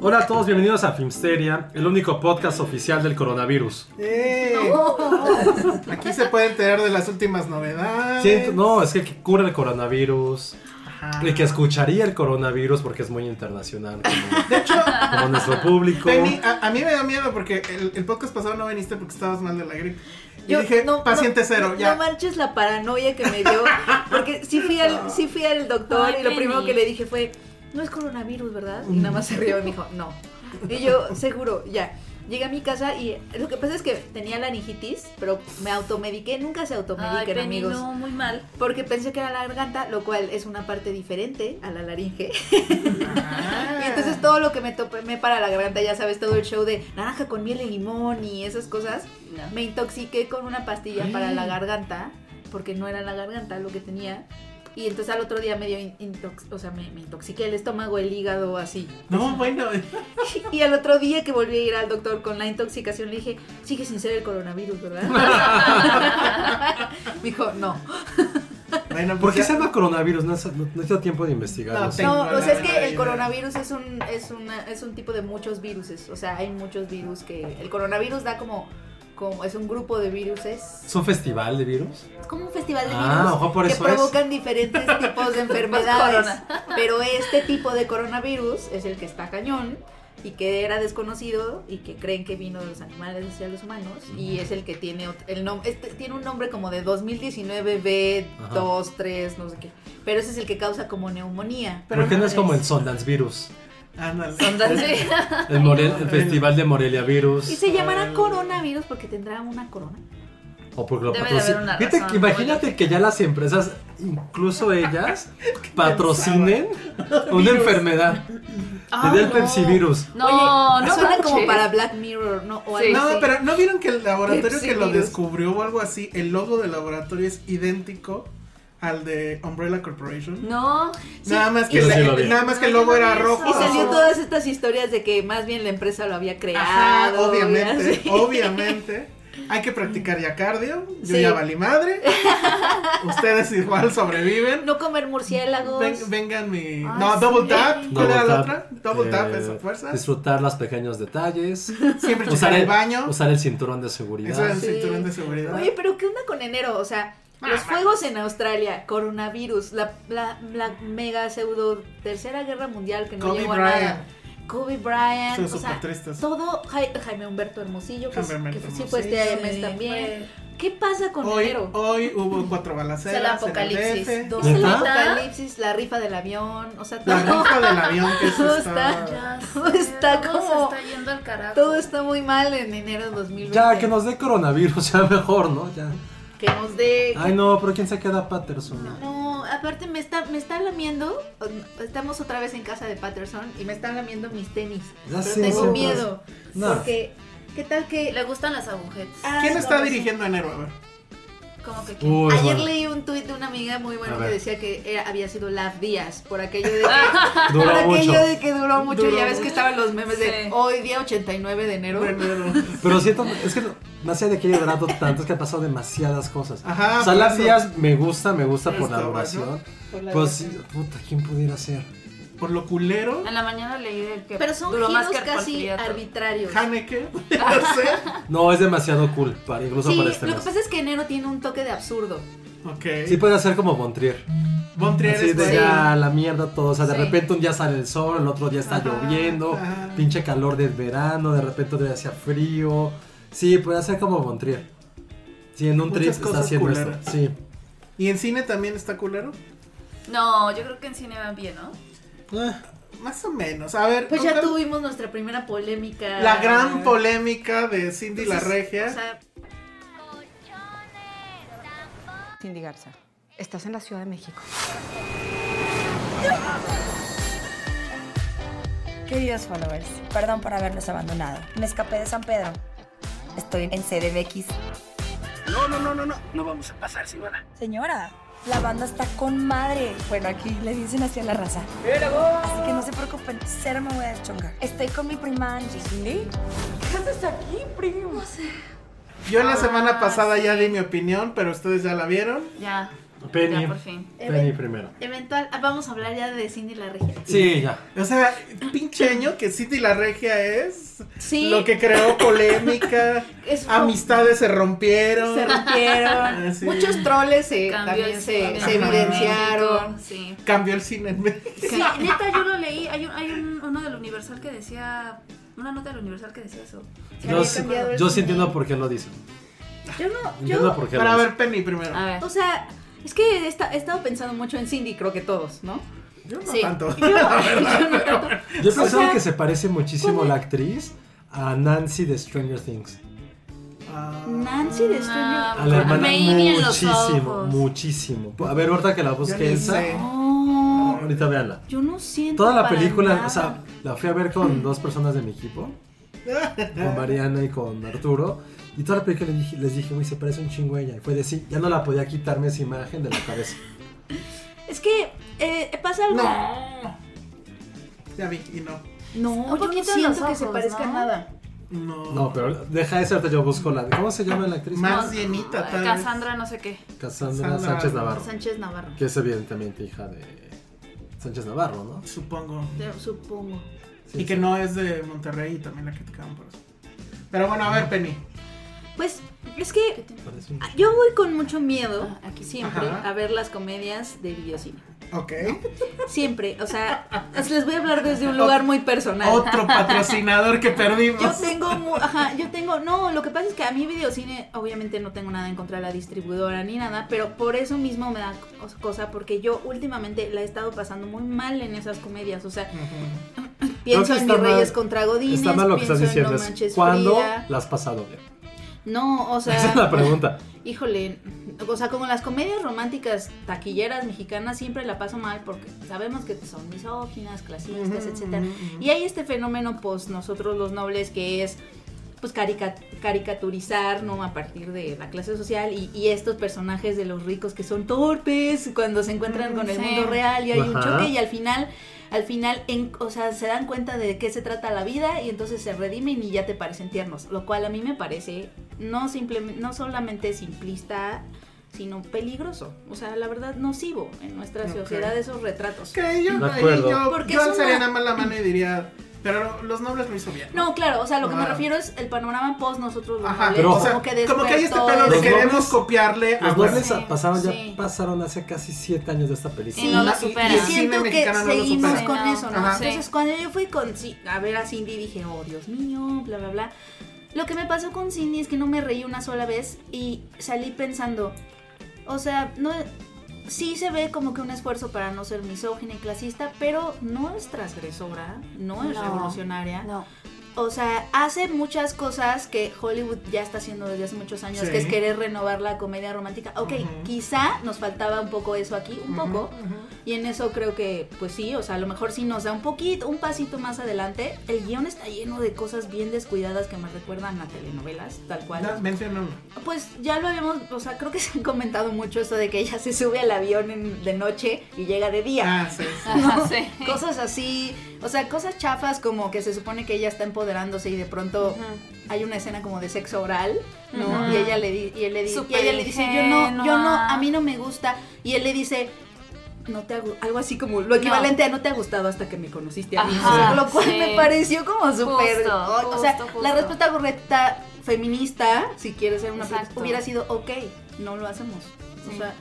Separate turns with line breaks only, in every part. Hola a todos, bienvenidos a Filmsteria, el único podcast oficial del coronavirus.
¡Eh! Aquí se puede enterar de las últimas novedades.
Siento- no, es que que cura el coronavirus. Y que escucharía el coronavirus porque es muy internacional. Como,
De hecho,
como nuestro público.
Penny, ah, a, a mí me da miedo porque el, el podcast pasado no viniste porque estabas mal de la gripe. Y
Yo-
dije,
no,
paciente
no,
cero,
no-
ya.
No manches la paranoia que me dio. Porque sí fui al, sí fui al doctor
Ay,
y lo primero
Penny.
que le dije fue, no es coronavirus, ¿verdad? Y nada más se rió y me dijo, no. Y yo, seguro, ya. Llegué a mi casa y lo que pasa es que tenía la meningitis, pero me automediqué. Nunca se
Ay,
automediquen,
Penny,
amigos.
no, muy mal.
Porque pensé que era la garganta, lo cual es una parte diferente a la laringe. Y
Ah.
entonces todo lo que me tomé para la garganta, ya sabes, todo el show de naranja con miel y limón y esas cosas,
No.
me intoxiqué con una pastilla para la garganta, porque no era la garganta lo que tenía. Y entonces al otro día me dio in- intox- o sea, me, me intoxiqué el estómago, el hígado, así.
No, bueno.
Y al otro día que volví a ir al doctor con la intoxicación, le dije, sigue sin ser el coronavirus, ¿verdad? me dijo, no.
bueno
¿Por
pues
qué
ya-
se llama coronavirus? No, he no, no he tenido tiempo de
No,
investigarlo.
te-
No,
Tengo
o sea,
la
es que
idea.
el coronavirus es un, es, una, es un tipo de muchos viruses. O sea, hay muchos virus que. El coronavirus da como. como es un grupo de viruses.
¿Es un festival de virus?
Es como un festival de
Ah,
virus
ojo, por
que
eso es.
provocan diferentes tipos de enfermedades. pero este tipo de coronavirus es el que está cañón y que era desconocido y que creen que vino de los animales hacia los humanos y es el que tiene ot- el nom- este tiene un nombre como de 2019 B 23 no sé qué, pero ese es el que causa como neumonía.
¿Por qué no es como el Sundance virus?
Ándale.
El, Morel- el festival de Morelia
Y
virus.
se llamará coronavirus porque tendrá una corona.
O porque lo
Debe de haber
patrocina.
una
Fíjate
razón,
que- Imagínate que ya las empresas, incluso ellas, patrocinen una enfermedad. Te dio el
no.
pepsivirus.
Ah, No,
Oye,
no
suena como
manches.
para Black Mirror, ¿no? O
Sí.
algo
No,
así.
pero ¿no vieron que el laboratorio que lo
Pepsi virus.
descubrió o algo así, el logo del laboratorio es idéntico al de Umbrella Corporation?
No.
Nada más que,
Eso sí
la-
lo vi.
nada más que el logo era
Eso.
rojo.
Y salió todas estas historias de que más bien la empresa lo había creado.
Ajá,
y
obviamente,
así.
obviamente. Hay que practicar ya cardio. Yo
Sí.
ya valí madre. Ustedes igual sobreviven.
No comer murciélagos.
Ven- vengan mi.
Ay,
no,
Ah, sí.
double tap. ¿Cuál
Double
era la
tap,
otra? Double tap,
eh,
esa fuerza.
Disfrutar los pequeños detalles.
Siempre checar
eh,
el baño.
Usar el cinturón de seguridad.
Eso es el
Sí.
cinturón de seguridad.
Oye, pero ¿qué onda con enero? O sea,
Ah,
los fuegos en Australia, coronavirus, la, la- la mega pseudo tercera guerra mundial que no
Kobe
llegó a
Bryant.
nada. Kobe Bryant,
Estuvo
o sea,
súper tristes.
todo Ja- Jaime Humberto Hermosillo, que,
Jaime
que
Humberto
sí fue este
Hermosillo.
mes también. ¿Qué pasa con
Hoy,
enero?
hoy hubo cuatro balaceras.
O sea, el
en
apocalipsis.
DF.
Dos
¿Neta?
el apocalipsis, la rifa del avión, o sea,
La
todo,
rifa del avión que
Todo
se está.
Ya
Todo
sé,
está
todo
como-
se está yendo al carajo.
todo está muy mal en enero de 2020.
Ya, que nos dé coronavirus, ya mejor, ¿no? Ya.
Que nos dé...
Ay, no, pero ¿quién se queda Patterson?
No, aparte me está, me está lamiendo. Estamos otra vez en casa de Patterson y me están lamiendo mis tenis.
Ya
pero
sé,
tengo
siempre
miedo.
No.
Porque, ¿qué tal que.?
Le gustan las agujetas.
Ah,
¿Quién
no
está
lo sé.
dirigiendo enero? A ver.
Como que,
Uy,
ayer
bueno.
leí un tuit de una amiga muy
A
bueno que
ver.
decía que era- había sido Laf Díaz por aquello de que
Duró
por aquello
mucho.
de que duró mucho
Duró
ya ves que
mucho.
estaban los memes de
Sí.
hoy día 89 de enero.
Pero siento, es que más allá de que haya durado tanto, es que ha pasado demasiadas cosas.
Ajá,
o sea,
por
las
eso.
días me gusta, me gusta por la
Está bueno.
duración.
Por la
Pues,
duración.
puta, ¿quién pudiera ser?
Por lo culero,
En la mañana leí de que
Pero son
duró más
giros
que Arpol
casi
Prieto.
arbitrarios.
Haneke,
Ah.
no sé.
No, es demasiado cool, para, incluso
Sí,
para
lo
este
que
mes.
pasa es que enero tiene un toque de absurdo.
Ok.
Sí, puede ser como Montrier.
Von Trier
Así
es
de
güey.
ya la mierda todo. O sea, de
Sí.
repente un día sale el sol, el otro día está
Ajá,
lloviendo,
ajá.
pinche calor del verano, de repente otro día hacía frío. Sí, puede ser como Montrier. Sí, en un
Muchas
trip está
cosas
haciendo esto.
culeras.
Sí.
¿Y en cine también está culero?
No, yo creo que en cine van bien, ¿no?
Ah.
Más o menos. A ver.
Pues ya
otra-
tuvimos nuestra primera polémica.
La gran polémica de Cindy la Regia.
O sea,
Cindy Garza, estás en la Ciudad de México. Queridos followers, perdón por haberlos abandonado. Me escapé de San Pedro. Estoy en CDMX. No, no, no, no, no. No vamos a pasar, señora. Señora, la banda está con madre. Bueno, aquí le dicen hacia la raza. Así que no se preocupen, cero me voy a deschongar. Estoy con mi prima Angie. ¿Cindy? ¿Qué haces aquí, primo?
Yo la
ah,
semana pasada ya di mi opinión, pero ustedes ya la vieron.
Ya.
Penny.
Ya por fin.
Eh,
Penny primero.
eventual, ah, vamos a hablar ya de Cindy la Regia.
Sí, ya.
O sea, pinche año que Cindy la Regia es.
Sí.
Lo que creó polémica.
Es-
amistades se rompieron.
Se rompieron.
Ah, sí.
Muchos troles se,
Cambió
también
el-
se,
cambió
se
el
evidenciaron.
momento, Sí.
Cambió el cine en México.
Sí, neta, yo lo leí. Hay, un, hay un- uno del Universal que decía. Una nota del Universal que decía eso.
Se
Yo,
había
sí-
cambiado el
yo sí
cine.
entiendo por qué lo dicen.
Yo no,
Entiendo
yo,
por qué
Para
lo
ver Penny primero.
A ver.
o sea, es que he, esta- he estado pensando mucho en Cindy, creo que todos, ¿no?
Yo no
Sí.
tanto.
Yo, yo no tanto.
dicen. Yo pensaba
sea,
que se parece muchísimo la actriz a Nancy de Stranger Things.
Ah,
Nancy de Stranger
A la hermana
Maybe en Ah, los
muchísimo,
ojos.
muchísimo. A ver, ahorita que la
yo
busque
ni
Elsa,
sé.
No,
ahorita véanla.
yo no siento.
Toda la
para
película,
nada. Mm.
o sea, la fui a ver con dos personas de mi equipo, con Mariana y con Arturo. Y toda la película les dije, les dije, güey, se parece un chingo a ella. Y fue de sí, ya no la podía quitarme esa imagen de la cabeza.
Es que eh, pasa algo.
No. Ya vi, y no.
No,
Un
yo no
poquito en
siento
los
que se
ojos,
parezca
¿no?
a nada.
No.
No, pero deja eso, ahorita yo busco la. ¿Cómo se llama la actriz?
Más llenita, tal vez.
Cassandra, no sé qué.
Cassandra
Sandra-
Sánchez Navarro.
Sánchez Navarro,
Que es evidentemente hija de Sánchez Navarro, ¿no?
Supongo.
yo supongo.
Sí,
y que no es de Monterrey y también la criticaban por eso. Pero bueno, a ver, Penny.
Pues es que
Parece un-
yo voy con mucho miedo
Ah,
aquí siempre
Ajá.
a ver las comedias de videocine.
Ok.
Siempre, o sea, les voy a hablar desde un lugar muy personal.
Otro patrocinador que perdimos.
Yo tengo, mu- ajá, yo tengo, no, lo que pasa es que a mí videocine, obviamente no tengo nada en contra de la distribuidora ni nada, pero por eso mismo me da cos- cosa, porque yo últimamente la he estado pasando muy mal en esas comedias, o sea, pienso
Creo que
en
está
Mis Reyes
mal-
contra Godines,
Está mal lo que
pienso
estás
en
diciendo.
No
es,
Manches
¿Cuándo
Frida,
la has pasado bien?
no, o
Esa es la
sea,
pregunta.
híjole, o sea, como las comedias románticas taquilleras mexicanas siempre la paso mal porque sabemos que son misóginas, clasistas, etcétera. Y hay este fenómeno, pues, nosotros los nobles, que es pues carica- caricaturizar, ¿no? A partir de la clase social y, y estos personajes de los ricos que son torpes cuando se encuentran con el
sí.
mundo real y hay un
Mm, Ajá.
choque y al final, al final, en, o sea, se dan cuenta de qué se trata la vida y entonces se redimen y ya te parecen tiernos, lo cual a mí me parece no, simplemente, no solamente simplista, sino peligroso, o sea, la verdad, nocivo en nuestra
Ok.
sociedad esos retratos.
Que yo,
De
ahí
acuerdo.
yo,
Porque
yo
es
alzaría
una-
nada más la mano y diría, pero los nobles lo hizo bien.
No, claro, o sea, lo que me
Ah.
refiero es el panorama post nosotros los
Ajá,
nobles,
pero,
o sea,
como
como
que
que,
después
hay este
todo
pelo de
Los
esto-
queremos
nobles-
copiarle a
Los nobles
Ah, Sí,
pasaron
sí.
ya pasaron hace casi 7 años de esta película.
Sí, no lo
y- y
superan.
el
Sí,
cine
siento que
mexicano no lo
seguimos
supera.
con
Sí, no.
eso, ¿no?
Ajá.
Entonces,
Sí.
cuando yo fui con, Ci- a ver a Cindy, dije, oh, Dios mío, bla, bla, bla. Lo que me pasó con Cindy es que no me reí una sola vez y salí pensando, o sea, no... Sí se ve como que un esfuerzo para no ser misógina y clasista, pero no es transgresora, no es
No,
revolucionaria.
No.
o sea, hace muchas cosas que Hollywood ya está haciendo desde hace muchos años,
Sí.
que es querer renovar la comedia romántica. Ok, quizá nos faltaba un poco eso aquí, un poco. Y en eso creo que, pues sí, o sea, a lo mejor sí nos da un poquito, un pasito más adelante. El guión está lleno de cosas bien descuidadas que me recuerdan a telenovelas, tal cual.
Da- Menciona uno.
Pues ya lo habíamos, o sea, creo que se han comentado mucho esto de que ella se sube al avión en- de noche y llega de día.
Ah, sí. sí.
¿no? Cosas así, o sea, cosas chafas como que se supone que ella está empoderándose y de pronto hay una escena como de sexo oral, ¿no? Y ella le di- y él le, di- y
Súper
ella le dice, "Yo no, yo no,
ingenua.
a mí no me gusta." Y él le dice, "No te ha gu- algo así como lo equivalente a no te ha gustado hasta que me conociste a mí."
Ajá,
lo cual
sí.
me pareció como súper,
Justo,
o- o sea,
justo, justo.
la respuesta correcta feminista, si quieres ser una
Exacto.
hubiera sido, "Ok, no lo hacemos." O
Sí.
sea,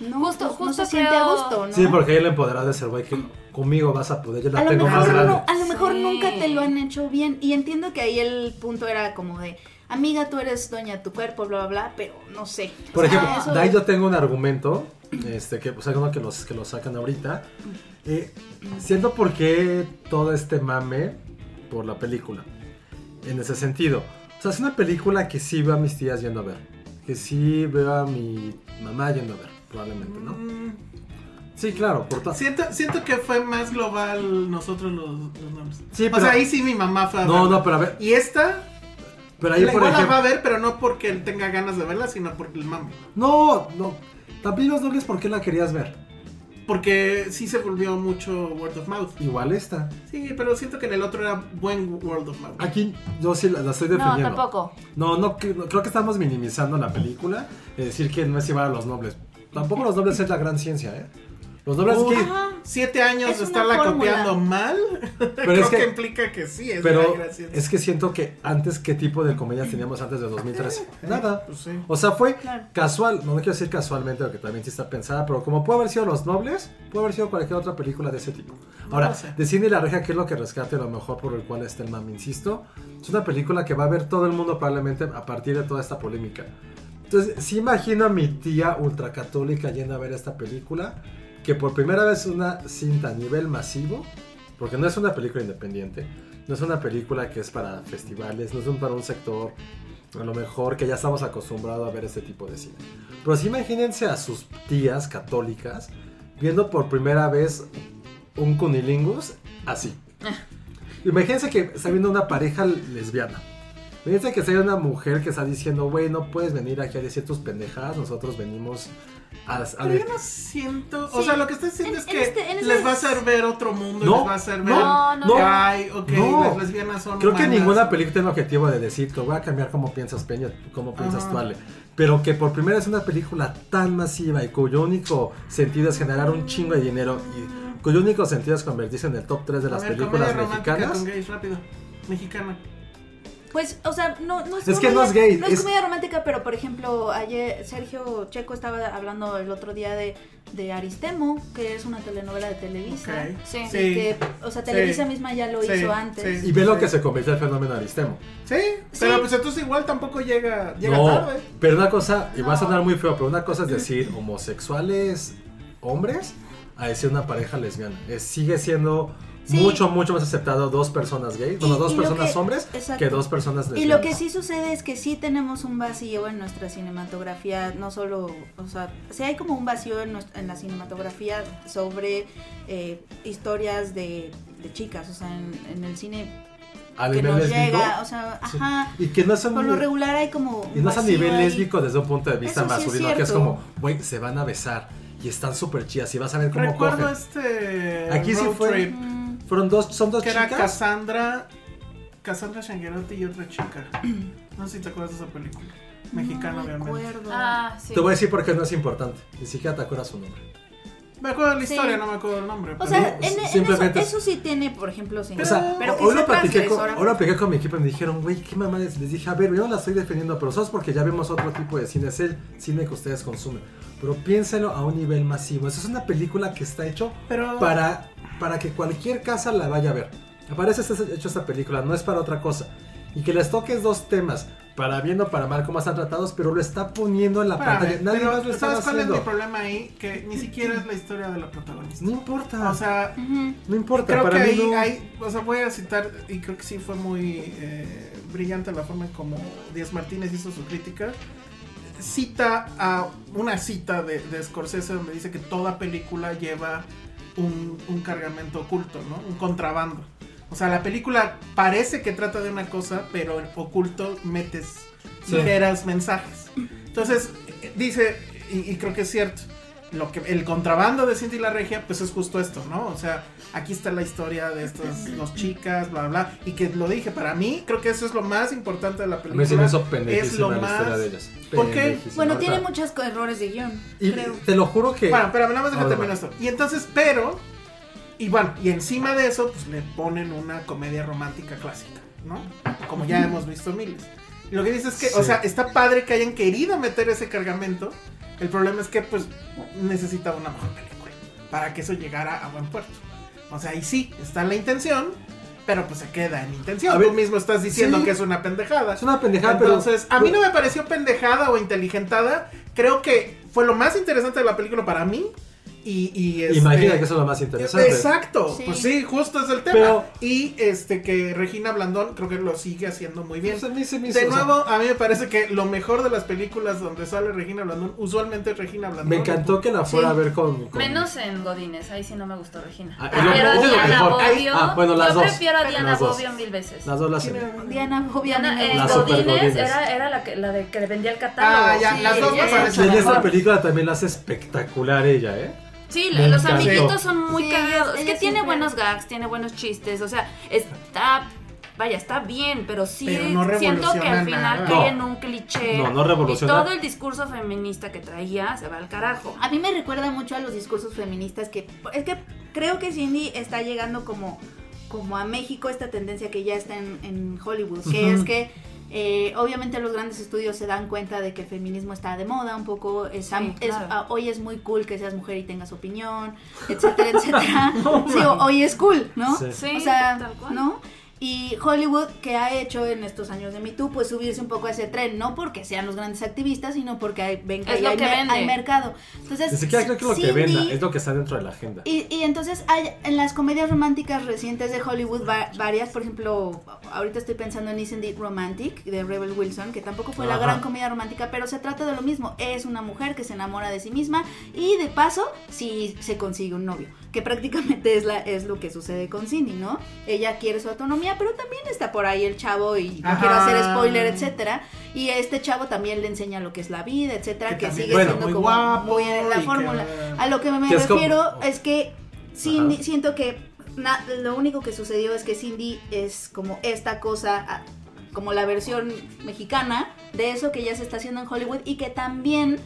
no, pues,
Justo-
no se
justo
siente a
creo-
gusto, ¿no?
Sí, porque ahí la empoderada es el güey que conmigo vas a poder, yo la
A lo
tengo más
mejor,
grande.
no- a lo mejor
Sí.
nunca te lo han hecho bien. Y entiendo que ahí el punto era como de, amiga, tú eres dueña de tu cuerpo, bla, bla, bla, pero no sé.
Por
O sea,
ejemplo,
Ah, eso-
de ahí yo tengo un argumento, este, que, o sea, uno que los, que los sacan ahorita. Eh, siento por qué todo este mame por la película. En ese sentido. O sea, es una película que sí veo a mis tías yendo a ver. Que sí veo a mi mamá yendo a ver, probablemente, ¿no?
Mm,
Sí, claro, por ta-
Siento, siento que fue más global nosotros los, los nombres.
Sí,
o
pero-
sea, ahí sí mi mamá fue a
No,
verla.
no, pero a ver.
Y esta,
Pero ahí,
la
por
igual la va
ejemplo.
a ver, pero no porque él tenga ganas de verla, sino porque el mame.
No, no. Vampiros Nobles, ¿por qué la querías ver?
Porque sí se volvió mucho word of mouth.
Igual esta.
Sí, pero siento que en el otro era buen word of mouth.
Aquí yo sí la, la estoy defendiendo.
No, tampoco.
No, no, que- no, creo que estamos minimizando la película. eh, decir que no es llevar a los nobles. Tampoco los nobles es la gran ciencia, ¿eh? Los nobles
Uy,
que-
siete años
Es
de
una
estarla
fórmula.
copiando mal, creo
es
que,
que-
implica que sí, es
Pero
gran gracia.
es que siento que antes, ¿qué tipo de comedias teníamos antes de 2013? Nada.
pues sí.
O sea, fue
Claro.
casual. No, no quiero decir casualmente, porque también sí está pensada. Pero como puede haber sido Los Nobles, puede haber sido cualquier otra película de ese tipo. Ahora,
sé.
de Cindy La Reja, ¿qué es lo que rescate? A lo mejor por el cual está el mame, insisto. Es una película que va a ver todo el mundo probablemente a partir de toda esta polémica. Entonces, sí imagino a mi tía ultracatólica yendo a ver esta película, que por primera vez es una cinta a nivel masivo, porque no es una película independiente, no es una película que es para festivales, no es un, para un sector, a lo mejor que ya estamos acostumbrados a ver este tipo de cine. Pero sí imagínense a sus tías católicas viendo por primera vez un cunilingus así. Imagínense que está viendo una pareja lesbiana. Imagínense que sea una mujer que está diciendo, güey, no puedes venir aquí a decir tus pendejadas, nosotros venimos a... a-
Pero yo no siento, o
Sí.
sea, lo que estás diciendo
En-
es
en
que
este- en
les
este-
va a hacer ver otro mundo, y
No,
les va a hacer ver.
no, no.
Ay, ok,
No.
las lesbianas son.
Creo que
humanas.
ninguna película tiene el objetivo de decir, te voy a cambiar cómo piensas Peña, cómo piensas
Ajá.
tú Ale. Pero que por primera vez una película tan masiva y cuyo único sentido es generar un chingo de dinero y cuyo único sentido es convertirse en el top 3 de
A
las
ver,
películas
comedia romántica
mexicanas.
Con gays, rápido. Mexicana.
Pues, o sea, no, no es,
Es que no es gay,
No es,
es-
comedia romántica, pero por ejemplo, ayer Sergio Checo estaba hablando el otro día de, de Aristemo, que es una telenovela de Televisa.
Ok.
Sí.
Y que, o sea, Televisa
Sí.
misma ya lo
Sí,
hizo antes.
sí.
Y ve lo que se convirtió el fenómeno Aristemo.
Sí, pero pues entonces igual tampoco llega, llega
No,
tarde.
pero una cosa, y va a sonar muy feo, pero una cosa es decir homosexuales hombres a decir una pareja lesbiana. Es- sigue siendo
Sí.
mucho, mucho más aceptado dos personas gays, bueno,
Y-
dos
y lo
personas
que-
hombres
exacto.
que dos personas
Y
lesbianas.
lo que sí sucede es que sí tenemos un vacío en nuestra cinematografía, no solo, o sea, sí hay como un vacío en, nuestra- en la cinematografía sobre eh, historias de, de chicas, o sea, en, en el cine
a
que
nivel
nos
lésbico,
llega, o sea,
sí.
ajá,
Y que no es un-
por lo regular hay como un
y no es a
vacío
nivel
ahí.
lésbico desde un punto de vista
Eso sí es
masculino, que es
cierto.
como, güey, se van a besar y están súper chidas y vas a ver cómo
Recuerdo
cogen.
este.
Aquí sí
road
fue-
trip,
Fueron dos, son dos
que era
chicas.
Cassandra. Cassandra Shanguerotti y otra chica. No sé si te acuerdas de esa película. Mexicana,
No me
obviamente.
acuerdo.
Ah, sí.
Te voy a decir por qué no es importante, ni siquiera te acuerdas su nombre.
Me acuerdo de la
Sí.
historia, no me acuerdo del nombre.
o
pero-
sea,
Sí,
en, en
simplemente es-
eso, eso sí tiene, por ejemplo, sí.
O sea,
pero que
hoy, lo
sea
platiqué con,
transgresora.
hoy lo platiqué con mi equipo y me dijeron, güey, qué mamá les, les dije, a ver, yo no la estoy defendiendo, pero sos porque ya vemos otro tipo de cine, es el cine que ustedes consumen. Pero piénselo a un nivel masivo. Esa es una película que está hecho
Pero-
para, para que cualquier casa este, la vaya a ver. Aparece hecho esta película, no es para otra cosa. Y que les toques dos temas para bien o para mal cómo están tratados, pero lo está poniendo en la pantalla.
Espérame,
Nadie
pero
más lo está
¿Sabes cuál es mi
haciendo.
problema ahí? Que ni siquiera es la historia de la protagonista.
No importa.
O sea,
no importa.
creo
para
que
mí
ahí,
no.
ahí- o sea, voy a citar, y creo que sí fue muy eh, brillante la forma en como Díaz Martínez hizo su crítica. Cita a una cita de, de Scorsese donde dice que toda película lleva un, un cargamento oculto, ¿no? Un contrabando. O sea, la película parece que trata de una cosa, pero en oculto metes
Sí.
ligeras mensajes. Entonces, eh, dice, y, y creo que es cierto, lo que, el contrabando de Cinti la Regia, pues es justo esto, ¿no? O sea, aquí está la historia de estas dos chicas, bla, bla, bla, y que lo dije, para mí, creo que eso es lo más importante de la
A mí
película.
se me hizo
es lo
pendejísima la historia
más...
de ellas.
¿Por qué?
Pendejísima,
Bueno,
o
tiene
sea,
muchos co- errores de guión,
y
creo.
Te lo juro que. Ah,
Bueno, pero nada más déjame
Ahora
terminar esto. Y entonces, pero, y bueno, y encima de eso, pues le ponen una comedia romántica clásica, ¿no? Como ya hemos visto miles. Y lo que dice es que, o
Sí.
sea, está padre que hayan querido meter ese cargamento. El problema es que, pues, necesitaba una mejor película para que eso llegara a buen puerto. O sea, y sí, está la intención, pero pues se queda en intención.
A ver,
Tú mismo estás diciendo
sí.
que es una pendejada.
es una pendejada, pero.
Entonces, a mí no me pareció pendejada o inteligentada. Creo que fue lo más interesante de la película para mí. Y, y este-
Imagina que eso es lo más interesante.
Exacto,
Sí.
pues sí, justo es el tema.
Pero-
y este que Regina Blandón creo que lo sigue haciendo muy bien.
Pues a mí se me hizo,
De
o sea,
nuevo, a mí me parece que lo mejor de las películas donde sale Regina Blandón, usualmente es Regina Blandón.
me encantó que la fuera
Sí.
a ver con. con-
Menos en Godines, ahí sí no me gustó Regina.
Ah, es lo-
prefiero a
es lo
Diana
mejor.
Bobbio.
Ah, bueno, las
Yo
dos.
prefiero a Diana
Las dos.
Bobbio mil veces.
Las dos las
¿Quién era?
Diana,
Diana,
obviamente.
eh,
Las super
Godines
Godines.
era, era la, que, la de que vendía el catálogo.
Ah, ya,
Sí,
las dos me
ella es
parecen
Y en
mucho
esta
mejor.
película también la hace espectacular ella, ¿eh?
Sí,
Me
los
encantó.
amiguitos son muy
Sí,
cagados.
ella-
Es
ella
que tiene
siempre-
buenos gags, tiene buenos chistes. O sea, está. Vaya, está bien, pero sí
Pero no
siento que
revoluciona
al final
nada.
cae en
No.
un cliché.
No, no revoluciona.
Y todo el discurso feminista que traía se va al carajo.
A mí me recuerda mucho a los discursos feministas que es que creo que Cindy está llegando como como a México esta tendencia que ya está en, en Hollywood, que
Ujú.
es que eh, obviamente los grandes estudios se dan cuenta de que el feminismo está de moda un poco, es-
Sí,
es-
claro.
ah, hoy es muy cool que seas mujer y tengas opinión, etcétera, etcétera. Sí, o- hoy es cool, ¿no?
Sí.
Sí,
o sea,
tal cual.
¿no? Y Hollywood, que ha hecho en estos años de Me Too, pues subirse un poco a ese tren, no porque sean los grandes activistas, sino porque hay, ven que,
Es
ahí
lo
hay,
que
mer-
vende.
hay mercado. Entonces,
Ni siquiera creo que lo que
Cindy-
venda, es lo que está dentro de la agenda.
y, y entonces hay en las comedias románticas recientes de Hollywood va- varias, por ejemplo, ahorita estoy pensando en Isn't It Romantic de Rebel Wilson, que tampoco fue la
Ajá.
gran comedia romántica, pero se trata de lo mismo. Es una mujer que se enamora de sí misma y de paso si se consigue un novio, que prácticamente es, la, es lo que sucede con Cindy, ¿no? Ella quiere su autonomía, pero también está por ahí el chavo y no
Ajá.
quiero hacer spoiler, etcétera. Y este chavo también le enseña lo que es la vida, etcétera,
Que
que,
también
sigue
bueno,
siendo
muy
como
guapo
muy en la
y que-
fórmula. A lo que me
Que es como-
refiero es que Cindy, siento que na- lo único que sucedió es que Cindy es como esta cosa, ah, como la versión mexicana de eso que ya se está haciendo en Hollywood y que también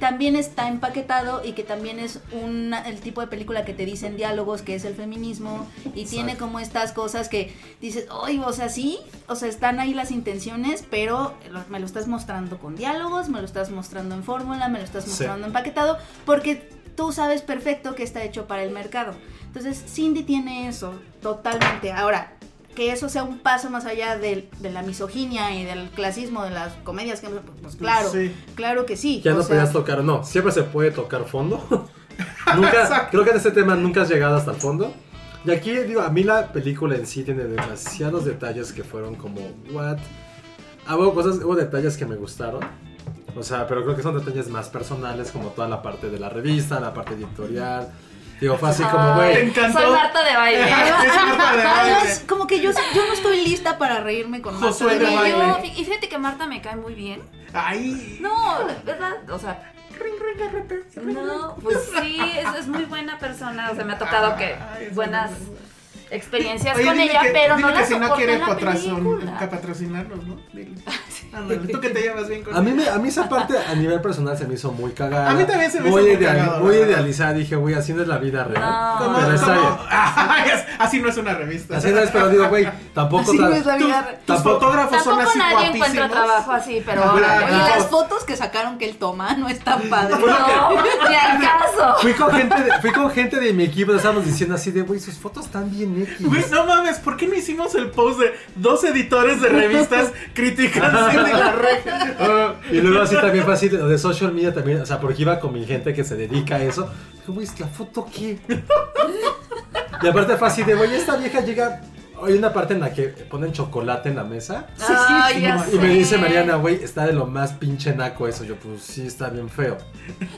también está empaquetado y que también es un el tipo de película que te dicen diálogos que es el feminismo y tiene como estas cosas que dices, "Ay, o sea, sí, o sea, están ahí las intenciones, pero lo- me lo estás mostrando con diálogos, me lo estás mostrando en fórmula, me lo estás
Sí.
mostrando empaquetado porque tú sabes perfecto que está hecho para el mercado." Entonces, Cindy tiene eso totalmente. Ahora, que eso sea un paso más allá del- de, la misoginia y del clasismo de las comedias que hemos- pues claro,
Sí.
claro que sí.
Ya
o
no
sea,
podías tocar, no, siempre se puede tocar fondo. nunca, creo que en este tema nunca has llegado hasta el fondo. Y aquí, digo, a mí la película en sí tiene demasiados detalles que fueron como, what? Ah, hubo cosas, hubo detalles que me gustaron. O sea, pero creo que son detalles más personales, como toda la parte de la revista, la parte editorial. Digo, fue así como,
Te
güey.
encantó.
Soy Marta de baile.
Es una madre,
Además,
madre.
como que yo, yo no estoy lista para reírme con más.
Josué de
Y yo-
baile.
y fíjate que Marta me cae muy bien.
Ay.
No, ¿verdad? O sea. No, pues sí, es, es muy buena persona. O sea, me ha tocado que
Ay, es
buenas experiencias
Oye,
con
dile
ella,
que-
pero no
dile que
la
si no
soporté
quiere
en la
patrocin- que
película.
patrocinarnos, ¿no? Dile. Ándale, tú que te llevas bien con
A mí, me- a mí esa parte a nivel personal se me hizo muy cagada.
A mí también se me
Muy
hizo muy
ideal-
cagada, la
Muy
verdad.
idealizada, dije, güey, así no es la vida real.
Como-
Pero está
como-
bien.
Ay, es- así no es una revista.
Así no es, pero digo, güey, tampoco
Así no
tan-
es la
tú-
vida real.
Tus
Tampoco-
fotógrafos son
Tampoco
así
nadie encuentra
guapísimos.
trabajo así, pero
Ajá.
ahora.
Y las
Claro.
fotos que sacaron que él toma no están padres.
No, ni al caso.
Fui con gente de, fui con gente de mi equipo, estábamos diciendo así de, güey, sus fotos están bien MX.
Güey, no mames, ¿por qué no hicimos el post de dos editores de revistas criticando Cindy la Regia?
Ah, y luego así también fue así, de, de social media también, o sea, porque iba con mi gente que se dedica a eso. Dije, güey, ¿la foto qué? y aparte fue así de, güey, esta vieja llega... Hay una parte en la que ponen chocolate en la mesa.
Ay, ya
Y me
sé.
dice Mariana, güey, está de lo más pinche naco eso. Yo, pues sí, está bien feo.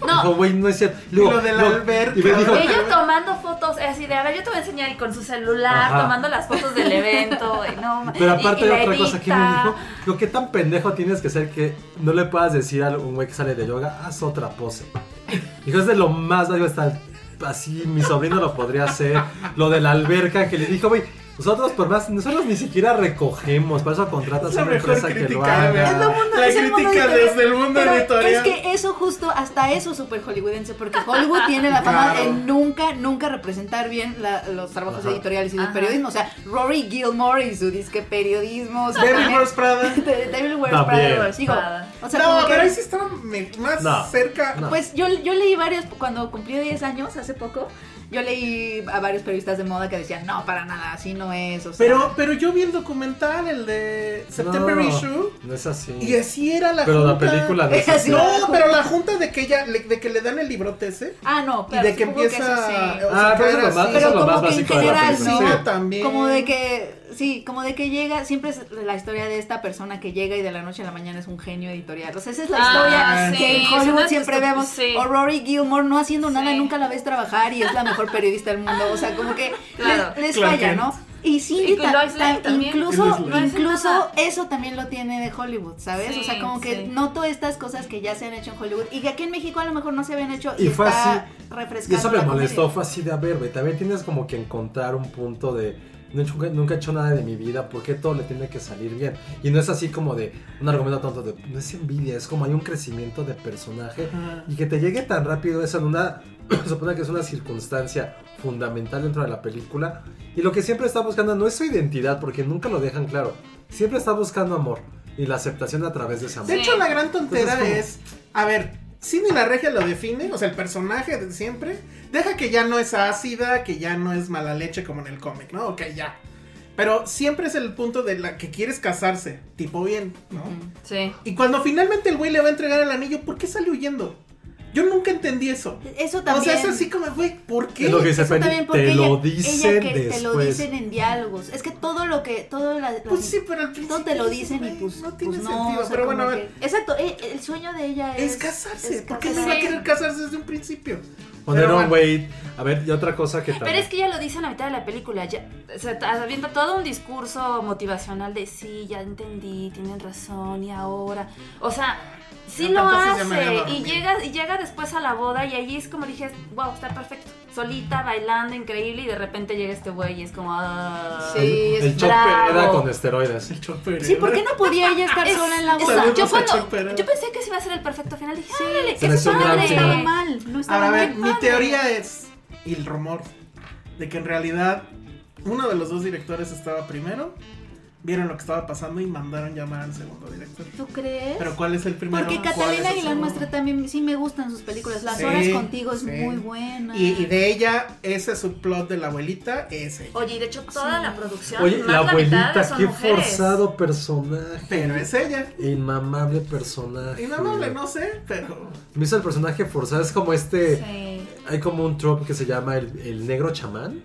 No.
Dijo, güey, no es cierto. Y luego,
Lo del
no.
alberca.
Y me dijo,
Ella tomando fotos, eh, así de, a ver, yo te voy a enseñar y con su celular,
Ajá.
tomando las fotos del evento, güey, no, ma-
Pero
y-
aparte
y
de
la
otra cosa que me
edita.
dijo, lo que tan pendejo tienes que ser que no le puedas decir a un güey que sale de yoga, haz otra pose. Dijo, es de lo más valioso estar así, mi sobrino lo podría hacer, lo de la alberca que le dijo, güey, nosotros por más, nosotros ni siquiera recogemos, para eso contratas
Es
a
la
una
mejor
empresa que lo
crítica, güey.
haga.
La
es el mundo
crítica
editorial.
desde el mundo
Pero
editorial.
Es que eso justo, hasta eso es súper hollywoodense, porque Hollywood tiene la fama
Claro.
de nunca, nunca representar bien la- los trabajos
Ajá.
editoriales y del
Ajá.
periodismo. O sea, Rory Gilmore y su disque periodismo. o sea,
Devil
también-
Wears Prada.
De- Devil Wears
También.
Prada. digo,
Prada.
O sea, como
no,
que-
pero ahí sí estaba me- más
No.
cerca.
No.
Pues yo, yo leí varios, cuando cumplí 10 años, hace poco, yo leí a varios periodistas de moda que decían, no, para nada, así no es. O sea,
Pero, pero yo vi el documental, el de September
No,
Issue,
No es así.
y así era la
Pero la
junta.
película no es
Es
así.
lo-
No, pero la junta de que ella, le- de que le dan el librote ese.
Ah, no,
Y
claro,
de que
supongo
empieza
eso sí.
o
Ah,
sea,
pero eso
era
es lo más- eso
así.
pero
es lo
como
más
que en
básico de la
general
película.
sí.
Sí,
también.
como de que sí como de que llega siempre es la historia de esta persona que llega y de la noche a la mañana es un genio editorial o sea esa es la
Ah,
historia
sí,
que en
es
Hollywood
una
siempre
estu-
vemos
sí.
o Rory Gilmore no haciendo nada
Sí.
nunca la ves trabajar y es la mejor periodista del mundo o sea como que
Claro.
les, les
Clark
falla
Kent.
no y sí,
Y con Lois Lane también.
incluso,
Lois Lane.
incluso eso también lo tiene de Hollywood, ¿sabes? o
Sí,
sea, como que
sí.
noto estas cosas que ya se han hecho en Hollywood y que aquí en México a lo mejor no se habían hecho y,
Y fue
está
así.
refrescando.
Y eso me
la comedia.
molestó, fue así de a ver, güey. También tienes como que encontrar un punto de. No he hecho- nunca he hecho nada de mi vida, ¿por qué todo le tiene que salir bien? Y no es así como de un argumento tonto de. No es envidia, es como hay un crecimiento de personaje. Y que te llegue tan rápido eso en una. se supone que es una circunstancia fundamental dentro de la película. Y lo que siempre está buscando no es su identidad, porque nunca lo dejan claro. Siempre está buscando amor y la aceptación a través de ese amor.
De hecho, la
Pues
gran tontera
Entonces,
es, a ver, Sidney la regia lo define, o sea, el personaje de siempre, deja que ya no es ácida, que ya no es mala leche como en el cómic, ¿no? Ok, ya. Pero siempre es el punto de la que quieres casarse, tipo bien, ¿no?
Sí.
Y cuando finalmente el güey le va a entregar el anillo, ¿por qué sale huyendo? Yo nunca entendí eso.
Eso también.
O sea, es así como, güey, ¿por qué?
Es lo que dice
Eso
Penny,
también porque
te
ella-
lo
ella
dicen
que
después.
Te lo dicen en diálogos. Es que todo lo que. Todo la,
Pues sí, pero al principio.
todo te lo
dices,
dicen y
güey,
pues.
No tiene
pues no,
sentido,
o sea,
pero bueno, a
como
ver.
que- Exacto, eh, el sueño de ella es.
Es casarse,
es
porque
casarse.
se va a querer casarse desde un principio.
Poner
Pero
un
bueno.
güey. A ver, y otra cosa que también.
Pero es que ya lo dice en la mitad de la película. Ya, se avienta todo un discurso motivacional de sí, ya entendí, tienen razón y ahora. O sea, sí
Yo
lo
tanto así ya me
hace.
había
Y
dormido.
llega, y llega después a la boda y allí es como dije, wow, está perfecto. Solita, bailando, increíble. Y de repente llega este güey y es como. ah,
Sí,
El
es.
chope era
bravo.
con esteroides.
El chofer. ¿eh?
Sí, ¿por qué no podía ella estar
Es-
sola en la
es-
boda?
Saludos
yo,
a
cuando-
Chuck
¿eh?
Pérez.
yo pensé que ese iba a ser el perfecto final. Dije, sí,
Sí,
Se me hizo un gran
No
Sí.
estaba mal. No estaba
Ahora, a ver,
mal.
mi teoría es, y el rumor, de que en realidad uno de los dos directores estaba primero, vieron lo que estaba pasando y mandaron llamar al segundo director.
¿Tú crees?
Pero ¿cuál es el primero?
Porque
¿Cuál es
Catalina
el
Aguilar
segundo?
Maestra también sí me gustan sus películas. Las
Sí,
horas contigo es
sí.
muy buena.
Y, y de ella, ese subplot de la abuelita, ese.
Oye, y de hecho toda la producción,
Oye,
más
la
mitad
abuelita,
son
qué
mujeres.
forzado personaje.
Pero es ella.
Inmamable personaje.
Y no, no, no sé, pero...
Me hizo el personaje forzado. Es como este.
Sí.
Hay como un trope que se llama el, el negro chamán.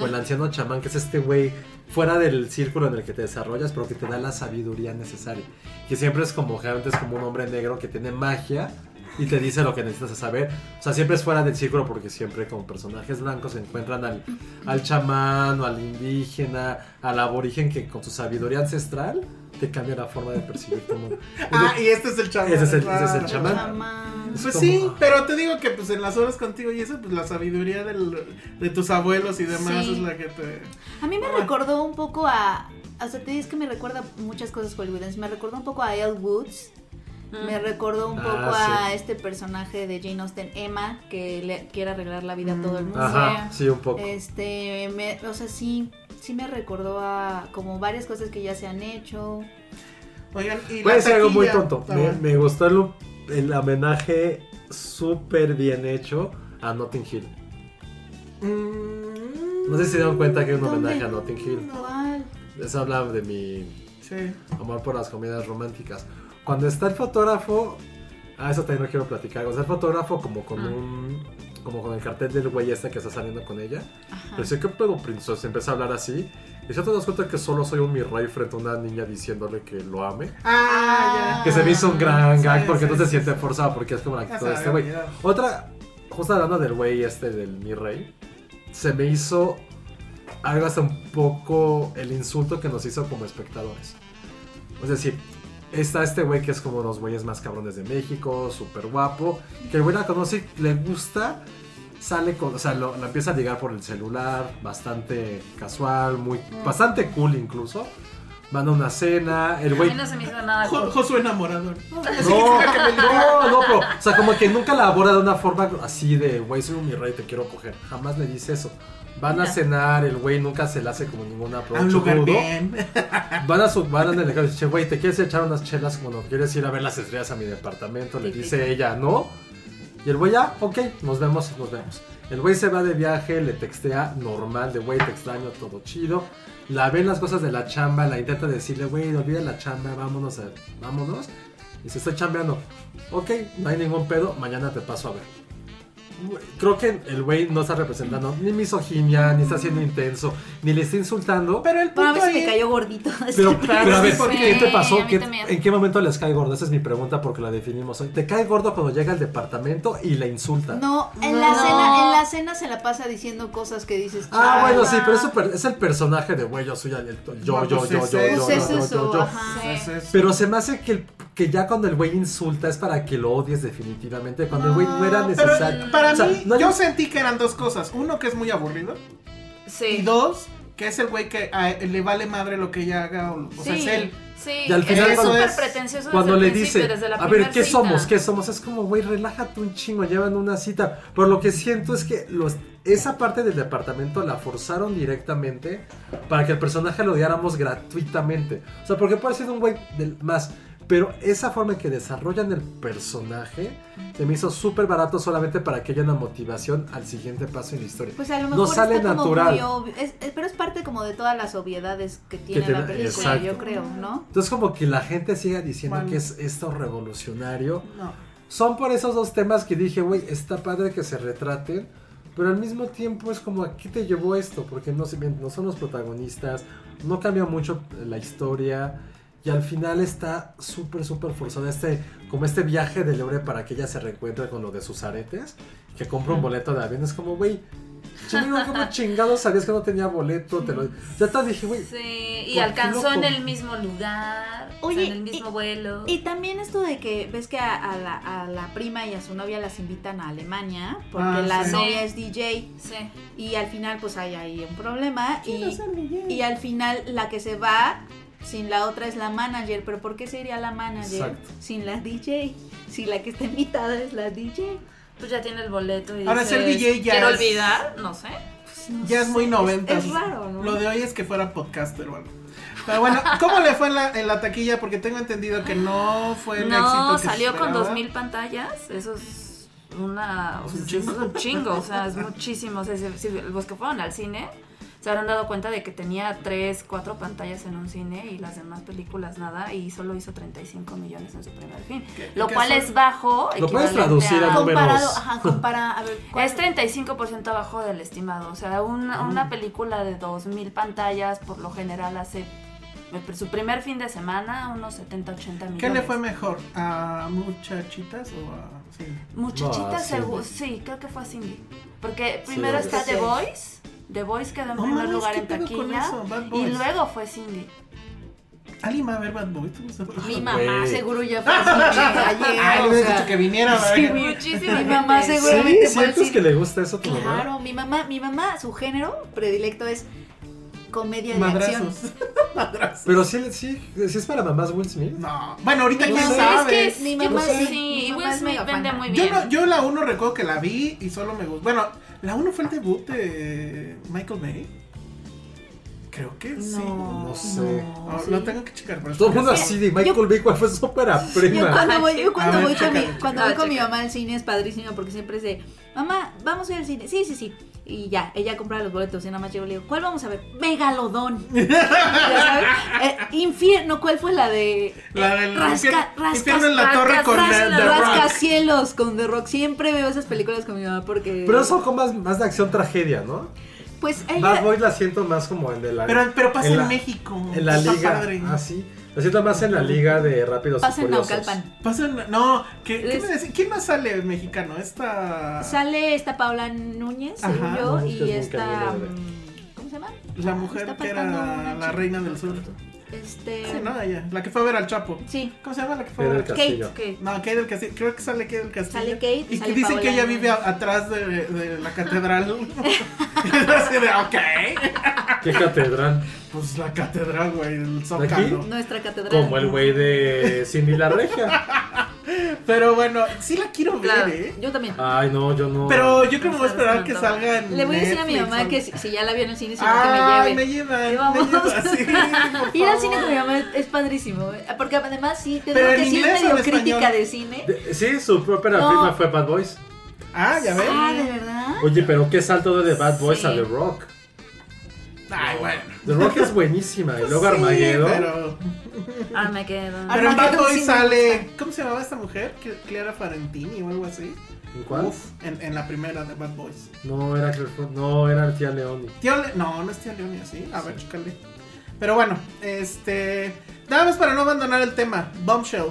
O el anciano chamán, que es este güey fuera del círculo en el que te desarrollas, pero que te da la sabiduría necesaria. Que siempre es como, generalmente es como un hombre negro que tiene magia y te dice lo que necesitas saber. O sea, siempre es fuera del círculo porque siempre como personajes blancos se encuentran al, al chamán o al indígena, al aborigen que con su sabiduría ancestral te cambia la forma de percibir tu mundo.
Ah, y este es el chamán.
Ese es el- ese es el
claro.
chamán.
Chamán.
Pues
como- ah.
sí, pero te digo que pues en las horas contigo y eso, pues la sabiduría del- de tus abuelos y demás
Sí.
es la que te...
A mí me recordó un poco a. O sea, te dices que me recuerda muchas cosas hollywoodenses. Me recordó un poco a Elle Woods. Me recordó un
Ah,
poco a
sí.
este personaje de Jane Austen, Emma, que le quiere arreglar la vida a todo el mundo.
Mm, Ajá, sí, un poco.
Este, me- o sea, sí, sí me recordó a como varias cosas que ya se han hecho.
Oigan, y
Puede
la
ser algo muy
taquilla,
tonto.
ah,
Me,
bueno.
me gustó el, el homenaje súper bien hecho a Notting Hill.
Mm,
No sé si se dieron cuenta que hay un homenaje a
¿Dónde?
Notting Hill.
Ay,
Les hablaba de mi
Sí.
amor por las comedias románticas. Cuando está el fotógrafo, ah, eso también lo quiero platicar. Cuando está el fotógrafo, como
Ah.
con un. Como con el cartel del güey este que está saliendo con ella. Le dice, ¿qué pedo, princesa? Empieza a hablar así. Y ya te das cuenta que solo soy un mi rey frente a una niña diciéndole que lo ame.
Ah, ya.
Que se me hizo un gran
Sí,
gag porque
sí,
no se
sí,
siente
sí.
forzado porque es como la
Ya
actitud de
se
este
había
güey.
olvidado.
Otra, justo hablando del güey este del mi rey, se me hizo algo hasta un poco el insulto que nos hizo como espectadores. Es decir, está este güey que es como uno de los güeyes más cabrones de México, súper guapo, que el güey la conoce, le gusta, sale con, o sea, lo- la empieza a ligar por el celular, bastante casual, muy, bastante cool incluso. Manda una cena, el
A
güey
mí no se me hizo nada.
Jo- Josué enamorador.
no, no, no, pero, o sea, como que nunca la aborda de una forma así de, güey, soy un mi rey, te quiero coger. Jamás le dice eso. Van a cenar, el güey nunca se le hace como ninguna
A un lugar
rudo.
bien.
Van a su, van a el y dice, güey, ¿te quieres echar unas chelas como no quieres ir a ver las estrellas a mi departamento? Le dice ella, ¿no? Y el güey, ya, ok, nos vemos, nos vemos. El güey se va de viaje, le textea normal, de güey, te extraño, todo chido. La ven las cosas de la chamba, la intenta decirle, güey, no olvida la chamba, vámonos, a- vámonos. Y se está chambeando. Ok, no hay ningún pedo, mañana te paso a ver. Güey, Creo que el güey no está representando ni misoginia, ni está siendo intenso, ni le está insultando.
Pero el
Bueno, a
punto
mí sí me
ahí.
cayó gordito. este
Pero, pero a ver,
sí, porque-
¿qué te
Sí,
pasó?
a mí
¿Qué-
también.
¿En qué momento les cae gordo? Esa es mi pregunta porque la definimos hoy. ¿Te cae gordo cuando llega al departamento y la insulta?
No, en la,
No.
Cena, en la cena se la pasa diciendo cosas que dices.
Ah,
"Chale".
bueno, sí, pero es, super- es el personaje de güey, yo soy el, el- yo,
No,
yo,
pues
yo,
es
yo, yo,
eso.
yo,
Pues
yo,
es
yo,
eso,
yo.
ajá.
Es eso.
Pero se me hace que, el- que ya cuando el güey insulta es para que lo odies definitivamente, cuando el güey no era
Ah, Pero
necesario.
para
O sea,
mí,
no hay-
yo sentí que eran dos cosas. Uno, que es muy aburrido. Y
Sí.
dos, que es el güey que a él le vale madre lo que ella haga. O, o sea, es él.
Sí.
Y al final
es
cuando-
súper pretencioso
cuando
desde
le
el principio,
dice,
desde la
a ver,
primer
¿qué
cita.
somos? ¿Qué somos? Es como, güey, relájate un chingo, llevan una cita. Pero lo que siento es que los, esa parte del departamento la forzaron directamente para que el personaje lo odiáramos gratuitamente. O sea, porque puede ser un güey del más. Pero esa forma en que desarrollan el personaje se me hizo súper barato solamente para que haya una motivación al siguiente paso en la historia.
Pues a lo
No
mejor
sale
está como
natural.
muy obvio. Es- es- pero es parte como de todas las obviedades que tiene,
tiene-
la película,
exacto.
yo creo, ¿no?
Entonces como que la gente siga diciendo
Bueno.
que es esto revolucionario.
No.
Son por esos dos temas que dije, güey, está padre que se retraten, pero al mismo tiempo es como, ¿a qué te llevó esto? Porque no, se- no son los protagonistas, no cambia mucho la historia, y al final está súper, súper forzada este, como este viaje de Lebre para que ella se reencuentre con lo de sus aretes, que compra un boleto de avión, es como, güey, chingo, ¿cómo chingado sabías que no tenía boleto? Te lo, ya te dije, güey,
Sí,
Qué
y alcanzó en
loco.
el mismo lugar, o sea,
Oye,
en el mismo
y-
vuelo.
Y también esto de que ves que a, a la, a la prima y a su novia las invitan a Alemania, porque
Ah,
la
sí.
novia es DJ
sí.
y al final pues hay ahí un problema y, y al final la que se va sin la otra es la manager, pero ¿por qué se iría la manager
Exacto.
sin la DJ? Si la que está invitada es la DJ.
Pues ya tiene el boleto y
Ahora,
dices,
ser DJ ya
¿Quiero
es-
olvidar? No sé.
Ya es muy noventa.
es raro, ¿no?
Lo de hoy es que fuera podcaster o algo. Pero bueno, ¿cómo le fue en la, en la taquilla? Porque tengo entendido que no fue el éxito
No,
que se
salió con
esperaba.
2000 pantallas. Eso es una. o sea,
un
es
chingo.
un chingo. O sea, es muchísimo. O sea, si, si los que fueron al cine se habrán dado cuenta de que tenía 3, 4 pantallas en un cine y las demás películas nada. Y solo hizo 35 millones en su primer fin. Lo
qué
cual
son?
es bajo.
¿Lo puedes
equivalente
traducir a
a-
números?
Comparado, ajá, compara, a ver, ¿cuál-
Es 35% abajo del estimado. O sea, una,
Mm.
una película de 2.000 pantallas por lo general hace el- su primer fin de semana unos 70, 80 millones.
¿Qué le fue mejor? ¿A muchachitas o a.? Sí.
Muchachita
No, a
seguro.
Cindy.
Sí, creo que fue a Cindy. Porque
Sí,
primero
obvio.
está
Sí.
The Voice. The Voice quedó en
No
primer
mames,
lugar
¿qué
en
pedo con
taquilla.
eso? Bad
Y
Boys.
luego fue Cindy.
¿Alguien va a ver Bad Boy? ¿Tú vas a ver?
Mi mamá
Güey.
seguro ya fue así, ayer,
Ay, le
o
hubieras
sea,
dicho que viniera, ¿verdad?
sí,
Muchísima
Mi mamá
gente.
seguro-
sí,
Seguramente fue al
sientes
cine.
que le gusta eso a tu mamá.
Claro, mi mamá, mi mamá, su género predilecto es comedia de acción.
Madrazos. Madrazos.
Pero sí, sí, sí es para mamás Will Smith.
No. Bueno, ahorita
No
quién
sé,
sabe.
Es que
Mi
mi
mamá
mamá sí.
sí, mi
y
mamá
Will
es
Smith
mega
vende
fan.
muy
Yo,
bien.
no- yo la 1 recuerdo que la vi y solo me gustó. Bueno, la 1 fue el debut de Michael Bay. Creo que sí.
No,
No sé.
No, Lo tengo que checar. pero
Todo el
creo
mundo
que sí.
así de Michael Bay, ¿cuál fue su ópera
Yo
prima?
cuando voy, yo cuando
A ver,
voy con mi,
chécalo,
cuando
chécalo.
voy con mi
Chécalo.
mamá al cine es padrísimo porque siempre es de, mamá, vamos a ir al cine. Sí, sí, sí.
Y ya, ella compraba los boletos y nada más llegó y le digo, ¿cuál vamos a ver? Megalodón. Ya sabes, eh, infierno, ¿cuál fue la de...
La del
rasca,
infierno-
rasca-
infierno en la torre con
rasca-
The Rock.
Rascacielos con The Rock. Siempre veo esas películas con mi mamá porque...
Pero son con más, más de acción tragedia, ¿no?
pues
Bad
ella...
Boys la siento más como en de la.
Pero, pero pasa en,
la-
México.
En la
está
liga.
padre.
Ah, sí. La siento más en la liga de Rápidos y
Pasa en
Furiosos.
Naucalpan.
Pasa en- No, ¿qué, qué
Es-
me decía? ¿quién más sale mexicano? Esta.
Sale esta Paula Núñez,
Ajá.
según
No, es
yo,
que es muy
y esta...
cañera, bebé.
mm, ¿Cómo se llama?
La
Ah,
mujer
está
que
faltando
era
una
la
chica.
reina del sur.
Este...
Sí, no, ella. La que fue a ver al Chapo.
Sí.
¿Cómo se llama la que fue a
Pedro
ver
del
al Chapo?
Castillo.
Kate.
No, Kate del Castillo. Creo que sale Kate del Castillo.
Sale Kate y
Y que
sale
dicen que ella
Paola.
vive a- atrás de, de la catedral. Y yo así de, ok.
¿Qué catedral?
Pues la catedral, güey, el zócalo.
Nuestra catedral.
Como el güey de Cindy la Regia.
Pero bueno, sí la quiero
Claro,
ver, ¿eh?
yo también.
Ay, no, yo no.
Pero yo creo que voy a esperar que salga en.
Le voy a decir a mi
Netflix,
mamá
o-
que si, si ya la vio en el cine, si no
Ah,
que me
me
lleve.
llevan.
Y
Me
vamos.
llevan, sí, por
Ir al
favor.
cine con mi mamá es, es padrísimo, eh, porque además sí, te
Pero
digo
en
que sí
inglés
es
o en
medio
español.
crítica de cine.
De- Sí, su propia
No.
prima fue Bad Boys.
Ah, ya ves.
Ah, ¿de verdad?
Oye, pero qué salto de Bad Boys
Sí.
a The Rock.
Ay, bueno.
The Rock es buenísima. Y luego Armageddon.
Sí, pero,
Ah, me quedo.
pero en Bad
Armageddon sí
Boy
me
sale. ¿Cómo se llamaba esta mujer? Cl- Clara Farentini o algo así.
¿En cuál?
Uf, en, en la primera de Bad Boys.
No, era Claire Fo- No, era el tía Leoni.
Tío Le- No, no es Tío León y así. A ver, chécale. Pero bueno, este. Nada más para no abandonar el tema. Bombshell.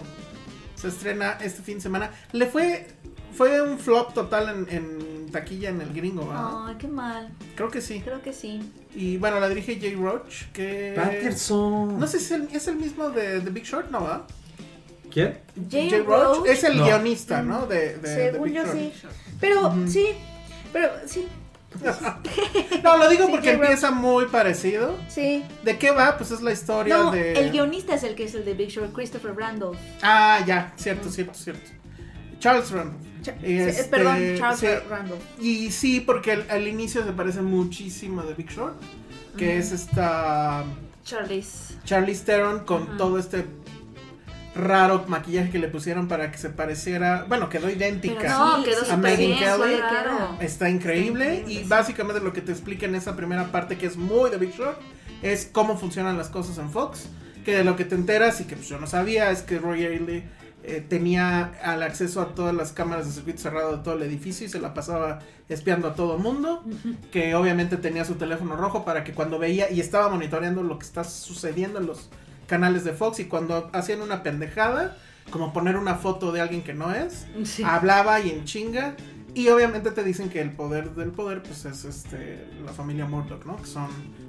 Se estrena este fin de semana. Le fue. Fue un flop total en, en taquilla en el gringo, ¿verdad?
Ay, qué mal.
Creo que sí.
Creo que sí.
Y bueno, la dirige Jay Roach, que...
Patterson.
No sé si es el, es el mismo de The Big Short, ¿no? va?
¿Quién?
Jay Roach, Mm.
es el
No.
guionista, ¿no? De, de- de
según
Big
yo
Short.
sí. Pero sí, pero sí,
No, lo digo
Sí,
porque
Jay Roach.
empieza muy parecido.
sí.
¿De qué va? Pues es la historia
No,
de...
el guionista es el que es el de Big Short, Christopher Randolph.
Ah, ya, cierto, cierto, cierto. Charles Randolph.
Cha-
Y
sí, eh,
este,
Perdón, Charles
sí.
Randolph.
Y sí, porque al, al inicio se parece muchísimo a The Big Short, que es esta...
Charlize.
Charlie Theron con todo este raro maquillaje que le pusieron para que se pareciera, bueno, quedó idéntica.
Pero No,
Sí,
quedó
sí,
súper Megyn
sí,
Kelly.
claro.
Está increíble
Está
y
increíble,
básicamente lo que te explica en esa primera parte que es muy de Big Short es cómo funcionan las cosas en Fox, que de lo que te enteras y que pues, yo no sabía es que Roy Ailey eh, tenía al acceso a todas las cámaras de circuito cerrado de todo el edificio y se la pasaba espiando a todo mundo, que obviamente tenía su teléfono rojo para que cuando veía y estaba monitoreando lo que está sucediendo en los canales de Fox y cuando hacían una pendejada, como poner una foto de alguien que no es,
Sí.
hablaba y en chinga. Y obviamente te dicen que el poder del poder pues es este la familia Murdoch, ¿no? Que son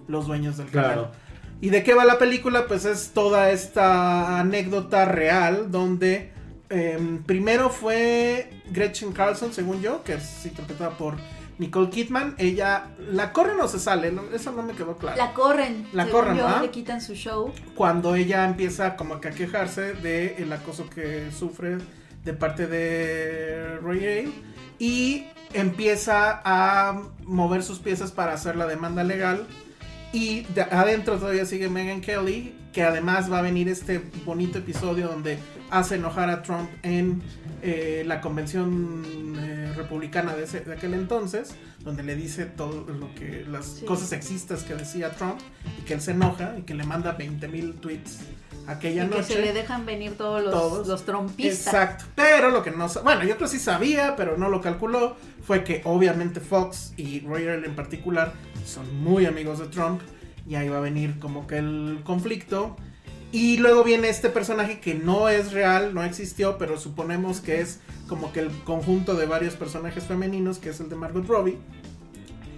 los dueños del canal.
Claro.
¿Y de qué va la película? Pues es toda esta anécdota real donde em, primero fue Gretchen Carlson, según yo, que es interpretada por Nicole Kidman. Ella la corre o se sale, No, eso no me quedó claro.
La corren.
La
según
corren,
yo,
¿verdad?
Le quitan su show.
Cuando ella empieza como que a quejarse del acoso que sufre de parte de Roy Gale y empieza a mover sus piezas para hacer la demanda legal. Y de- adentro todavía sigue Megan Kelly, que además va a venir este bonito episodio donde hace enojar a Trump en eh, la convención eh, republicana de, ese- de aquel entonces, donde le dice todo lo que las
Sí.
cosas sexistas que decía Trump y que él se enoja y que le manda 20.000 tweets aquella
y que
noche.
se le dejan venir todos los,
Todos.
los trompistas.
Exacto. Pero lo que no sa- bueno, yo creo que sí sabía, pero no lo calculó, fue que obviamente Fox y Roy Earl en particular son muy amigos de Trump y ahí va a venir como que el conflicto. Y luego viene este personaje que no es real, no existió, pero suponemos que es como que el conjunto de varios personajes femeninos, que es el de Margot Robbie.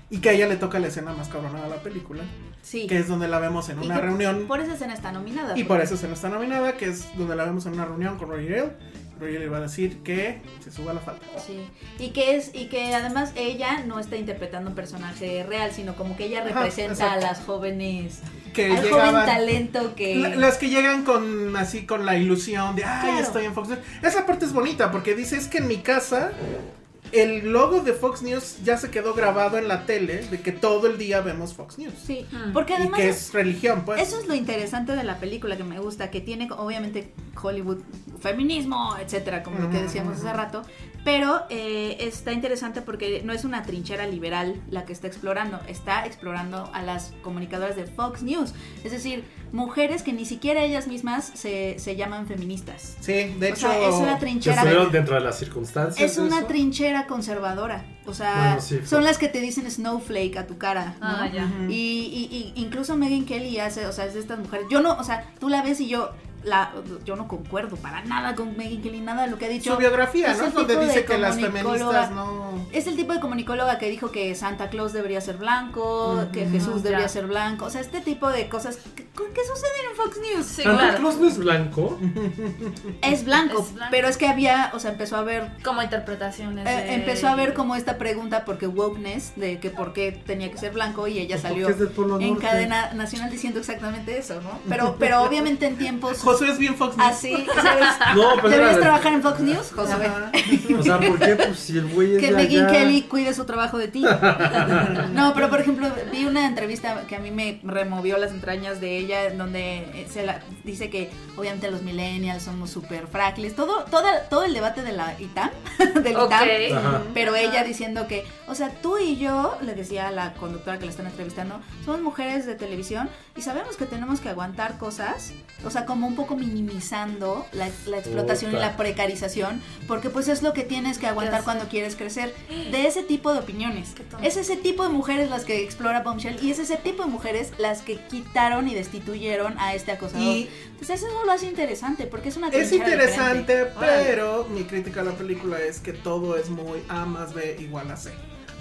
Y que a ella le toca la escena más cabronada de la película,
Sí.
que es donde la vemos en
Y
una
que
reunión.
Por esa escena está nominada.
Y por
porque-
eso se nos está nominada, que es donde la vemos en una reunión con Roger Hill. Roger le va a decir que se suba la falta.
Sí. Y que es y que además ella no está interpretando un personaje real, sino como que ella
Ajá,
representa a
exacto.
las jóvenes,
Que
al joven
llegaban.
talento que
la- las que llegan con así con la ilusión de ay
Claro.
estoy en Fox News". Esa parte es bonita porque dice es que en mi casa el logo de Fox News ya se quedó grabado en la tele de que todo el día vemos Fox News.
Sí, porque
Y
además
que es religión, pues.
Eso es lo interesante de la película que me gusta, que tiene obviamente Hollywood, feminismo, etcétera, como lo que decíamos hace rato, pero eh, está interesante porque no es una trinchera liberal la que está explorando, está explorando a las comunicadoras de Fox News, es decir, mujeres que ni siquiera ellas mismas se, se llaman feministas.
Sí, de
o
hecho.
sea, es una
Que
trinchera.
estuvieron dentro de las circunstancias.
Es
de
una
eso.
trinchera conservadora. O sea,
Bueno, sí,
son
pues.
fue-
las que te dicen snowflake a tu cara. ¿no?
Ah, ya.
Y, y- y incluso Megan Kelly hace, o sea, es de estas mujeres. Yo no, o sea, tú la ves y yo la yo no concuerdo para nada con Megan Kelly, nada de lo que ha dicho.
Su biografía,
Es
¿no?
el
Donde
tipo de
dice que las
comunicóloga-
feministas no.
Es el tipo de comunicóloga que dijo que Santa Claus debería ser blanco, que
Ujú,
Jesús debería
ya.
ser blanco. O sea, este tipo de cosas que, que suceden en Fox News.
Sí,
¿Santa
claro.
Claus no es blanco?
Es blanco,
Es blanco.
pero es que había, o sea, empezó a haber
Como interpretaciones.
Eh,
de-
empezó a ver como esta pregunta porque wokeness de que por qué tenía que ser blanco y ella salió
Porque es del Polo
en
Norte.
cadena nacional diciendo exactamente eso, ¿no? Pero pero obviamente en tiempos
Josué es bien Fox News.
así, ¿sabes?
No, pero
¿Deberías
era-
trabajar en Fox News, Josué?
Ajá.
O sea, ¿por qué? Pues si el güey es
Que
de
Megan
allá.
Kelly cuide su trabajo de ti. No, pero por ejemplo, vi una entrevista que a mí me removió las entrañas de ella, en donde eh, se la, dice que obviamente los millennials somos súper frágiles. Todo, toda, todo el debate de la ITAM, del
Ok.
ITAM,
Ajá.
pero ella diciendo que, o sea, tú y yo, le decía a la conductora que la están entrevistando, somos mujeres de televisión y sabemos que tenemos que aguantar cosas, o sea, como un poco minimizando la, la explotación y
Puta.
la precarización, porque pues es lo que tienes que aguantar
sé.
cuando quieres crecer. De ese tipo de opiniones.
Qué tonto.
Es ese tipo de mujeres las que explora Bombshell y es ese tipo de mujeres las que quitaron y destituyeron a este acosador.
Y-
Entonces eso lo hace interesante, porque es una
Es
trinchera
interesante,
diferente. Órale.
pero mi crítica a la película es que todo es muy A más B igual a C.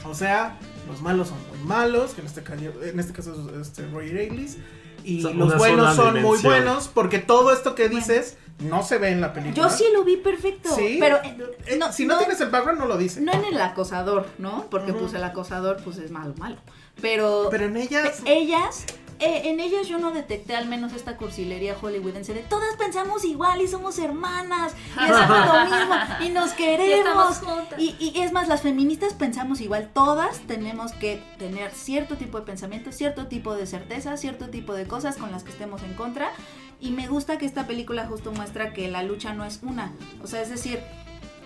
O sea, los malos son muy malos, que en este, caso- en este caso es este, Roger Ailes. Y
Son
los
una sola
buenos son muy
dimensión.
buenos, porque todo esto que dices no se ve en la película.
Yo sí lo vi perfecto,
Sí,
pero
eh,
eh, no,
si no,
no-
tienes el background, no lo dice.
no en el acosador, ¿no? Porque pues el acosador pues es malo, malo. Pero,
Pero en ellas.
pe- ellas, eh, en ellas yo no detecté al menos esta cursilería hollywoodense de todas pensamos igual y somos hermanas y hacemos lo mismo y nos queremos.
estamos juntas.
Y, y es más, las feministas pensamos igual, todas tenemos que tener cierto tipo de pensamiento, cierto tipo de certeza, cierto tipo de cosas con las que estemos en contra. Y me gusta que esta película justo muestra que la lucha no es una. O sea, es decir,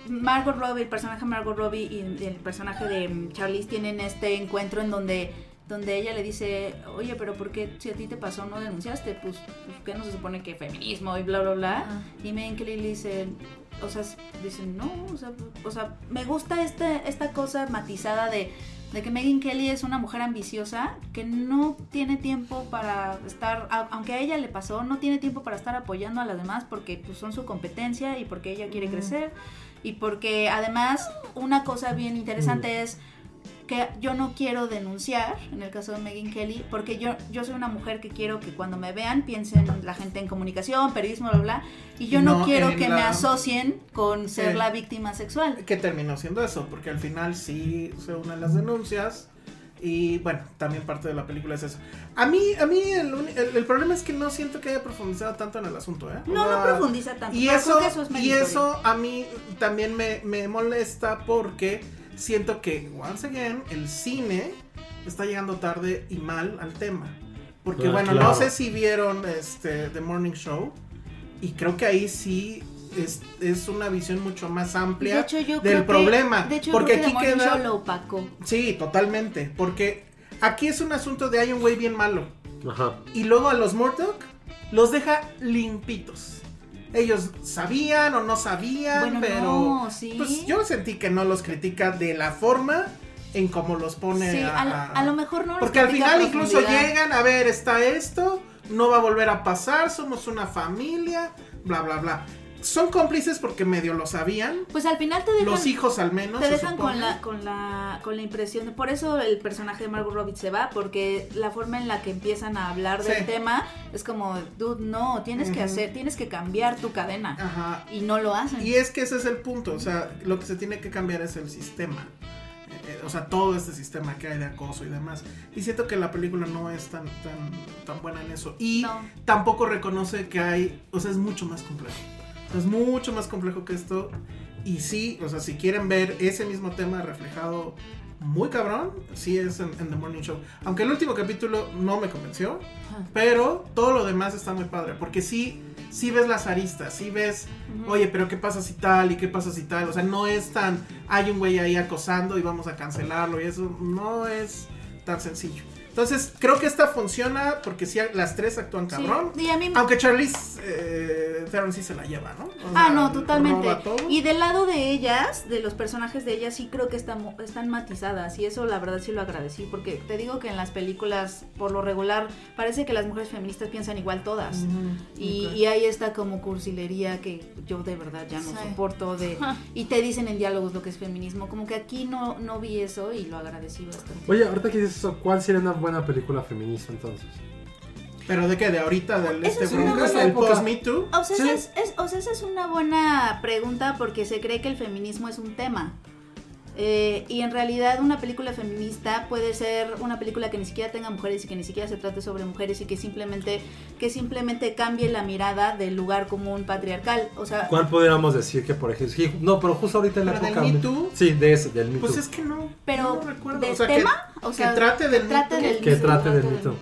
Margot Robbie, el personaje de Margot Robbie y el personaje de mm, Charlize tienen este encuentro en donde donde ella le dice, oye, pero ¿por qué si a ti te pasó no denunciaste? Pues, pues, ¿qué no se supone que feminismo y bla, bla, bla?
Ah.
Y Megan Kelly le dice, o sea, s- dicen, no, o sea, pues, o sea, me gusta esta, esta cosa matizada de, de que Megan Kelly es una mujer ambiciosa que no tiene tiempo para estar, a- aunque a ella le pasó, no tiene tiempo para estar apoyando a las demás porque pues, son su competencia y porque ella quiere crecer. Y porque además una cosa bien interesante es que yo no quiero denunciar, en el caso de Megan Kelly, porque yo, yo soy una mujer que quiero que cuando me vean piensen la gente en comunicación, periodismo, bla, bla, y yo no,
No,
quiero
en
que me
la-
asocien con ser
Sí.
la víctima sexual.
que terminó siendo eso, porque al final sí se unen las denuncias y bueno, también parte de la película es eso. A mí, a mí el, uni- el- el problema es que no siento que haya profundizado tanto en el asunto, ¿eh?
No,
O
no
sea,
profundiza tanto.
Y
pero creo
eso,
que eso es
y
meritorio.
eso a mí también me, me molesta porque siento que, once again, el cine está llegando tarde y mal al tema. Porque
Ah,
bueno, no
claro.
sé si vieron este The Morning Show y creo que ahí sí es, es una visión mucho más amplia
De hecho, yo
del
creo que-
problema.
de hecho, yo
porque
creo que
aquí
The Morning
queda.
Show lo opacó.
Sí, totalmente. Porque aquí es un asunto de hay un güey bien malo.
Ajá.
Y luego a los Murdoch los deja limpitos. Ellos sabían o no sabían,
Bueno,
pero.
no, sí.
Pues yo sentí que no los critica de la forma en cómo los pone.
Sí,
a,
a, lo- a lo mejor no. les
Porque al
platica a
final incluso
profundidad.
llegan, a ver, está esto, no va a volver a pasar, somos una familia, bla, bla, bla. Son cómplices porque medio lo sabían,
Pues al final te dejan,
los hijos al menos.
te
se
dejan
supone.
con la, con la con la impresión de- por eso el personaje de Margot Robbie se va porque la forma en la que empiezan a hablar del
Sí.
tema es como dude no tienes que
Ujú.
hacer tienes que cambiar tu cadena
Ajá.
y no lo hacen
Y es que ese es el punto, o sea, lo que se tiene que cambiar es el sistema. Eh, eh, O sea, todo este sistema que hay de acoso y demás. Y siento que la película no es tan, tan, tan buena en eso. Y
No.
tampoco reconoce que hay. O sea, es mucho más complejo. O sea, es mucho más complejo que esto. Y sí, o sea, si quieren ver ese mismo tema reflejado muy cabrón, sí es en, en The Morning Show. Aunque el último capítulo no me convenció, pero todo lo demás está muy padre, porque sí, sí ves las aristas, sí ves, oye, pero qué pasa si tal y qué pasa si tal, o sea, no es tan, hay un güey ahí acosando y vamos a cancelarlo y eso no es tan sencillo. Entonces, creo que esta funciona porque sí, las tres actúan
Sí,
cabrón. Ah,
y a mí me-
Aunque Charlize eh, Theron sí se la lleva, ¿no? O
Ah,
sea,
no, totalmente.
roba todo.
Y del lado de ellas, de los personajes de ellas, sí creo que están, mo- están matizadas y eso la verdad sí lo agradecí porque te digo que en las películas, por lo regular, parece que las mujeres feministas piensan igual todas. y,
ok.
y ahí está como cursilería que yo de verdad ya no
Sí.
soporto de... Y te dicen en diálogos lo que es feminismo, como que aquí no, no vi eso y lo agradecí bastante.
Oye, ahorita que dices eso, ¿cuál sería una buena película feminista entonces?
¿Pero de qué? ¿De ahorita? ¿Del
Esa
este
es una Oh.
bronca?
buena
¿Del
época.
post-Me Too?
ah, O sea,
Sí.
esa es, eh, es- o sea, esa es una buena pregunta porque se cree que el feminismo es un tema. Eh, y en realidad una película feminista puede ser una película que ni siquiera tenga mujeres y que ni siquiera se trate sobre mujeres y que simplemente, que simplemente cambie la mirada del lugar común patriarcal. O sea,
¿Cuál podríamos decir que por ejemplo? sí, No, pero justo ahorita en la
¿Pero del
época.
Me
de-
Too?
Sí, de ese, del Me
Pues
Too.
es que no.
pero
no recuerdo.
¿del
O sea, que-
tema? o
que
sea,
trate del
trate
mito.
del
Que
mito.
trate del mito.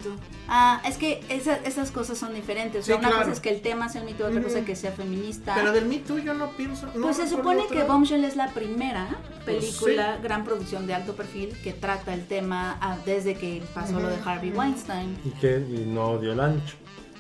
Ah, es que esa- esas cosas son diferentes. O sea,
Sí,
una
claro.
cosa es que el tema sea el mito, otra cosa
Ujú.
que sea feminista.
Pero del Me Too yo no pienso. no
Pues se
recuerdo
supone
otra.
que Bombshell es la primera
Pues
película, gran producción de alto perfil, que trata el tema ah, desde que pasó lo de Harvey Weinstein.
Y que y no dio el ancho.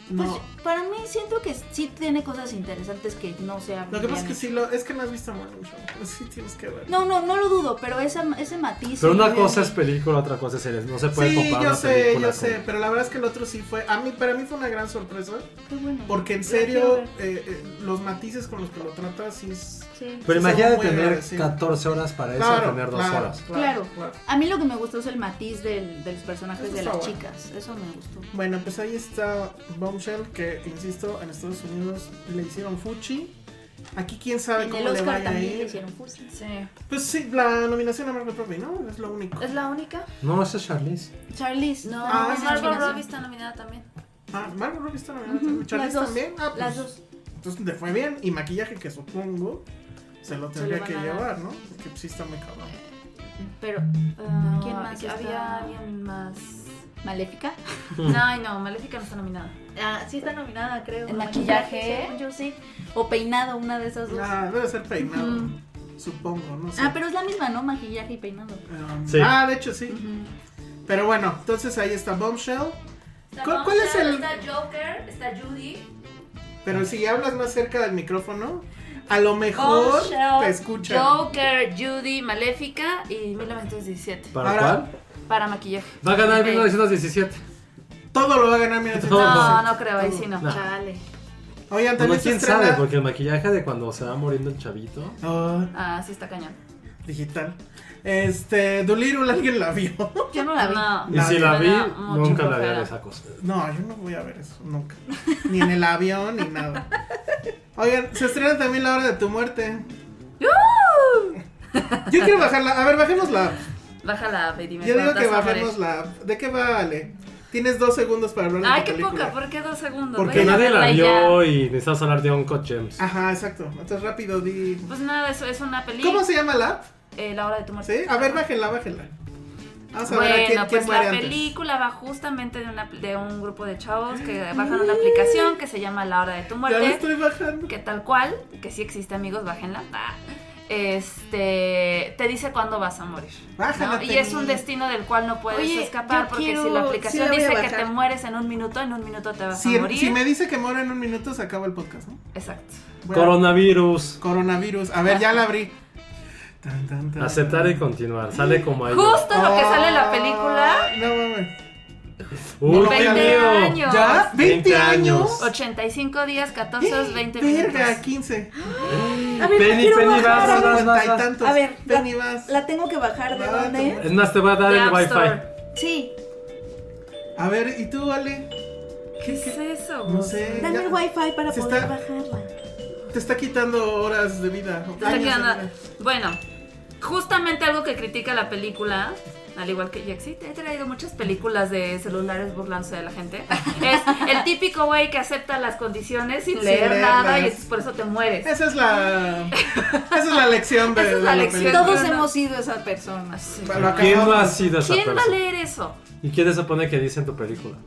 No.
Pues para mí siento que sí tiene cosas interesantes que no se hablan.
lo que pasa es que sí, lo, es que no has visto Morning Show. Sí tienes que ver.
No, no, no lo dudo, pero esa, ese matiz.
Pero una
sí,
cosa es película, otra cosa es series. No se puede
Sí,
comparar
yo
una
sé,
película
yo
con-
sé, pero la verdad es que el otro sí fue, a mí, para mí fue una gran sorpresa,
Qué bueno.
porque en
Mm. La quiero
serio,
ver.
eh, eh, los matices con los que lo trata sí es...
Sí.
Pero
Sí,
imagínate
son muy
tener
agradecidos.
14 horas para eso o tener 2
claro,
horas.
Claro.
claro.
A mí lo que me gustó es el matiz del- de los personajes
Eso
de
está
las
bueno.
chicas. Eso me gustó.
Bueno, pues ahí está Bombshell, que insisto, en Estados Unidos le hicieron Fuchi. Aquí quién sabe
En
cómo
el
le
Oscar
vaya a
también le
ir.
hicieron fusil.
Sí.
Pues sí, la nominación a Margot Robbie, ¿no? Es lo único.
¿Es la única?
No, esa es Charlize.
Charlize.
No,
Ah,
también
sí,
es
Margot
nominación.
Robbie está nominada también.
Ah, Margot Robbie está nominada también. Charlize
las dos,
también. Ah, pues,
Las dos.
Entonces le fue bien. Y maquillaje que supongo se lo
Se lo
tendría
van
que
a dar.
llevar, ¿no? Que pues, sí está muy cabrón.
Pero,
Ah,
¿quién más
Había
está?
alguien más.
¿Maléfica?
Ay, no, Maléfica no está nominada.
Ah, sí está nominada, creo.
¿En
¿no?
maquillaje?
según Yo sí. O peinado, una de esas dos. Ah,
Ah, debe ser peinado. Supongo, no sé.
pero es la misma, ¿no? Maquillaje y peinado.
Um,
Sí.
Ah, de hecho sí. Pero bueno, entonces ahí está Bombshell. ¿Cuál- cuál es el-
Está Joker, está Judy.
Ah.
Pero si hablas más cerca del micrófono, a lo mejor
Bombshell,
te escuchan.
Joker, Judy, Maléfica y 1917.
¿Para
Ahora-
cuál?
Para maquillaje.
Va a ganar
Ok.
1917.
Todo lo va a ganar mira
No, no creo, ahí sí no.
No.
Chale.
pues Bueno,
Oigan, también se
quién
estrena
sabe, porque el maquillaje de cuando se va muriendo el chavito.
Ah,
Ah, sí está cañón.
digital. Este, Dolittle, ¿alguien la vio?
Yo no la vi.
Y
No.
si la
me
vi,
da mucha
nunca la vi
flojera.
de esa cosa.
No, yo no voy a ver eso nunca. Ni en el avión, ni nada. Oigan, se estrena también La Hora de tu Muerte.
¡Uh!
Yo quiero bajarla. A ver, bajemos la.
Bájala, baby. me
Yo digo
cuentas,
que
amores.
bajemos la. ¿De qué va, Ale? Tienes dos segundos para hablar de
Ay,
tu
qué
película.
poca, ¿por qué dos segundos?
Porque
Que
Voy a
nadie la
verla
vio
ya.
y necesitas hablar de Uncut Gems.
Ajá, exacto. Entonces rápido di.
Pues nada, eso es una película.
¿Cómo se llama la app?
Eh, la hora de tu muerte.
¿Sí? A ver, bájenla, bájenla. Vamos a
Bueno,
ver a quién, quién
pues
muere
la
antes.
película va justamente de, una, de un grupo de chavos que bajan una aplicación que se llama La Hora de tu
Ya la
Muerte.
estoy bajando.
que tal cual, que sí existe amigos, bájenla. ah, Este, te dice cuándo vas a morir. ¿no?
Bájala,
Y
Penny.
es un destino del cual no puedes
Oye,
escapar
yo
porque
quiero-
si la
sí
aplicación
la voy a
dice que
bajar.
te mueres en un minuto, en un minuto te vas
Si,
a morir.
si me dice que muero en un minuto, se acaba el podcast, ¿no?
Exacto.
Bueno,
Coronavirus.
Coronavirus. A ver, ya la abrí. Tan, tan, tan.
Aceptar y continuar. Sale como ahí.
Justo lo que
Ah,
sale en la película,
No mames.
¡Uy,
no,
qué
20
miedo!
años.
¿Ya? 20
20
años.
años.
85 días, 14, 20
¡Eh! Verga,
minutos.
15.
A ver,
Penny,
quiero
Penny, vas,
bajar.
vas,
Cincuenta
vas,
y
vas.
tantos.
A ver, la,
Penny vas.
la tengo que bajar. ¿De
Ah,
dónde?
Es más, te va a dar
The
el
App
wifi.
Store.
Sí.
A ver, ¿y tú, Ale?
¿Qué es eso?
No sé.
Dame
ya-
el wifi para
Se
poder
está-
bajarla.
Te está quitando horas de vida.
Te está
años de
quedando-
vida.
Bueno, justamente algo que critica la película, al igual que Jack, sí, te he traído muchas películas de celulares burlándose de la gente, es el típico güey que acepta las condiciones sin
Sin
leer
leer
nada
nada.
y es- por eso te mueres.
Esa es la. Esa es la lección de.
Esa es la lección.
película.
Todos
no.
hemos sido esa persona.
Lo acabamos.
¿Quién no ha sido esa
¿Quién va a
persona?
leer eso?
¿Y quién se supone que dice en tu película?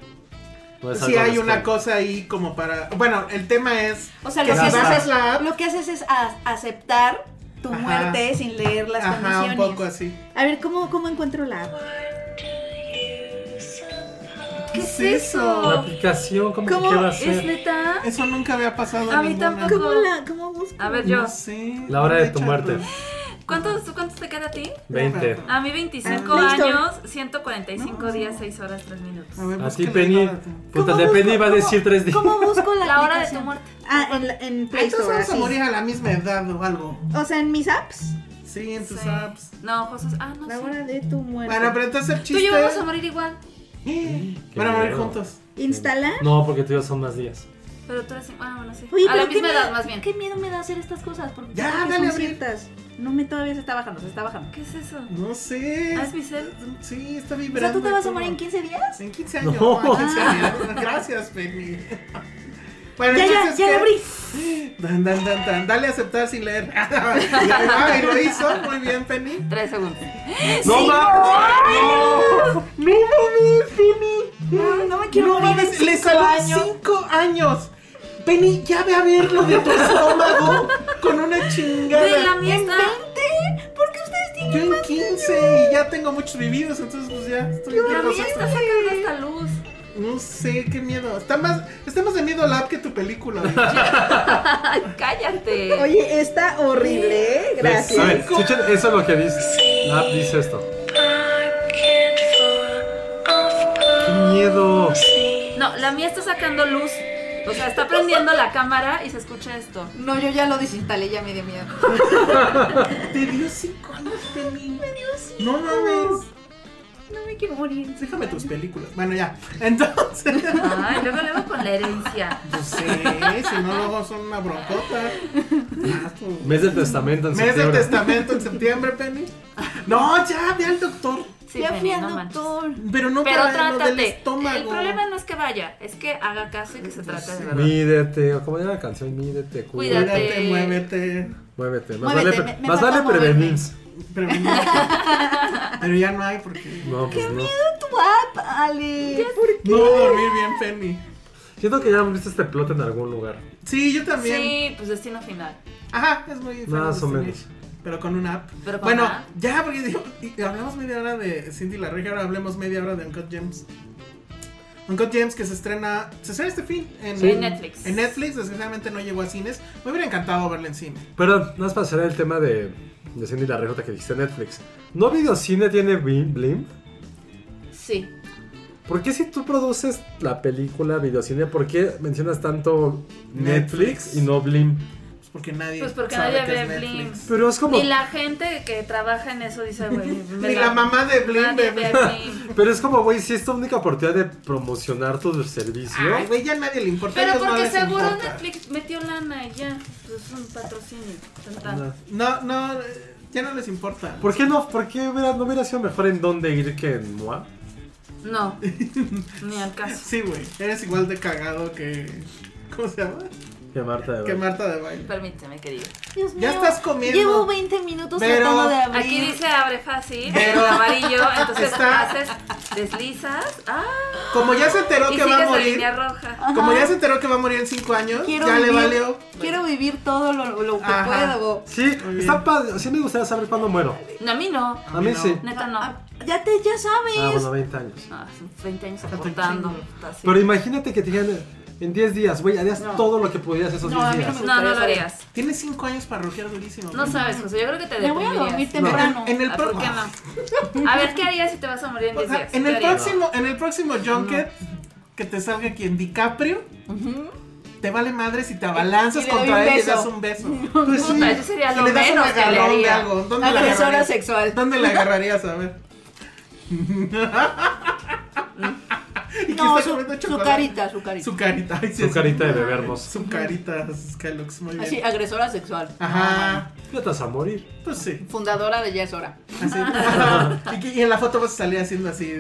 No es
Sí,
algo
hay
de
una
spoiler.
cosa ahí como para. Bueno, el tema es.
O sea,
que
lo
si
que,
basta.
bajas
haces,
la app.
lo que haces es a- aceptar tu
Ajá.
muerte sin leer las
Ajá, un
condiciones.
poco así.
A ver, ¿cómo, cómo encuentro la app?
¿Qué es
es
eso?
La aplicación, ¿cómo,
¿Cómo
que qué va a
¿Es
ser?
neta?
Eso nunca había pasado.
A mí
ninguna.
tampoco.
¿Cómo la cómo busco?
A ver, yo.
No sé.
La hora de tu
Richard, pues,
muerte.
¿Cuántos, ¿Cuántos te queda a ti?
20.
A mí 25
Ah, listo.
años, 145 días, 6 horas, 3 minutos.
A, ver, pues,
A ti,
búsquenla,
Penny.
la hora de tu-
Ah,
Puta, de
¿Cómo
Penny va a
busco-
decir 3 días.
¿Cómo busco la
La hora de tu
aplicación?
muerte.
Ah, en, la- en
Ay,
Play
Entonces
Store.
vamos a
así.
morir a la misma edad o algo.
O sea, en mis apps.
Sí, en tus
Sí.
apps.
No, José. Ah, no
La
sé.
hora de tu muerte.
Bueno, pero entonces el
Tú
chiste.
y yo vamos a morir igual.
Van a morir
miedo.
juntos.
Instalar.
No, porque tú y yo son más días.
Pero tú eres. Ah, bueno, sí.
Oye,
a la
pero qué
misma
miedo-
edad, más bien.
Qué miedo me da hacer estas cosas. Porque
Ya,
siento que
dale,
son
abrir.
ciertas. No me todavía se está bajando, se está bajando.
¿Qué es eso?
No sé.
¿Ah, es mi cel?
Sí, está
O sea,
vibrando.
¿tú te vas a
todo.
morir en 15 días?
En 15 años.
No.
No, en 15 años. Gracias, Penny. Bueno,
Ya, ya,
entonces,
ya
¿qué?
la abrí.
Dan, dan, dan, dan. Dale a aceptar sin leer. Ay, lo hizo. Muy bien, Penny.
Tres segundos.
¡No va! ¡No!
No mames, Penny.
No, no me quiero
No
morir
mames,
en
le
5
salvan
años.
5 años. Penny, ya ve a ver lo de tu estómago con una chingada.
Güey, la mía está.
¿20? ¿Por qué ustedes tienen?
Yo en 15 y ya tengo muchos vividos, entonces pues ya estoy ¿Qué
La
cosa?
mía está sacando esta luz.
No sé, qué miedo. Está más, está más de miedo la app que tu película. güey.
Ay, cállate.
Oye, está horrible, ¿eh? Gracias.
Pues, A ver, escuchen, eso es lo que dice. La app dice esto. ¡Qué miedo!
No, la mía está sacando luz. O sea, está prendiendo la cámara y se escucha esto.
No, yo ya lo desinstalé, ya me dio miedo.
Te dio 5 años, Penny. No mames.
No me quiero morir.
Déjame tus películas. Bueno, ya. Entonces.
Ay, luego, luego con la herencia.
No sé, si no, luego son una broncota. Ah, tu-
Mes del testamento en
Mes del
septiembre.
testamento en septiembre, Penny. No, ya, ve al doctor.
Sí,
ya
Penny,
fui al
no manches.
doctor.
Pero no
Pero
para lo del
trátate.
estómago.
El problema no es que vaya, es que haga caso y que se trate de verdad.
Mídete, o como era la canción, mídete, cuídate,
Cuídate.
Cuídate, muévete.
muévete. Más
Muévete,
vale,
me- me
más
falta
vale
moverme.
prevenir.
Pero, pero ya no hay porque.
No, pues no.
tu app, Ale. ¿Por qué?
No voy a dormir bien, Penny.
Siento que ya viste este plot en algún lugar.
Sí, yo también.
Sí, pues destino final.
Ajá, es muy Final
Más o
Destination,
menos.
Pero con una app.
Pero con
bueno,
una app.
ya, porque digo, y hablamos media hora de Cindy la Regia, ahora hablemos media hora de Uncut Gems. Uncut Gems que se estrena, se estrena este fin en,
Sí. En Netflix.
En Netflix, desgraciadamente no llegó a cines. Me hubiera encantado verla en cine.
Perdón, no es para cerrar el tema de, de Cindy la Rejota que dijiste en Netflix. ¿No videocine tiene Blim? Blim?
Sí.
¿Por qué si tú produces la película videocine, por qué mencionas tanto Netflix,
Netflix.
y no Blim?
Pues porque nadie
Pues porque
sabe
nadie
que es
ve Blim.
Netflix.
Pero es como...
Y la gente que trabaja en eso dice, güey. me
Ni la mamá de Blim
nadie
ve
ve
Blim.
Blim.
Pero es como, güey, si es tu única oportunidad de promocionar tu servicio.
Ay, güey, ya a nadie le importa. a
Pero
ellos no
porque
les
seguro
importa.
Netflix metió lana y ya. Pues un patrocinio. tan, tan.
No.
No, no, eh, ya no les importa.
¿Por qué no? ¿Por qué hubiera- no hubiera sido mejor en dónde ir que en Moa?
No. Ni al caso.
Sí, güey, eres igual de cagado que. ¿Cómo se llama?
Que Marta de
Que
Baile.
Marta de baile.
Permíteme, querido.
Dios mío.
Ya estás comiendo.
Llevo 20 minutos
Pero-
tratando de abrir.
Aquí dice abre fácil,
Pero-
pero amarillo, entonces
Está-
haces, deslizas, ah,
Como ya se enteró
y
que va a
sigues la
morir.
línea roja.
Como ya se enteró que va a morir en 5 años,
Quiero
ya
vivir,
le valió.
Quiero vivir todo lo, lo que
Ajá.
puedo.
Sí, está padre. Sí me gustaría saber cuándo muero.
No, a mí no,
A mí
no.
sí.
neta no.
Ah, ya te, ya sabes.
Ah, bueno, 20 años.
No, son 20 años aportando. así.
Pero imagínate que te digan en 10 días, güey, harías todo lo que pudieras esos 10
a mí no
días.
me
No, no lo
gustaría
harías.
Tienes 5 años para rojear durísimo.
No
güey.
sabes, José, yo creo que te
Me voy a dormir
deprimirías.
temprano.
En el
Ah,
pro-
¿Por qué no? A ver, ¿qué harías si te vas a morir en
O
10
sea,
días?
en
¿Qué
el
harías?
próximo, en el próximo junket que te salga quien DiCaprio, te vale madre si te abalanzas
Y le doy un
contra él y le
beso.
das un beso.
Pues sí.
Puta, yo sería
Si
lo
le das un
menos que le
regalón de
haría.
algo. ¿Dónde la
Agresora
agarrarías?
sexual.
¿Dónde la agarrarías? A ver. ¿Y
No,
está
su-
comiendo
su
chocolate.
carita, su carita.
Su carita, ay, sí,
Su
sí.
carita de bebé hermoso.
Su carita, Skylox, muy bien.
Así, agresora sexual.
Ajá,
Ya te vas a morir.
pues sí.
Fundadora de Ya es hora.
Así. y, que- y en la foto vas a salir haciendo así.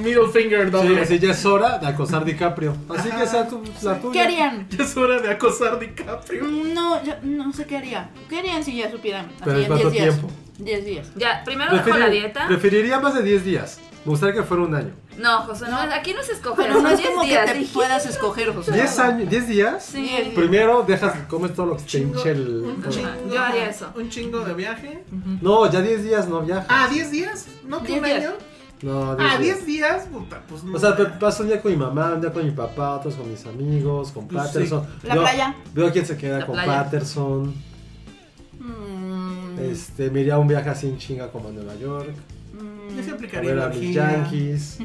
Middle finger
Sí,
doble.
así ya es hora de acosar DiCaprio. Así que sea tu, la tuya.
¿Qué harían?
Ya es hora de acosar DiCaprio.
No, yo no sé qué haría. ¿Qué harían si ya supieran? Así
Pero ¿en cuánto
10 días.
tiempo?
10 días.
Ya, primero
Preferir-
dejo la dieta.
Preferiría más de 10 días. Me gustaría que fuera un año.
No, José, no, aquí no se escoge.
Pero no
son
es
10
como que
días.
te
Dije,
puedas escoger, José.
10 años, 10 días.
Sí.
Primero dejas, comes todo lo que te hinche el.
Un chingo,
yo haría eso.
Un chingo de viaje.
No, ya 10 días no viajas.
Ah, 10 días. No, que
Diez
un
días.
año.
No, 10
Ah,
días.
10 días. Puta, pues no.
O sea, pe- paso un día con mi mamá, un día con mi papá, otros con mis amigos, con
Pues sí.
Patterson.
La
Veo-
playa.
Veo quién se queda
La
con
playa.
Patterson.
Mm,
Este, me iría a un viaje así en chinga como a Nueva York.
Yo sí
A
aplicaría
ver
la
a mis
orgía.
yankees.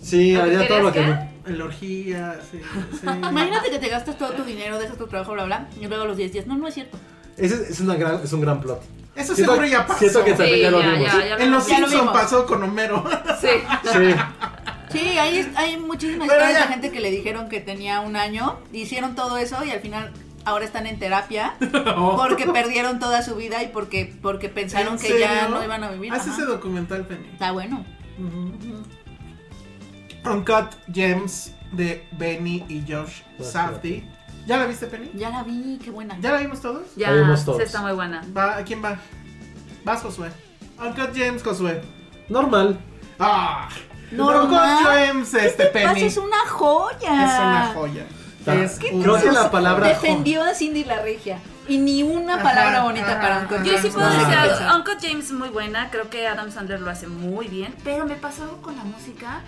Sí, haría todo lo que me.
La orgía, sí. sí.
Imagínate que te gastas todo tu dinero, dejas tu trabajo, bla, bla, y luego a los 10 días. No, no es cierto.
Ese es, es una gran, es un gran plot.
Eso
Siento-
seguro ya pasó.
Siento que también
Sí,
ya lo
ya,
vimos.
ya, ya
en
lo-
los
ya lo
Simpsons
vimos.
pasó con Homero.
Sí.
Sí.
Sí, hay, hay muchísimas
Pero
historias
ya.
de gente que le dijeron que tenía un año, hicieron todo eso y al final ahora están en terapia porque perdieron toda su vida y porque, porque pensaron
Oh. ¿En
que ya
serio? Ah,
no iban a vivir.
Haz
Ajá.
ese documental, Penny.
Está bueno.
Uncut Gems de Benny y Josh Safdie. ¿Ya la viste, Penny?
Ya la vi, qué buena.
¿Ya la vimos todos?
Ya,
Ahí vimos
sí
todos.
está muy buena.
Va, ¿a ¿Quién va? Vas, Josué. Uncut Gems, Josué.
Normal.
¡Ah!
Normal.
Uncut Gems, este
¿Qué te pasa?
Penny.
Es una joya.
Es una joya.
Ta-
Es
¿Qué
una
creo que
joya.
la palabra
Defendió a Cindy la regia. Y ni una
Ajá,
palabra bonita
ajá,
para un
ajá.
coche.
Yo sí puedo
No,
decir
Ah,
no,
algo. Uncle James muy buena, creo que Adam Sandler lo hace muy bien, pero me pasó algo con la música.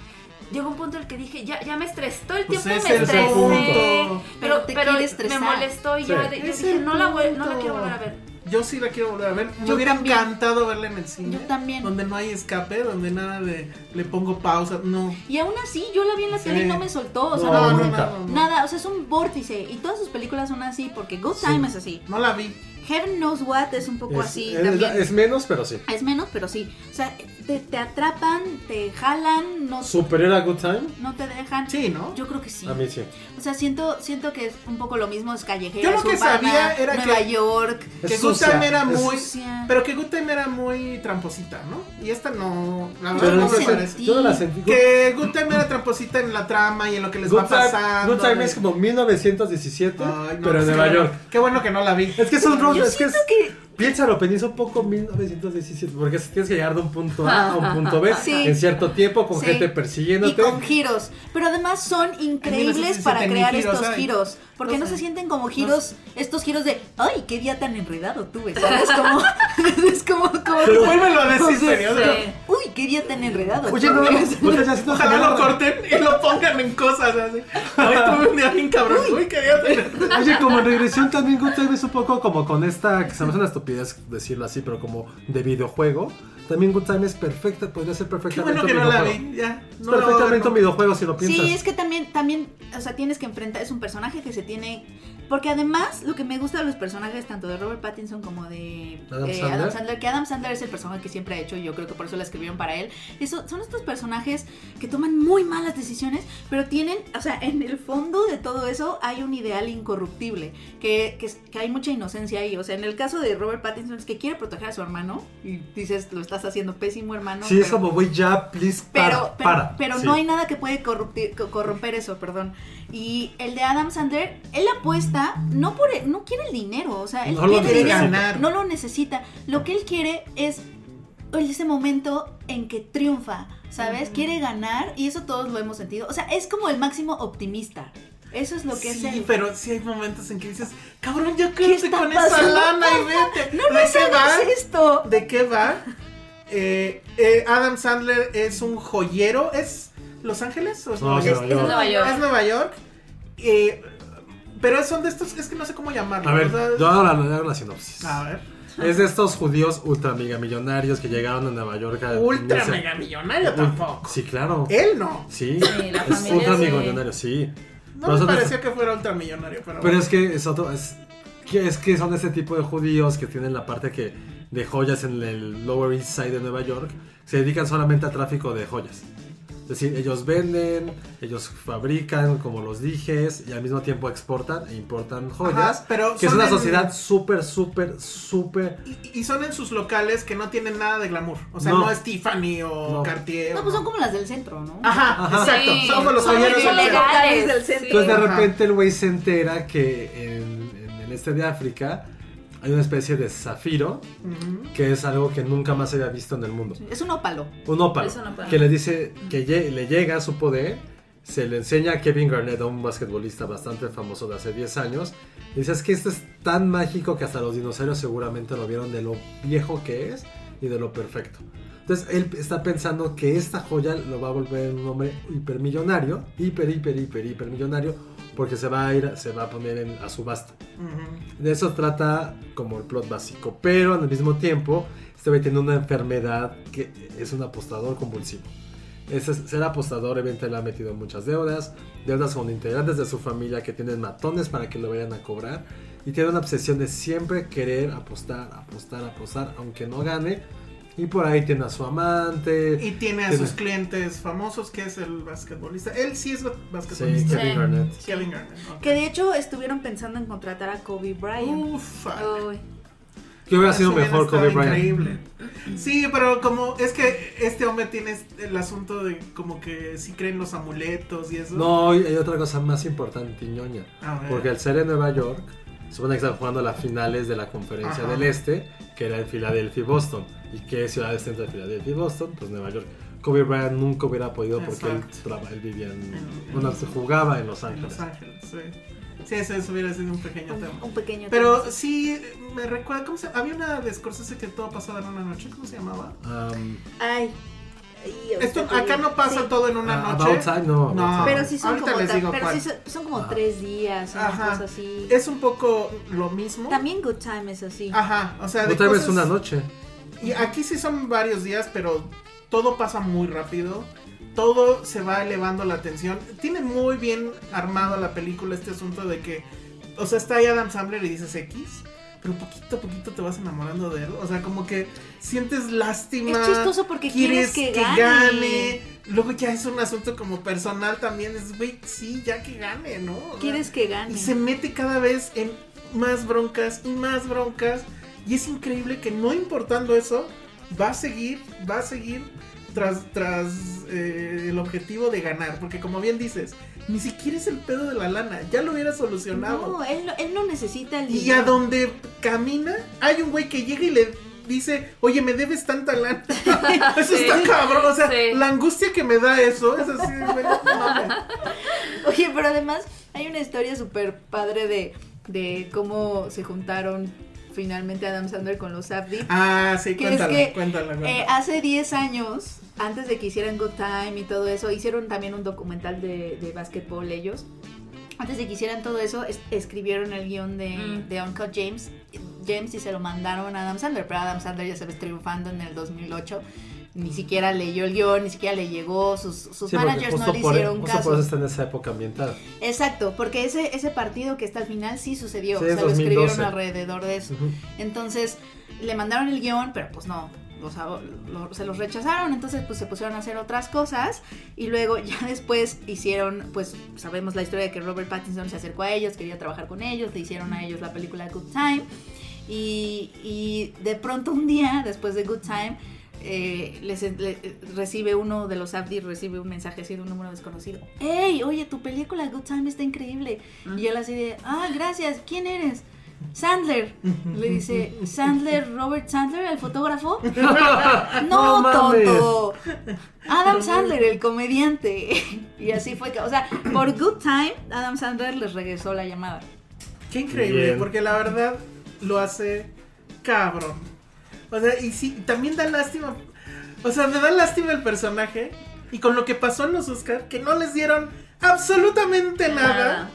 Llegó un punto en el que dije, ya, ya me estresé, todo el
Pues
tiempo
ese
me
es el
estresé,
punto.
pero,
Pero te
pero
quiere estresar.
me molestó y
Sí.
ya, de- yo
Es
dije,
el
no la, voy- no la
punto.
quiero volver a ver.
Yo sí la quiero volver a ver. Me
Yo
hubiera
también.
encantado verla en el cine.
Yo también.
Donde no hay escape, donde nada de le pongo pausa. No.
Y aún así, yo la vi en la serie y no me soltó. O sea,
No,
no,
nunca.
Nada, o sea, es un vórtice. Y todas sus películas son así, porque Good Time es así.
No la vi.
Heaven Knows What es un poco
Es,
así
es-
también. Es,
es menos, pero sí.
menos, pero sí. O sea, te, te atrapan, te jalan, no,
Superior a Good Time.
no te dejan.
Sí, ¿no?
Yo creo que sí.
A mí sí.
O sea, siento, siento que es un poco lo mismo, es callejera,
Yo lo
es
que
urbana,
sabía era
Nueva
que-
York.
Es
que
sucia,
Gutem era
es
muy.
sucia.
Pero que Gutem era muy tramposita, ¿no? Y esta no. La verdad
Pero
Ah, no
no
me
sé,
parece.
yo no la sentí.
Que Gutem era tramposita en la trama y en lo que les
Good
va
Time,
pasando.
Good Time es como 1917,
Ay, no,
pero en
pues
Nueva
qué
York.
bueno- Qué bueno que no la vi.
Es que es un road-
Yo
es que es,
siento que
piénsalo, penís un poco 1917, porque es- tienes que llegar de un punto A a un punto B
Sí.
en cierto tiempo con
Sí.
gente persiguiéndote.
Y con giros. Pero además son increíbles para
1960
crear
ni giros
estos
hay.
giros. Porque
No
no,
sé.
se sienten como giros, estos giros de, ay, qué día tan enredado tuve, ¿sabes? Como, es como, como-
Pero vuélvelo a decir, serio.
sí.
uy, qué día tan enredado.
Oye, no, no, no, no estás haciendo
Ojalá
nada.
lo corten y lo pongan en cosas así. Hoy tuve un día bien cabrón. Uy, qué día tan-
Oye, como en regresión también Good Time es un poco como con esta, que se me hace una estupidez decirlo así, pero como de videojuego. También Good Time es perfecta, podría ser
Qué
perfectamente
bueno que
un
no la
videojuego.
vi. Ya.
Es
No la voy a ver,
perfectamente
no.
un videojuego si lo piensas.
Sí, es que también, también, o sea, tienes que enfrentar, es un personaje que se tiene... Porque además, lo que me gusta de los personajes, tanto de Robert Pattinson como de
Adam
eh,
Sandler.
Adam Sandler, que Adam Sandler es el personaje que siempre ha hecho, y yo creo que por eso la escribieron para él, eso, son estos personajes que toman muy malas decisiones, pero tienen, o sea, en el fondo de todo eso hay un ideal incorruptible, que, que, es- que hay mucha inocencia ahí. O sea, en el caso de Robert Pattinson es que quiere proteger a su hermano, y dices, lo estás haciendo pésimo, hermano.
Sí, es
pero-
como, güey, ya, please,
pero,
para,
pero,
para.
pero
Sí.
no hay nada que puede corrupti- co- corromper eso, perdón. Y el de Adam Sandler, él apuesta, no por e-, no quiere el dinero, o sea, él
No lo
quiere
necesita.
dinero,
Ganar.
no lo necesita. Lo que él quiere es el- ese momento en que triunfa, ¿sabes? Quiere ganar y eso todos lo hemos sentido. O sea, es como el máximo optimista. Eso es lo que es
Sí,
él.
pero sí hay momentos en que dices, cabrón, ya
¿Qué
quédate
está
con esa
pasando?
lana y vete.
No, no
¿De qué
sabes
va?
esto.
¿De qué va? Eh, eh, Adam Sandler es un joyero. ¿Es Los Ángeles? ¿O es
No,
Nueva
es
York?
Nueva York.
Nueva York.
Es Nueva York. Eh, pero son de estos, es que no sé cómo llamarlo.
A ver,
¿verdad?
yo hago la, yo hago la sinopsis.
A
Ah,
ver.
Es de estos judíos ultra mega millonarios que llegaron a Nueva York. a- Ah, no
Ultra
sé.
mega millonario
Ul-
tampoco.
Sí, claro.
Eh,
Él no.
Sí,
la
es
familia
ultra
sí.
millonario, sí.
No
Pero
me
son de
parecía que fuera ultramillonario, pero.
Pero es que es otro, es que es que son ese tipo de judíos que tienen la parte que de joyas en el Lower East Side de Nueva York, se dedican solamente al tráfico de joyas. Es decir, ellos venden, ellos fabrican, como los dijes, y al mismo tiempo exportan e importan joyas.
pero
que es
son
una
en-
sociedad súper, súper, súper...
Y, y son en sus locales que no tienen nada de glamour. O sea,
No.
no, es Tiffany o
No.
Cartier.
No, pues son como las del centro, ¿no?
Ajá, exacto.
Sí.
Somos los
Son
joyeros
muy
del centro.
legales.
Locales del centro.
Entonces de
Ajá.
repente el güey se entera que en, en el este de África hay una especie de zafiro,
Ujú.
que es algo que nunca más se había visto en el mundo.
Es un ópalo.
Un ópalo,
Es un ópalo.
que le dice que lle- le llega a su poder, se le enseña a Kevin Garnett, a un basquetbolista bastante famoso de hace 10 años, y dice, es que esto es tan mágico que hasta los dinosaurios seguramente lo vieron de lo viejo que es y de lo perfecto. Entonces él está pensando que esta joya lo va a volver un hombre hipermillonario, hiper, hiper, hiper, hipermillonario, porque se va a ir, se va a poner en- a subasta.
Ujú.
De eso trata como el plot básico, pero al mismo tiempo este güey tiene una enfermedad que es un apostador compulsivo. Ese es- ser apostador evidentemente le ha metido en muchas deudas, deudas con integrantes de su familia que tienen matones para que lo vayan a cobrar y tiene una obsesión de siempre querer apostar, apostar, apostar, aunque no gane. Y por ahí tiene a su amante.
Y tiene a
Tiene-
sus clientes famosos, que es el basquetbolista. Él sí es ba-
Sí,
basquetbolista.
Kevin Garnett.
Kevin Garnett. ok.
Que de hecho estuvieron pensando en contratar a Kobe Bryant.
Ufa.
Uy.
Que hubiera sido
Ese
mejor
hubiera
Kobe
estado
Bryant.
increíble. Sí, pero como es que este hombre tiene el asunto de como que si creen los amuletos y eso.
No, y hay otra cosa más importante, ñoña.
A ver.
Porque al ser en Nueva York, supone que están jugando las finales de la conferencia
Ajá.
del Este, que era en Filadelfia y Boston. ¿Y qué ciudades dentro de Filadelfia y Boston? Pues Nueva York. Kobe Bryant nunca hubiera podido porque él,
Exacto.
traba- él vivía en.
en
bueno, se jugaba en Los
En
Ángeles.
Los Ángeles, sí. Sí, eso, eso hubiera sido un pequeño
Un,
tema.
un pequeño
Pero
tema.
sí, me recuerda, ¿cómo se Había una de Scorsese que todo pasaba en una noche, ¿cómo se llamaba?
Um,
Ay. ay, o sea,
Esto,
que-
acá no pasa
sí.
todo en una
Ah,
noche.
About Time, no, About Time.
Pero sí son
ahorita
como,
les
ta-
digo
pero
cuál.
sí son, son como tres días, una
Ajá.
cosa así.
Es Ah, un poco lo mismo.
También Good Time es así.
Ajá, o sea, de
otra vez
cosas-
una noche.
Y aquí sí son varios días, pero todo pasa muy rápido. Todo se va elevando la tensión. Tiene muy bien armada la película este asunto de que, o sea, está ahí Adam Sandler y dices X, pero poquito a poquito te vas enamorando de él. O sea, como que sientes lástima.
Es chistoso porque quieres que gane.
Luego ya es un asunto como personal también. Es, güey, sí, ya que gane, ¿no? O sea,
Quieres que gane.
y se mete cada vez en más broncas y más broncas. Y es increíble que no importando eso, va a seguir, va a seguir tras, tras eh, el objetivo de ganar. Porque como bien dices, ni siquiera es el pedo de la lana, ya lo hubiera solucionado.
No, él, no- él no necesita el
y a
dinero.
donde camina, hay un güey que llega y le dice, oye, me debes tanta lana. eso
Sí.
está cabrón. O sea,
Sí.
la angustia que me da eso es así, güey, no mames.
Oye, pero además hay una historia súper padre de, de cómo se juntaron finalmente Adam Sandler con los Safdie.
Ah, sí,
Que es
cuéntala,
que,
cuéntala, cuéntala.
Eh, hace 10 años, antes de que hicieran Good Time y todo eso, hicieron también un documental de, de básquetbol ellos. Antes de que hicieran todo eso, es- escribieron el guión de,
Mm.
de Uncut James, James y se lo mandaron a Adam Sandler, pero Adam Sandler ya se ves triunfando en el 2008. Ni siquiera leyó el guión, ni siquiera le llegó, sus, sus
Sí, porque
managers no
justo,
le
por,
hicieron
justo
caso.
por eso está en esa época ambiental.
Exacto, porque ese, ese partido que está al final sí sucedió,
Sí,
o sea,
es
lo
2012.
escribieron alrededor de eso.
Ujú.
Entonces le mandaron el guión, pero pues no, o sea, lo- se los rechazaron, entonces pues se pusieron a hacer otras cosas y luego ya después hicieron, pues sabemos la historia de que Robert Pattinson se acercó a ellos, quería trabajar con ellos, le hicieron a ellos la película Good Time y, y de pronto un día, después de Good Time, eh, les, le- eh, recibe uno de los Abdi, recibe un mensaje así de un número desconocido. ¡Ey! Oye, tu película Good Time está increíble. Y él así de, ah, gracias, ¿quién eres? Sandler. Le dice, Sandler, Robert Sandler, el fotógrafo. No,
No
tonto. Adam Sandler, el comediante. Y así fue que, o sea, por Good Time, Adam Sandler les regresó la llamada.
Qué increíble,
Bien.
porque la verdad lo hace cabrón. O sea, y sí, también da lástima. O sea, me da lástima el personaje. Y con lo que pasó en los Oscar, que no les dieron absolutamente nada.
Nada.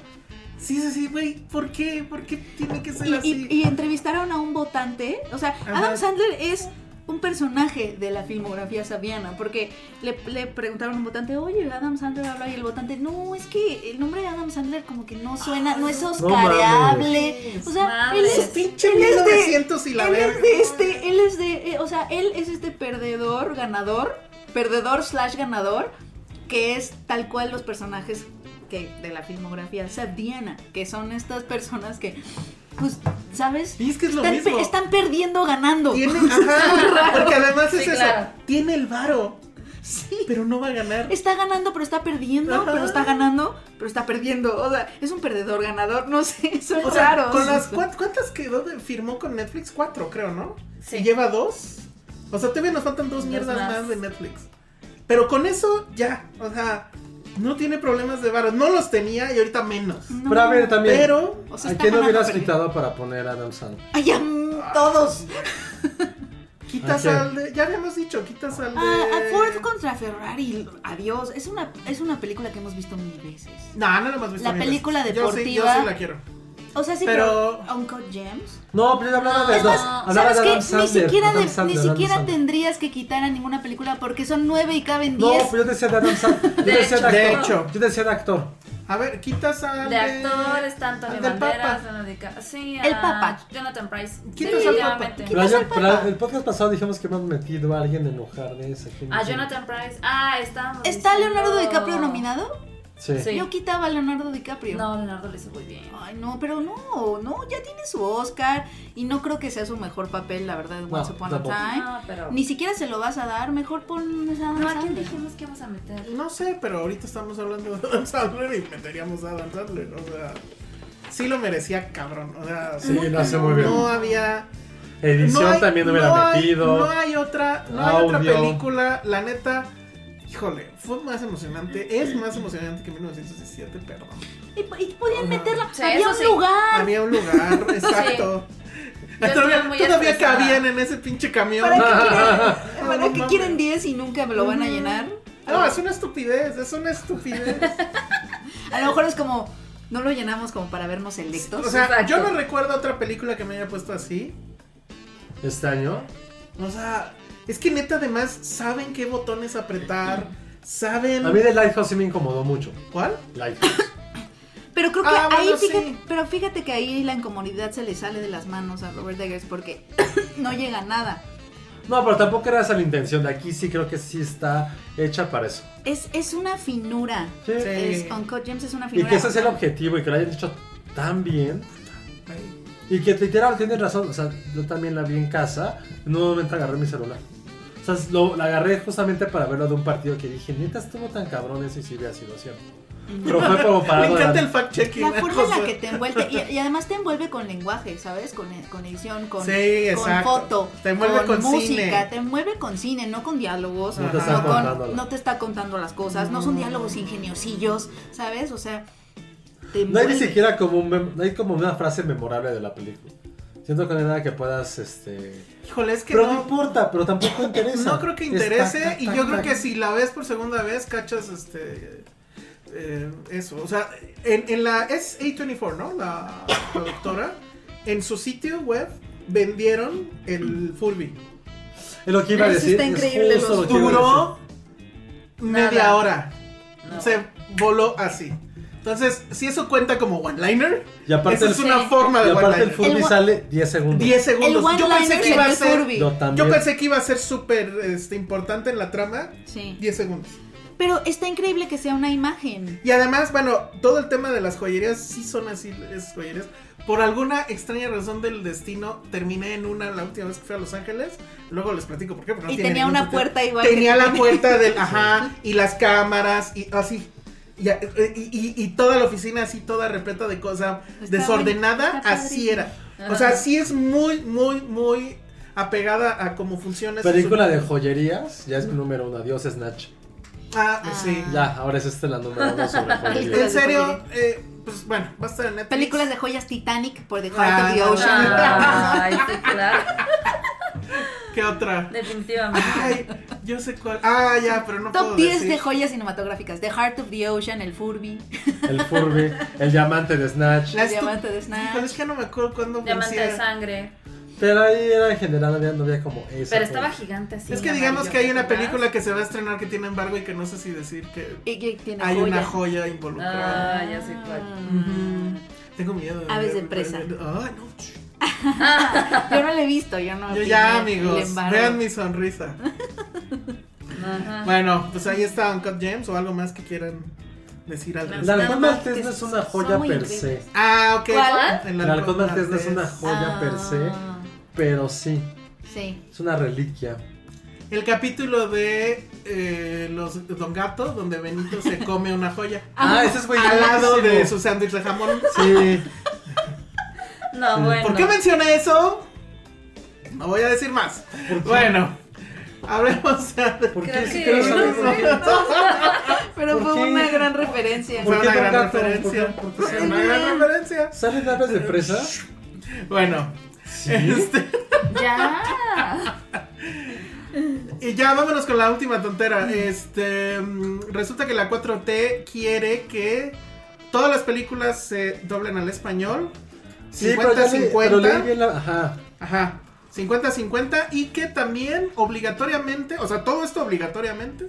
Sí, sí, sí, güey, ¿por qué? ¿Por qué tiene que ser
y,
así?
y- y entrevistaron a un votante. O sea,
Ajá.
Adam Sandler es un personaje de la filmografía sabiana, porque le, le preguntaron a un votante, oye, Adam Sandler habla y el votante, no, es que el nombre de Adam Sandler como que no suena, no es oscareable. o sea,
Madre.
él
Es
es...
pinche
él es de-
1900 y la
él
verga.
es de este, él es de, eh, o sea, él es este perdedor, ganador, perdedor slash ganador, que es tal cual los personajes que de la filmografía sabdiana, que son estas personas que, pues, ¿sabes?
Y es que es lo
están,
mismo.
pe- están perdiendo ganando.
Tiene, ajá, porque además es
Sí,
eso.
claro.
Tiene el varo, pero no va a ganar.
Está ganando, pero está perdiendo,
Ajá.
pero está ganando, pero está perdiendo. O sea, es un perdedor ganador, no sé, son
O sea,
raros.
con las, ¿cuán- ¿Cuántas quedó? de- Firmó con Netflix? Cuatro, creo, ¿no?
Sí.
Y lleva dos. O sea, todavía nos faltan dos mierdas
más.
más. de Netflix. Pero con eso, ya. O sea, no tiene problemas de varo. No los tenía y ahorita menos.
No.
Pero a ver, también.
Pero,
O sea,
¿A
está
quién
ganando,
hubieras
pero-
quitado para poner a Adam Sandler?
Ay, ya, mm, todos.
quitas
¿A qué?
al de. Ya habíamos dicho, quitas al de.
Ah, a Ford contra Ferrari, adiós. Es una, es una película que hemos visto mil veces.
No, no la hemos visto.
La
mil veces. Yo
película
sí- Yo sí,
deportiva.
la quiero.
O sea, sí,
Pero-
pero. Uncut Gems.
No, pero yo hablaba de,
Es más,
no, hablaba
¿sabes
de
qué?
Adam
Ni
Sandler.
siquiera,
Adam
de-
Sandler,
ni
Adam
siquiera
Sandler.
tendrías que quitar a ninguna película porque son nueve y caben
No,
diez.
pero yo decía de Adam Sandler. Yo
De hecho.
decía de actor.
De hecho.
Yo decía de actor.
A ver, quitas al.
De actores, tanto
al
de
del
banderas,
Papa.
Leonardo Dica- sí,
El
a
Papa.
Jonathan Price.
Quitas al
Definitivamente.
Pero,
pasa
ayer-
al
pero
Papa?
el podcast pasado dijimos que hemos metido a alguien en lugar de ese.
Ah,
¿Quién
A
es?
Jonathan Price. Ah, está.
¿Está Leonardo DiCaprio nominado?
Sí.
Sí.
Yo quitaba a Leonardo DiCaprio.
No, Leonardo lo hizo muy bien.
Ay, no, pero no, no, ya tiene su Oscar y no creo que sea su mejor papel, la verdad, de Once
No,
Upon
tampoco.
a Time.
No, pero.
Ni siquiera se lo vas a dar, mejor pon a Adam
No, ¿a quién
Sandler.
dijimos que íbamos a meter?
No sé, pero ahorita estamos hablando de Adam Sandler y meteríamos a Adam Sandler. O sea, sí lo merecía, cabrón. O sea,
Sí, lo hace muy bien.
no había.
Edición
no hay-
también
no
hubiera
hay-
metido.
no hay otra, no hay otra
Audio.
película, la neta. Híjole, fue más emocionante, es más emocionante que 1917, perdón.
Y, y podían meterla.
Sí,
Había
eso
un
sí.
lugar.
Había un lugar,
Yo
exacto. Todavía,
estuve muy
todavía
estresada.
cabían en ese pinche camión.
¿Para qué
No,
quieren, para
no
qué
mames.
quieren 10 y nunca me lo van a llenar?
No, es una estupidez, es una estupidez.
A lo mejor es como, no lo llenamos como para vernos electos.
O sea,
Exacto.
yo no recuerdo otra película que me haya puesto así.
Este año.
O sea, es que neta además saben qué botones apretar, saben
A mí de Lighthouse sí me incomodó mucho.
cuál.
Lighthouse.
Pero creo que
Ah,
ahí
bueno,
fíjate,
sí.
pero fíjate que ahí la incomodidad se le sale de las manos a Robert Eggers porque no llega a nada.
No, pero tampoco era esa la intención. De aquí sí creo que sí está hecha para eso.
Es, es una finura.
Sí.
Sí.
Es, Uncut James es una
Y
finura.
que ese sea el objetivo y que lo hayan hecho tan bien.
Ay,
Y que literal tienes razón, o sea, yo también la vi en casa, en un momento agarré mi celular. O sea, lo, la agarré justamente para verlo de un partido que dije, neta estuvo tan cabrón eso y sí hubiera sido cierto. Pero fue como para... algo
Me
de
Mm. encanta
la-
el fact checking.
la forma en la que te envuelve y, y además te envuelve con lenguaje, ¿sabes? Con, eh, con edición, con,
Sí,
con
exacto.
foto,
Te envuelve con
música,
cine.
te envuelve con cine, no con diálogos,
No
te está
con-
contando las-
no te está contando las cosas, no,
Mm.
son diálogos ingeniosillos, ¿sabes? O sea, te
No hay ni
envuelve.
siquiera como, un mem- no hay como una frase memorable de la película. Siento que no hay nada que puedas, este...
Híjole, es que
pero no,
no,
importa, pero tampoco interesa.
no creo que
Es
interese
tac, tac,
y
tac,
yo creo
tac.
que si la ves por segunda vez cachas este eh, eso, o sea, en, en la es A24, ¿no? La productora en su sitio web vendieron el Furby.
Es lo que iba a
Eso
decir.
está
es
increíble,
justo
los
lo que iba a
duró media
Nada.
hora.
No.
Se voló así. Entonces, si eso cuenta como one-liner,
decir. Y aparte,
esa
el,
es una forma
y
de
aparte el
one-liner.
Furby
El wa-
sale 10 segundos.
10 segundos.
El
Yo pensé
one-liner
que iba a
del
ser.
Furby.
Yo también.
Yo pensé que iba a ser súper este, importante en la trama.
Sí.
10 segundos.
Pero está increíble que sea una imagen.
Y además, bueno, todo el tema de las joyerías sí son así, esas joyerías. Por alguna extraña razón del destino, terminé en una la última vez que fui a Los Ángeles. Luego les platico por qué. pero no
Y
tiene
tenía
ningún
una
sentido.
puerta igual que
Tenía
tú
la
tenías.
puerta del. Ajá, y las cámaras, y así. Y, eh, y- y- y toda la oficina así, toda repleta de cosas
Está
desordenada,
bueno, está
así
padrísimo.
era. O sea, sí es muy, muy, muy apegada a cómo funciona. esa
Película de joyerías, ya es mi número uno. Adiós, Snatch.
Ah, sí.
Ya, ahora es esta la número uno sobre
En
joyerías.
serio, eh, pues bueno, va a estar en Netflix.
Películas de joyas Titanic por The Heart
Ah,
of the
no, Ah,
Ocean.
Ay, sí, claro.
¿Qué otra?
Definitivamente.
Ay, yo sé cuál. Ah, ya, pero no puedo
Top 10
decir.
de joyas cinematográficas. The Heart of the Ocean, el Furby,
El Furby, el diamante de Snatch.
La
el
estu-
diamante de
Híjole, es
Snatch.
que no me acuerdo cuándo
Diamante
vencía.
de sangre.
Pero ahí era en general, no había, no había como esa.
Pero estaba gigante así.
Es que digamos que hay una película que se va a estrenar que tiene embargo y que no sé si decir que
Y que tiene
hay
joya.
una joya involucrada.
Ah, ya sé cuál.
Ujú. Tengo miedo.
Aves de presa.
Ay, no.
Yo no la he visto, yo no.
Yo
opiné,
ya,
le
amigos,
embargo.
vean mi sonrisa.
Ajá.
Bueno, pues ahí está Uncut James o algo más que quieran decir al
El halcón
respecto.
maltés no es una joya
muy
per se.
increíbles.
Ah, ok.
¿Cuál?
El
El halcón maltés no es una joya
Ah.
per se, pero sí,
Sí.
es una reliquia.
El capítulo de eh, los Don Gato, donde Benito se come una joya.
Ah, ese es
al lado de su
buenísimo.
sándwich de jamón.
Sí,
No, bueno.
Ah. ¿Por qué mencioné eso? No voy a decir más. Bueno, hablemos ya de...
¿por qué
Creo
sí
que-
que lo sabes?
no
¿Por qué?
Pero
¿Por
fue
qué?
una gran referencia.
Fue
¿Por qué
una
Don
gran
Gato?
referencia.
¿Por qué- por qué
Fue
se
una gran referencia.
¿Salen aves de presa?
Bueno, este,
Sí.
Ya.
Y ya vámonos con la última tontera. Este mm, resulta que la 4T quiere que todas las películas se doblen al español.
Sí, pero ya leí- pero leí
50-50.
bien la... Ajá.
Ajá. 50-50 y que también obligatoriamente, o sea, todo esto obligatoriamente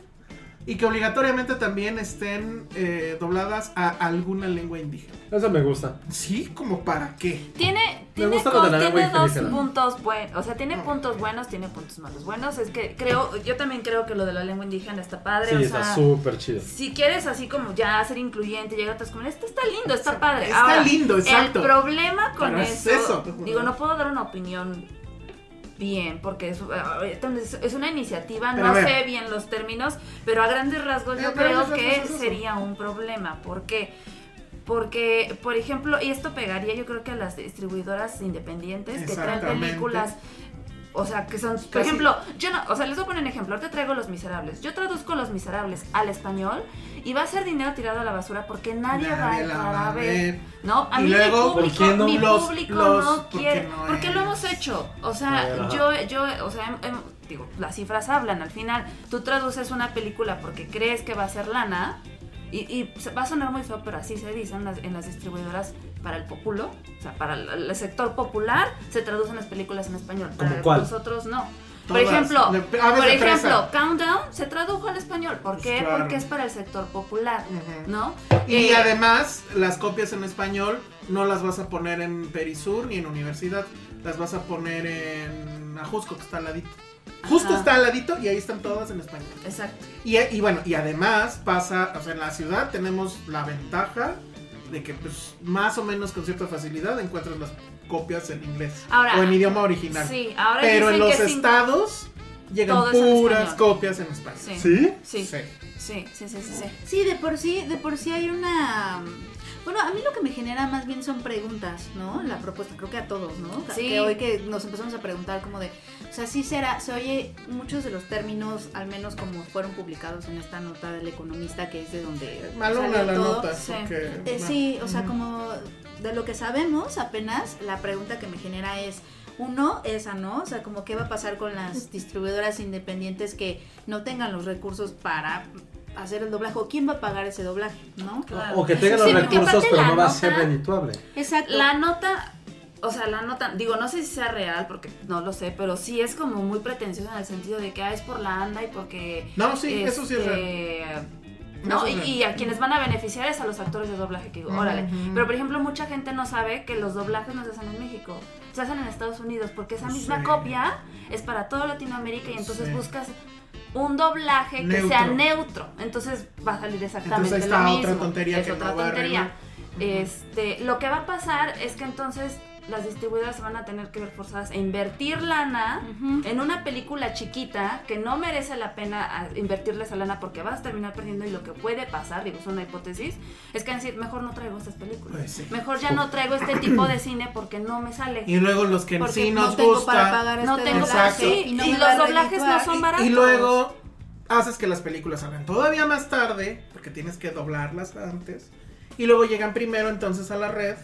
y que obligatoriamente también estén eh, dobladas a alguna lengua indígena.
Eso me gusta.
Sí, como para qué.
Tiene,
Me
tiene,
gusta lo de la
cos-
lengua
tiene dos
indígena.
puntos buenos, o sea,
Ah.
tiene puntos buenos, tiene puntos malos. Buenos es que creo, yo también creo que lo de la lengua indígena está padre,
Sí,
o
está
sea,
súper chido.
si quieres así como ya ser incluyente, llegar a otras comunidades, está, está lindo, está padre.
Está lindo, exacto.
El problema con
Pero es
eso,
eso.
digo, no puedo dar una opinión bien, porque es, entonces, es una iniciativa,
Pero a
no
ver.
sé bien los términos, pero a grandes rasgos
Eh,
yo
a grandes
creo
rasgos
que
es eso.
sería un problema. ¿Por qué? Porque, por ejemplo, y esto pegaría yo creo que a las distribuidoras independientes que traen
Exactamente.
películas o sea, que son. Por
Casi.
ejemplo, yo no. O sea, les voy a poner un ejemplo. Ahorita traigo Los Miserables. Yo traduzco Los Miserables al español y va a ser dinero tirado a la basura porque nadie,
Nadie la
va,
va
a
a
ver.
ver.
¿No? A
Y
mí mi
luego, ¿por
público,
qué no
mi
los-
público
los-
no
por qué
quiere.
no
porque lo
es?
hemos hecho. O sea,
Ajá.
yo, yo, o sea, em- em- digo, las cifras hablan. Al final, tú traduces una película porque crees que va a ser lana. Y, y se- va a sonar muy feo, pero así se dicen las, en las distribuidoras para el populo, o sea, para el, el sector popular, se traducen las películas en español.
¿Cómo
Para
cuál?
nosotros no. Por
Todas.
ejemplo,
De-
por
Aves de Presa.
ejemplo, Countdown se tradujo al español. ¿Por
Pues
qué?
claro.
Porque es para el sector popular,
Ujú.
¿no?
Y
Eh,
además, las copias en español no las vas a poner en Perisur ni en Universidad, las vas a poner en Ajusco, que está al ladito. Justo
Ajá.
está al ladito y ahí están todas en español.
Exacto.
Y, y bueno, y además pasa, o sea, en la ciudad tenemos la ventaja de que pues más o menos con cierta facilidad encuentras las copias en inglés
Ahora-
o en idioma original.
Sí, ahora
Pero en
dicen
los
que sí.
estados llegan
Todo es en
puras
español.
copias en español.
Sí.
¿Sí?
Sí, sí, sí, sí, sí, sí.
Sí, de por sí, de por sí hay una. Bueno, a mí lo que me genera más bien son preguntas, ¿no? La propuesta, creo que a todos, ¿no?
Sí.
Que hoy que nos empezamos a preguntar como de, o sea, sí será, se oye muchos de los términos, al menos como fueron publicados en esta nota del economista, que es de donde
Malona
salió
la
todo.
nota.
sí.
porque,
Eh,
bueno.
sí, o sea,
Ujú.
como de lo que sabemos apenas, la pregunta que me genera es, uno, esa, ¿no? O sea, como qué va a pasar con las distribuidoras independientes que no tengan los recursos para hacer el doblaje, o quién va a pagar ese doblaje, ¿no?
Claro.
O que tengan los
Sí, porque
recursos,
aparte
pero
la
no va a ser
nota-
redituable.
Exacto.
La nota, o sea, la nota, digo, no sé si sea real porque no lo sé, pero sí es como muy pretenciosa en el sentido de que ah, es por la anda y porque.
No, sí, eso sí es real.
este,
Eso
No,
es
y,
real.
y a quienes van a beneficiar es a los actores de doblaje que digo, órale. Pero por ejemplo, mucha gente no sabe que los doblajes no se hacen en México, se hacen en Estados Unidos, porque esa misma
Sí.
copia es para todo Latinoamérica y entonces
Sí.
buscas un doblaje
Neutro.
que sea neutro. Entonces va a salir exactamente
Entonces ahí está
lo
otra
mismo.
tontería
es
que
otra
no barre,
tontería.
¿no?
Este, lo que va a pasar es que entonces las distribuidoras se van a tener que ver forzadas a invertir lana en una película chiquita que no merece la pena ah, a- invertirle esa lana porque vas a terminar perdiendo y lo que puede pasar, digo, es una hipótesis, es que van a decir, mejor no traigo estas películas.
Pues sí.
Mejor ya no traigo este tipo de cine porque no me sale.
Y luego los que en
porque
sí
no
nos
tengo
gusta.
para pagar
no
este
tengo
Exacto.
doblaje
sí, y,
no me va
los
a
doblajes no
redituar.
son
Y-
baratos.
Y luego haces que las películas salgan todavía más tarde, porque tienes que doblarlas antes. Y luego llegan primero entonces a la red.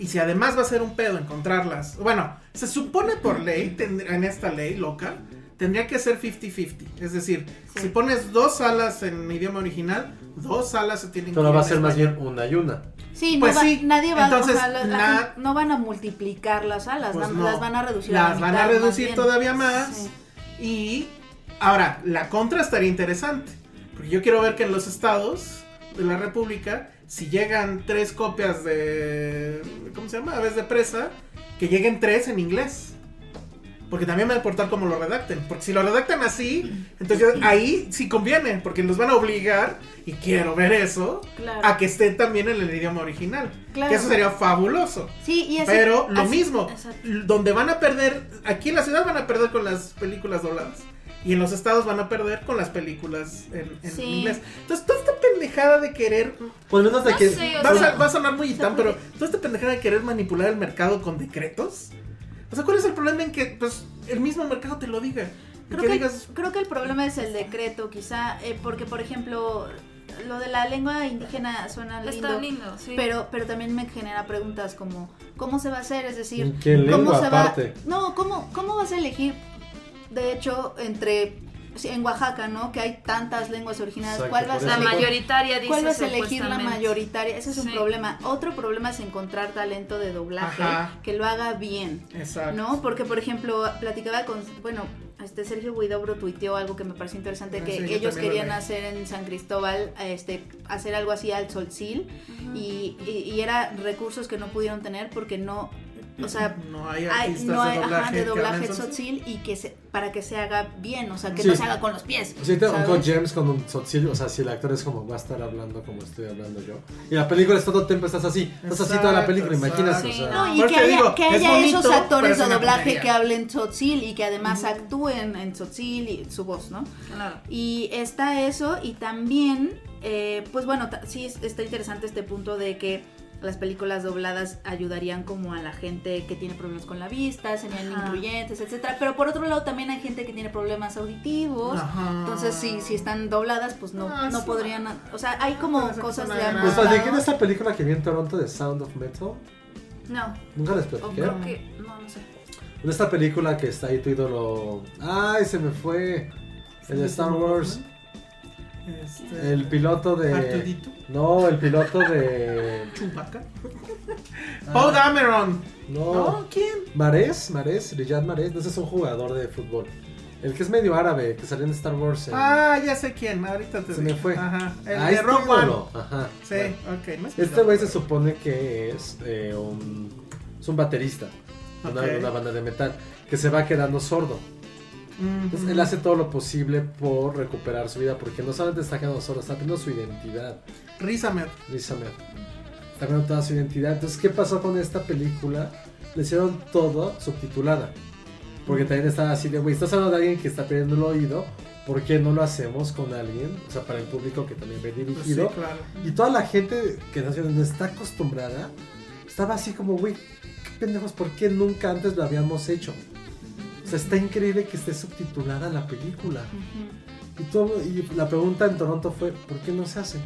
Y si además va a ser un pedo encontrarlas. Bueno, se supone por ley, tend- en esta ley loca, tendría que ser 50-50. Es decir,
Sí.
si pones dos salas en idioma original, dos salas se tienen que
Pero
ir
va a
en
ser más
español.
bien una y una.
Sí, no
Pues
va-
sí,
nadie va
entonces,
o sea, la- la
na-
gente- no van a multiplicar las alas,
Pues
la-
no.
las van a reducir. a la
Las van
mitad,
a
más
reducir
bien.
todavía más.
Sí.
Y ahora, la contra estaría interesante. Porque yo quiero ver que en los estados de la República, si llegan tres copias de. ¿Cómo se llama? Aves de presa, que lleguen tres en inglés. Porque también va a importar cómo lo redacten. Porque si lo redactan así, entonces ahí sí conviene. Porque los van a obligar, y quiero ver eso,
Claro.
a que estén también en el idioma original.
Claro.
Que eso sería fabuloso.
Sí, y así-
Pero lo
así-
mismo,
exacto.
donde van a perder, aquí en la ciudad van a perder con las películas dobladas. Y en los estados van a perder con las películas en, en
Sí.
inglés. Entonces, toda esta pendejada de querer.
Por lo menos de
No
que.
sé, o
Va a,
sea,
sa- va a sonar muy tan, pero toda esta pendejada de querer manipular el mercado con decretos. O sea, ¿cuál es el problema en que pues, el mismo mercado te lo diga? Y
Creo
que
que,
digas,
creo
"Mm,
que el problema es el decreto, quizá, eh, porque por ejemplo, lo de la lengua indígena suena lindo,
Está lindo, sí.
pero pero también me genera preguntas como cómo se va a hacer, es decir,
¿En qué lengua
cómo se va,
aparte?
no, cómo cómo vas a elegir, de hecho, entre sí, en Oaxaca, ¿no? Que hay tantas lenguas originales,
Exacto,
¿cuál vas
por
a
La
eso.
elegir?
mayoritaria dice
¿Cuál vas a elegir la
supuestamente.
mayoritaria? Ese es un
Sí.
problema. Otro problema es encontrar talento de doblaje
Ajá.
que lo haga bien.
Exacto.
¿No? Porque, por ejemplo, platicaba con. Bueno, este Sergio Huidobro tuiteó algo que me pareció interesante:
Ah,
que
sí, yo
ellos
también lo
querían
leí.
hacer en San Cristóbal, este, hacer algo así al solcil. y, y, y era recursos que no pudieron tener porque no. O sea.
no hay
hay-
artistas
no hay
de
ajá,
doblaje.
de
que
doblaje
hablen
al
solo.
solcil y que se, para que se haga bien, o sea, que
Sí.
no se haga con los pies.
Si te
¿sabes?
con James con un sotzil, o sea, si el actor es como va a estar hablando como estoy hablando yo. Y la película es todo el tiempo, estás así, estás así toda la
Exacto,
película, imagínate.
exacto.
o sea.
No, y
Por
que
eso
haya,
digo,
que
es
haya
bonito,
esos
pero
actores
es
de
una
doblaje
tontería.
que hablen tzotzil y que además actúen en tzotzil y su voz, ¿no?
Claro.
Y está eso y también, eh, pues bueno, ta- sí es- está interesante este punto de que las películas dobladas ayudarían como a la gente que tiene problemas con la vista, serían
Ajá.
incluyentes, etcétera. Pero por otro lado también hay gente que tiene problemas auditivos.
Ajá.
Entonces, si, si están dobladas, pues no,
Ah,
no
sí.
podrían... O sea, hay
No,
como
eso
cosas
suena
de
grave.
ambos
Pues platiqué de
lados.
esta película que vi en Toronto de Sound of Metal.
No,
Nunca les
o
platiqué.
Oh, creo que. No, no sé.
De esta película que está ahí tu ídolo. ¡Ay, se me fue! El de Star Wars.
Este,
El piloto de.
Artudito.
No, el piloto de.
Chewbacca. Paul Dameron.
No.
No, ¿quién?
Marés, Marés, Riyad Marés. No, ese es un jugador de fútbol. El que es medio árabe, que salió en Star Wars. en-
Ah, ya sé quién. Ahorita te
se me
digo.
fue.
Ajá. El
Ah,
de
es tu
Rogue One.
ídolo. Ajá.
Sí,
Bueno.
ok. No es
Este
piloto.
güey se supone que es eh, un, es un baterista de una,
Ok.
de una banda de metal que se va quedando sordo.
Mm,
Entonces él hace todo lo posible por recuperar su vida porque no solamente está quedando sordo, está perdiendo su identidad.
Rizamed.
Lisa Mer. Está perdiendo toda su identidad. Entonces, ¿qué pasó con esta película? Le hicieron todo subtitulada. Porque también estaba así de, güey, estás hablando de alguien que está perdiendo el oído. ¿Por qué no lo hacemos con alguien? O sea, para el público que también ve
Pues sí,
dirigido.
claro.
Y toda la gente que nació no está acostumbrada, estaba así como, güey, qué pendejos, ¿por qué nunca antes lo habíamos hecho? O sea, está increíble que esté subtitulada la película. Y, todo, y la pregunta en Toronto fue, ¿por qué no se hace?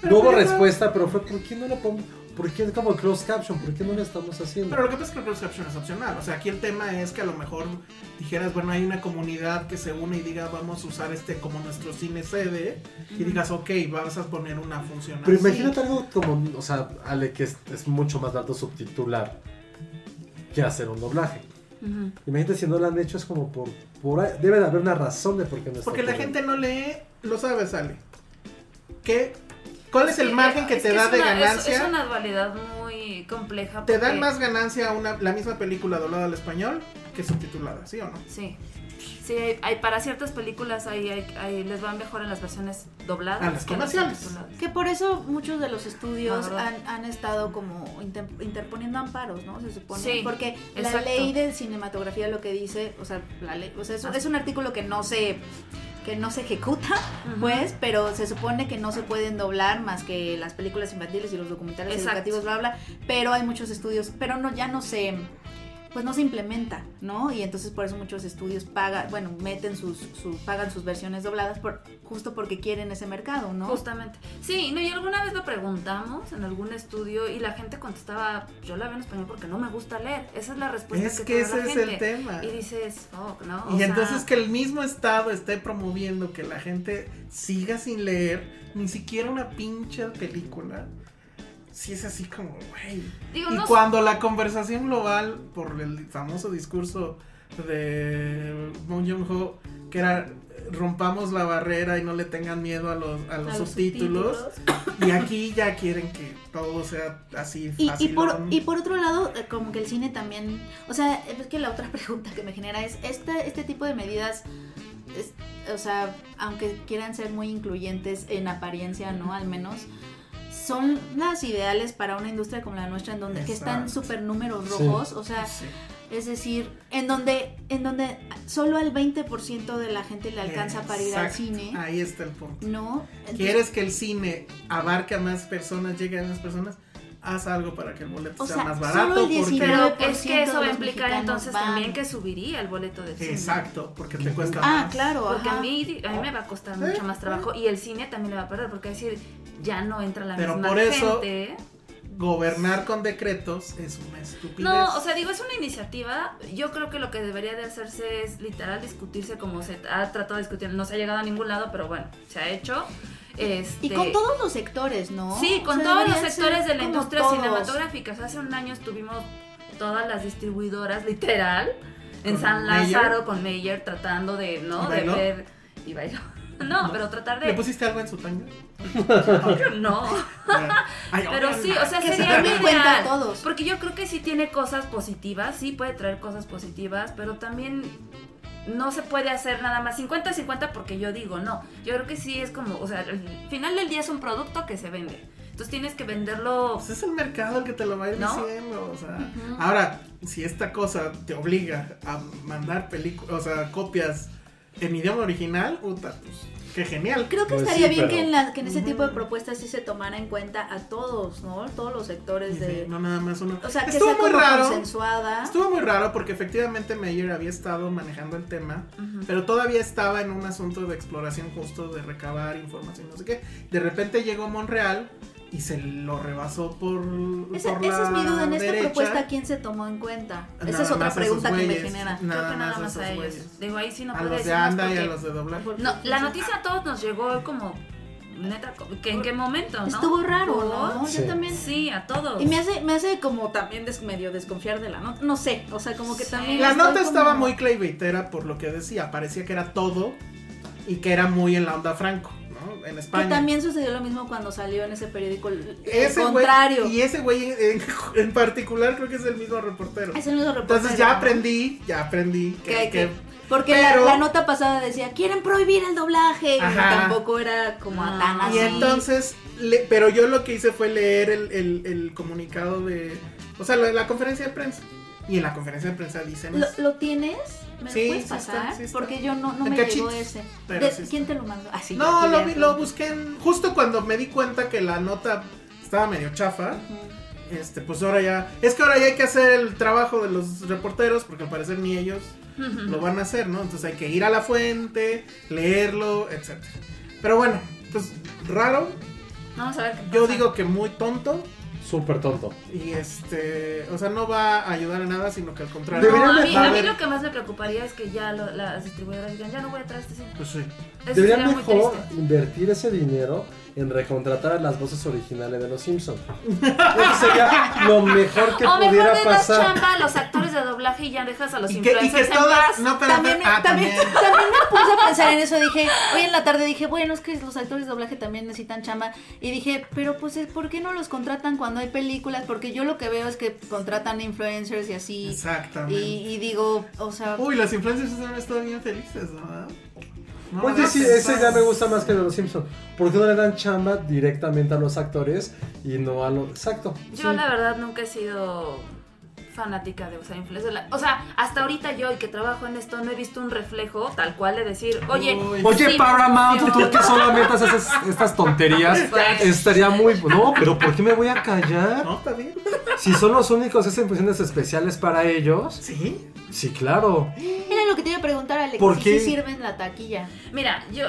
Pero
no hubo
mira,
respuesta, pero fue, ¿por qué no lo pongo? ¿Por qué como closed caption? ¿Por qué no lo estamos haciendo?
Pero lo que pasa es que el closed caption es opcional. O sea, aquí el tema es que a lo mejor dijeras, bueno, hay una comunidad que se une y diga, vamos a usar este como nuestro cine sede. Y digas, ok, vas a poner una función
Ah,
Pero
así.
imagínate algo como, o sea, Ale, que es, es mucho más alto subtitular que hacer un doblaje. Imagínate si no lo han hecho, es como por. por ahí- debe de haber una razón de por qué no está
Porque la
ocurriendo.
gente no lee, lo sabe, sale. ¿Qué? ¿Cuál es el margen que
Es
te da
es
de
una- es-
ganancia?
Es, una dualidad muy compleja.
Te dan
porque-
más ganancia una, la misma película doblada al español que subtitulada, ¿sí o no?
Sí. Sí, hay, hay- para ciertas películas hay, hay- hay- les van mejor en las versiones dobladas.
A las
que en
comerciales.
subtituladas.
Que por eso muchos de los estudios
La verdad.
han, han estado como inter- interponiendo amparos, ¿no? Se supone.
Sí,
Porque la
exacto.
ley de cinematografía lo que dice, o sea, la ley, o sea, es, es un artículo que no se que no se ejecuta,
Ujú.
pues, pero se supone que no se pueden doblar más que las películas infantiles y los documentales
Exacto.
educativos, bla, bla, pero hay muchos estudios, pero no ya no se pues no se implementa, ¿no? Y entonces por eso muchos estudios pagan, bueno, meten sus, su- pagan sus versiones dobladas por, justo porque quieren ese mercado, ¿no?
Justamente. Sí, no, y alguna vez lo preguntamos en algún estudio y la gente contestaba, yo la veo en español porque no me gusta leer. Esa Pues es la respuesta
Es
que,
que
te da
ese
la
es el
gente.
tema.
Y dices, fuck, ¿no? O
Y
sea,
entonces que el mismo Estado esté promoviendo que la gente siga sin leer ni siquiera una pinche película, si es así como, güey.
Digo,
y
no sé.
cuando la conversación global por el famoso discurso de Bong Joon-ho, que era rompamos la barrera y no le tengan miedo a los, a los, subtítulos. Y aquí ya quieren que todo sea así
Y, y
fácil.
por, y por otro lado, eh, como que el cine también, o sea, es que la otra pregunta que me genera es, este, este tipo de medidas, es- o sea, aunque quieran ser muy incluyentes en apariencia, ¿no? Al menos, son las ideales para una industria como la nuestra, en donde que están
Exacto.
súper números
Sí.
rojos, o sea,
Sí.
es decir, en donde, en donde solo al 20% de la gente le alcanza para ir al
Exacto,
cine,
Ahí está el punto.
¿no? Entonces-
¿Quieres que el cine abarque a más personas, llegue a más personas? Haz algo para que el boleto
O
sea,
sea,
más
solo
barato.
el 19
porque...
Pero es que eso va a
Los
implicar
mexicanos
entonces
van.
también que subiría el boleto de cine.
Exacto, porque te cuesta
Ah,
más.
claro,
Porque
ajá.
a mí, a mí me va a costar mucho más trabajo y el cine también le va a perder porque es decir, ya no entra la
Pero
misma
por eso-
gente.
Gobernar con decretos es una estupidez.
No, o sea, digo, es una iniciativa. Yo creo que lo que debería de hacerse es literal discutirse como se ha tratado de discutir. No se ha llegado a ningún lado, pero bueno, se ha hecho. Este,
Y con todos los sectores, ¿no?
Sí,
O
con
sea,
todos los
deberían
sectores
ser
de la
como
industria
todos.
cinematográfica. O sea, hace un año estuvimos todas las distribuidoras, literal, en
Con
San
Mayer.
Lázaro con Meyer tratando de,
¿Y
¿no? De
bailó?
ver. Y bailó. No, pero tratar
¿Le
de.
pusiste algo en su tanga?
No.
Ay,
Pero
hombre,
sí, o sea,
Que se
sería
tomen
ideal.
en cuenta todos.
Porque yo creo que sí tiene cosas positivas, sí puede traer cosas positivas, pero también no se puede hacer nada más 50-50 porque yo digo, no, yo creo que sí es como, o sea, al final del día es un producto que se vende. Entonces tienes que venderlo
Pues es el mercado el que te lo va a ir
¿No?
diciendo. O sea, ahora, si esta cosa te obliga a mandar películas, o sea, copias en idioma original, puta, pues, qué genial.
Creo que
Pues
estaría
sí,
bien
pero-
que en, la- que en ese tipo de propuestas sí se tomara en cuenta a todos, ¿no? Todos los sectores
Sí,
de...
No nada más uno.
O sea, que
Estuvo
sea
muy
como
raro.
consensuada.
Estuvo muy raro porque efectivamente Meyer había estado manejando el tema, pero todavía estaba en un asunto de exploración justo, de recabar información, no sé qué. De repente llegó Monreal y se lo rebasó por,
Esa,
por
esa es mi
la
duda. En esta
derecha.
propuesta, ¿quién se tomó en cuenta? Esa
Nada
es otra
más a esos
pregunta que me
güeyes,
genera.
creo
nada
que nada
más a
más a
esos
ellos.
güeyes.
Digo, ahí sí no
a
puede
los de
decir más
Anda y a
porque-
los de doblaje.
No, la noticia a todos nos llegó como neta que en qué momento, ¿no?
Estuvo raro,
Por-
¿no? Yo también...
Sí, a todos.
Y me hace, me hace como también des- medio desconfiar de la nota. No sé, o sea, como que
Sí.
también...
La
estoy
nota estaba
como-
muy claybaitera por lo que decía, parecía que era todo y que era muy en la onda Franco, ¿no? En
Que
España.
también sucedió lo mismo cuando salió en ese periódico. El
Ese güey-
contrario.
y ese güey en, en particular creo que es el mismo reportero.
Ese no es el
Entonces
reportero,
ya
¿no?
aprendí, ya aprendí que,
que hay que-
que-
porque la-
pero-
la, nota pasada decía quieren prohibir el doblaje y
Ajá.
tampoco era como a
Ah,
tan así
Y entonces, le- pero yo lo que hice fue leer el, el- el comunicado de, o sea, la, la conferencia de prensa. Y en la conferencia de prensa dicen
¿Lo,
eso.
lo tienes me lo
Sí,
puedes
sí
pasar
está, sí está.
porque yo no, no
En
me
cachitos,
llegó ese
pero
De-
sí está.
quién te lo mandó Ah, sí,
No,
aquí
lo,
ya
vi-
está.
lo busqué en- justo cuando me di cuenta que la nota estaba medio chafa.
Mm.
Este, pues ahora ya. Es que ahora ya hay que hacer el trabajo de los reporteros, porque al parecer ni ellos lo van a hacer, ¿no? Entonces hay que ir a la fuente, leerlo, etc. Pero bueno, pues raro.
Vamos a ver. qué
Yo
pasa.
digo que muy tonto.
Súper tonto.
Y este. O sea, no va a ayudar a nada, sino que al contrario.
No,
Deberían
a
de-
mí,
Va
a
a
mí
haber-
lo que más me preocuparía es que ya lo- las distribuidoras digan, ya no voy a traer este cine.
Pues sí.
Eso
Deberían
sería muy
mejor
triste.
invertir ese dinero en recontratar a las voces originales de los Simpsons. Eso sería lo mejor que
o mejor
pudiera
de dar
pasar.
chamba a los actores de doblaje y ya dejas a los
Y que, y que
influencers en
todas.
paz.
No, pero.
también,
ah,
también, también me puse a pensar en eso. Dije, hoy en la tarde dije, bueno, es que los actores de doblaje también necesitan chamba. Y dije, pero pues, ¿por qué no los contratan cuando hay películas? Porque yo lo que veo es que contratan influencers y así.
Exactamente.
Y, y digo, o sea,
Uy, las influencers han estado bien felices, ¿no? No,
Oye,
no, pues,
sí,
no,
Pues ese
pues
no.
ya me gusta más que de los Simpsons. ¿Por qué no le dan chamba directamente a los actores y no a los. Exacto.
Yo la verdad nunca he sido fanática de usar influencers. La- O sea, hasta ahorita yo y que trabajo en esto no he visto un reflejo tal cual de decir, oye, pues
Uy.
Oye,
sí,
Paramount,
sí.
tú que solamente haces esas- estas tonterías,
Pues.
estaría muy. No, pero ¿por qué me voy a callar?
No, está bien.
Si son los únicos que hacen funciones especiales para ellos,
Sí.
sí, claro.
era lo que te iba a preguntar, Alex.
¿Por
si
qué?
sí sirven la taquilla?
Mira, yo,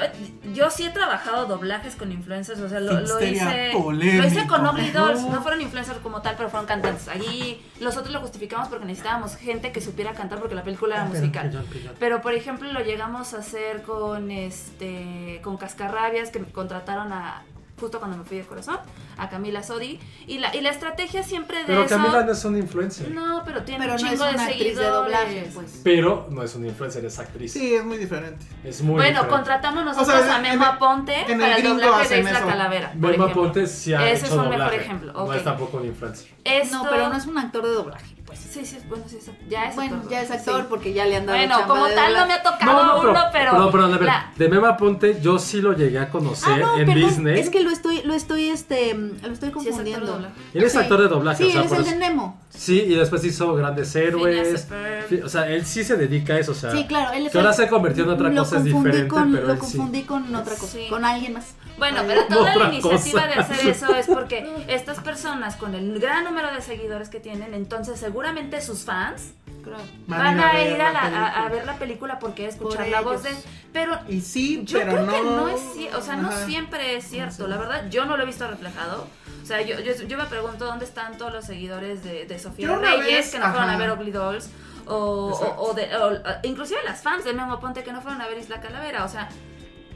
yo sí he trabajado doblajes con influencers, o sea, lo, lo
Filmsteria
hice.
polémico.
Lo hice con Ugly Dolls,
Ujú.
no fueron influencers como tal, pero fueron cantantes. Allí nosotros lo justificamos porque necesitábamos gente que supiera cantar porque la película era
Ah,
musical. Pero por ejemplo lo llegamos a hacer con este. con Cascarrabias, que contrataron a justo cuando me fui de corazón, a Camila Sodi. Y la, y la estrategia siempre de
Pero
eso.
Camila no es una influencer.
No, pero tiene
Pero
un
no es
chingo
una
de
actriz
seguidores.
de doblaje, pues.
Pero no es una influencer, es actriz.
Sí, es muy diferente.
Es muy
bueno,
diferente.
contratamos nosotros
O sea,
a
en-
Memo
en-
Aponte
en el
para el
gringo
doblaje de
hacen
Isla
eso.
Calavera. por
Mema
ejemplo.
Ponte sí ha
Ese
hecho
es un mejor
doblaje.
ejemplo.
No
ok.
es tampoco un influencer.
Esto...
No, pero no es un actor de doblaje, pues.
Sí, sí, bueno, sí, es- ya es
Bueno,
actor,
ya es
sí.
actor porque ya le han dado
Bueno,
chamba
como
de
tal no
doblaje.
me ha tocado uno, pero.
No, perdón, a ver.
la-
De Mema Ponte yo sí lo llegué a conocer
Ah, no,
en
perdón,
Disney.
Es que lo estoy, lo estoy, este, mm, lo estoy
Sí, es actor de
confundiendo.
doblaje.
Él es
Sí.
actor de doblaje,
Sí,
o sea,
él es
por
el
eso-
de Nemo.
Sí, y después hizo Grandes Héroes.
Phineas
Fi- O sea, él sí se dedica a eso, o sea.
Sí, claro, él es
que ahora
el-
se convirtió en otra
lo
cosa, es
confundí
diferente,
con-
pero
Lo
él sí.
confundí con otra cosa,
Sí.
con alguien más.
Bueno, pero toda
Otra
la iniciativa
cosa.
de hacer eso es porque estas personas con el gran número de seguidores que tienen, entonces seguramente sus fans
Creo.
van a ir a, la- a- a ver la película porque escuchar
Por
la voz de...
ellos.
Pero
película. Y sí,
yo
pero
creo
no.
que no es ci- o sea, no
Ajá.
siempre es cierto. La verdad, yo no lo he visto reflejado. O sea, yo, yo, yo me pregunto dónde están todos los seguidores de, de Sofía
Yo una
Reyes
vez-
que no fueron a
ajá.
ver Ugly Dolls. O, o, o de, o, eh, inclusive las fans de Memo Ponte que no fueron a ver Isla Calavera. O sea,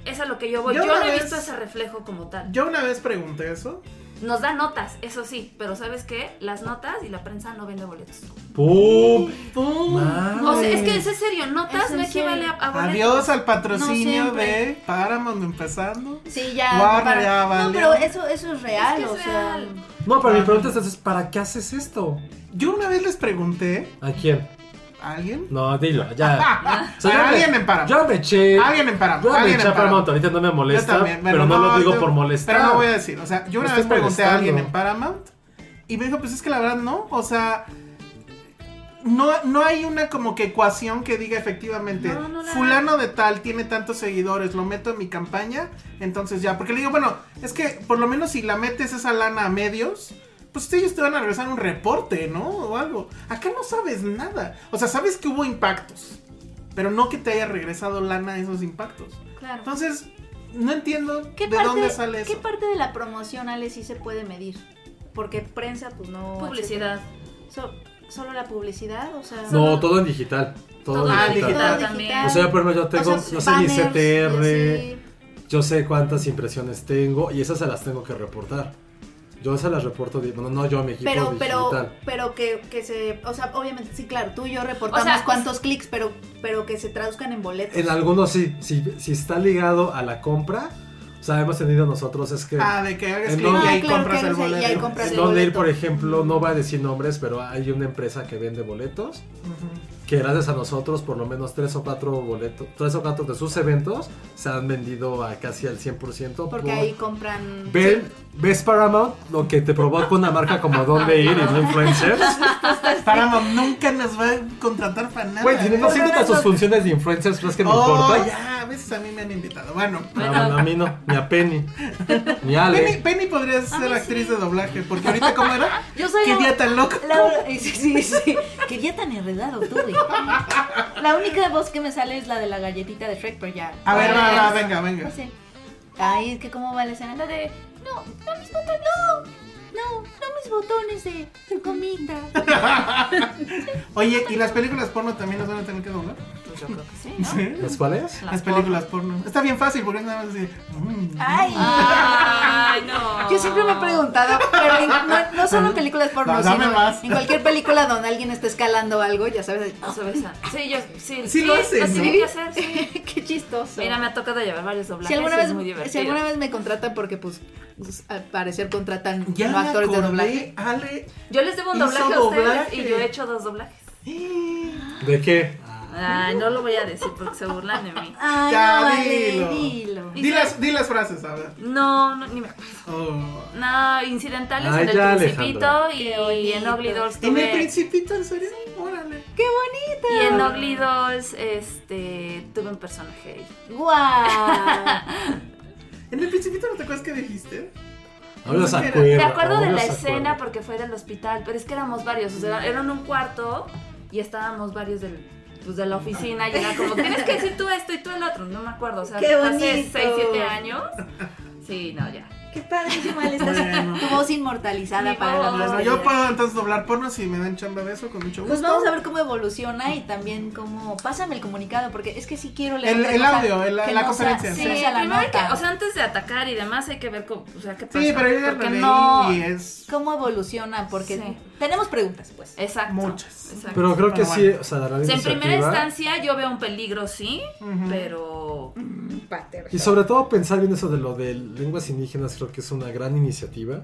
es a lo que yo voy.
Yo
Yo,
una
no he
vez-
visto ese reflejo como tal.
Yo una vez pregunté eso.
Nos da notas, eso sí, pero ¿sabes qué? Las notas y la prensa no vende boletos.
¡Pum! Ah.
¡Pum!
O sea, es que es en serio, notas
Es en
no equivale a, a boletos.
Adiós al patrocinio
No, siempre.
de Paramount empezando.
Sí, ya.
Warner
para-
ya
no,
valió.
pero eso, eso es real,
Es que es
o sea.
real.
No, pero mi pregunta es entonces, ¿para qué haces esto?
Yo una vez les pregunté
¿A quién?
a alguien. Ah,
No, dilo, ya. O sea, yo
a
me-
alguien en Paramount.
Yo me eché.
Alguien en Paramount,
Yo me
alguien
eché
en
a Paramount, ahorita no me
Yo
molesta.
también, bueno,
pero no, lo digo
yo-
por molestar.
Pero no voy a decir, o sea, yo
Me
una vez
estoy
pregunté a alguien en
molestando.
Paramount y me dijo, pues es que la verdad no, o sea, no, no hay una como que ecuación que diga efectivamente,
No, no la
fulano de tal tiene tantos seguidores, lo meto en mi campaña, entonces ya, porque le digo, bueno, es que por lo menos si la metes esa lana a medios... Pues ellos te van a regresar un reporte, ¿no? O algo. Acá no sabes nada. O sea, sabes que hubo impactos. Pero no que te haya regresado lana esos impactos.
Claro.
Entonces, no entiendo
pues, ¿Qué
de
parte,
dónde sale
¿Qué
eso.
parte de la promoción, Ale, sí se puede medir? Porque prensa, pues no.
Publicidad.
So- solo la publicidad, o sea.
No, todo en digital. Todo,
Todo
en
en
digital.
digital.
O sea, por ejemplo, yo tengo, yo sé mi
banners,
CTR,
sí.
yo sé cuántas impresiones tengo y esas se las tengo que reportar. Yo esas las reporto, di- bueno, no yo, mi equipo
Pero, pero,
digital.
pero que, que se, o sea, obviamente, sí, claro, tú y yo reportamos
O sea,
cuántos clics, pero, pero que se traduzcan en boletos.
En algunos sí, si, si está ligado a la compra, o sea, hemos tenido nosotros es que...
Ah, de que hagas
En
clic y
donde-
ahí
Ah, claro,
compras
que
el
no sé, y ahí
boleto.
compras
en
el
donde ir,
boleto.
por ejemplo, no va a decir nombres, pero hay una empresa que vende boletos que gracias a nosotros por lo menos tres o cuatro boletos, tres o cuatro de sus eventos se han vendido a casi al 100%.
Porque
por-
ahí compran.
Ven- ¿Ves Paramount lo que te provoca una marca como Dónde Ir y no Influencers?
Paramount nunca nos va a contratar para nada.
Güey, si no
¿no?
sienten a sus funciones de influencers, ¿crees que me
Oh,
importa?
ya, a veces a mí me han invitado. Bueno,
No, bueno, a mí no, ni a Penny, ni a
Penny,
Ale.
Penny podría ser actriz de doblaje, porque ahorita, ¿cómo era?
Yo soy
Qué
la-
día tan loco.
La- sí, sí, sí. Qué día tan enredado tuve. La única voz que me sale es la de la galletita de Shrek, pero ya.
A ver, va, va,
Pues,
venga, venga.
no sé. Ay, es que cómo va la escena. La de. No, no mis botones. No, no, no mis botones de comida.
Oye, ¿y las películas porno también las van a tener que doblar?
Pues yo creo que sí, ¿no?
¿Las cuales?
Las películas porno. Está bien fácil, porque es nada más así. mm.
Ay.
Ay, no.
Yo siempre me he preguntado, pero en- no, no solo en películas porno,
No, dame
sino
más.
en cualquier película donde alguien está escalando algo, ya sabes.
O sea, esa- Sí, yo, sí,
Sí lo hacen,
sí,
¿no?
que hacer, sí.
Qué chistoso.
Mira, me ha tocado llevar varios doblajes.
si alguna
y es
vez
muy divertido.
si alguna vez me contratan porque pues, pues, al parecer contratan
Ya
no
me
actores de
acordé,
doblaje
Ale.
Yo les debo un
Hizo
doblaje a ustedes
doblaje. Ah,
y yo he hecho dos doblajes.
Ah.
¿De qué?
Ay, no lo voy a decir porque se burlan de mí.
ay
Ya,
no vale,
dilo.
dilo
Di las, di las frases, a ver.
No, no, ni me acuerdo.
Oh.
No, incidentales
Ay,
en el
ya,
Principito
Alejandra.
y,
Qué
y en
bonito.
Ugly Dolls.
¿En el
tuve-
principito, en serio? Órale.
qué bonito
y en Ugly Dolls, este, tuve un personaje ahí.
guau
¿En el principito no te acuerdas que dijiste?
Ahora se
Me
acuerda.
Me acuerdo de
ahora
la
se
escena
acuerda.
porque fue del hospital, pero es que éramos varios, o sea, eran un cuarto y estábamos varios del, pues, de la oficina y era como, tienes que decir tú esto y tú el otro, no me acuerdo, o sea,
Qué
hace
bonito.
6, 7 años. Sí, no, ya.
Qué padrísimo, él estás tu voz inmortalizada
Mi
para la
voz.
posteridad.
Yo puedo entonces doblar porno si me dan chamba de eso, con mucho gusto.
Pues vamos a ver cómo evoluciona y también cómo. Pásame el comunicado, porque es que sí quiero leer.
El-
otra
el
cosa
audio, el-
que
la
no
conferencia,
sea-
sí.
que no sea la
primero hay
nota.
que, o sea, antes de atacar y demás hay que ver cómo, o sea, qué pasa.
Sí, pero yo ya
Porque
leí
no.
y es
cómo evoluciona, porque
Sí.
tenemos preguntas, pues.
Exacto.
muchas.
exacto.
Pero creo que
Pero
sí,
bueno.
o sea, la
O sea, en primera
iniciativa-
instancia yo veo un peligro, sí, pero
Y sobre todo pensar bien eso de lo de lenguas indígenas, creo que es una gran iniciativa.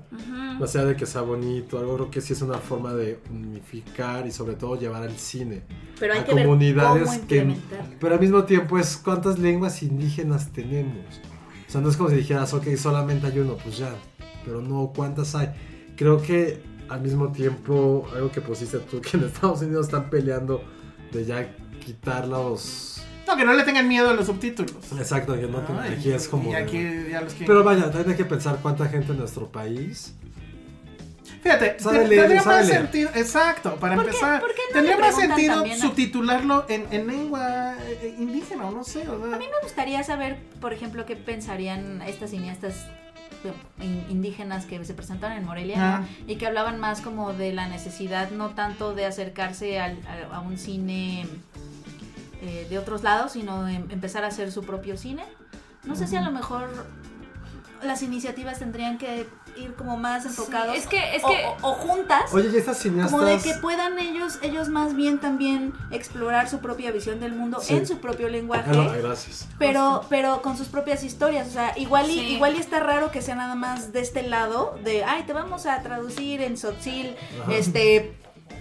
Más allá de que sea bonito, algo creo que sí es una forma de unificar y sobre todo llevar al cine
Pero hay
a
que ver
comunidades
cómo
que...
implementarlo.
Pero al mismo tiempo es cuántas lenguas indígenas tenemos. O sea, no es como si dijeras, ok, solamente hay uno, pues ya. Pero no, ¿cuántas hay? Creo que al mismo tiempo, algo que pusiste tú, que en Estados Unidos están peleando de ya quitar los...
No, que no le tengan miedo a los subtítulos.
Exacto, que no,
Ah,
te- aquí es como...
Y
de-
aquí ya los quieren.
pero vaya, también hay que pensar cuánta gente en nuestro país.
Fíjate,
Sabe
te-
leer,
tendría
sabe
más
leer.
sentido, exacto, para
¿Por qué-
empezar,
por qué no
tendría
le
más
preguntan
sentido
también a-
subtitularlo en, en lengua eh, indígena o no sé, o sea,
A mí me gustaría saber, por ejemplo, qué pensarían estas cineastas eh, in- indígenas que se presentaron en Morelia
Ah.
¿no? y que hablaban más como de la necesidad no tanto de acercarse al- a, a un cine eh, de otros lados, sino em- empezar a hacer su propio cine. No sé si a lo mejor las iniciativas tendrían que ir como más enfocados
es que- es
o-
que-
o, o juntas
Oye, y estas
como de
cineastas.
que puedan ellos ellos más bien también explorar su propia visión del mundo
Sí.
en su propio lenguaje
Ah, no, gracias.
pero, pero con sus propias historias. O sea, igual y,
Sí.
igual y está raro que sea nada más de este lado, de, ay, te vamos a traducir en Sotzil,
Ajá.
este,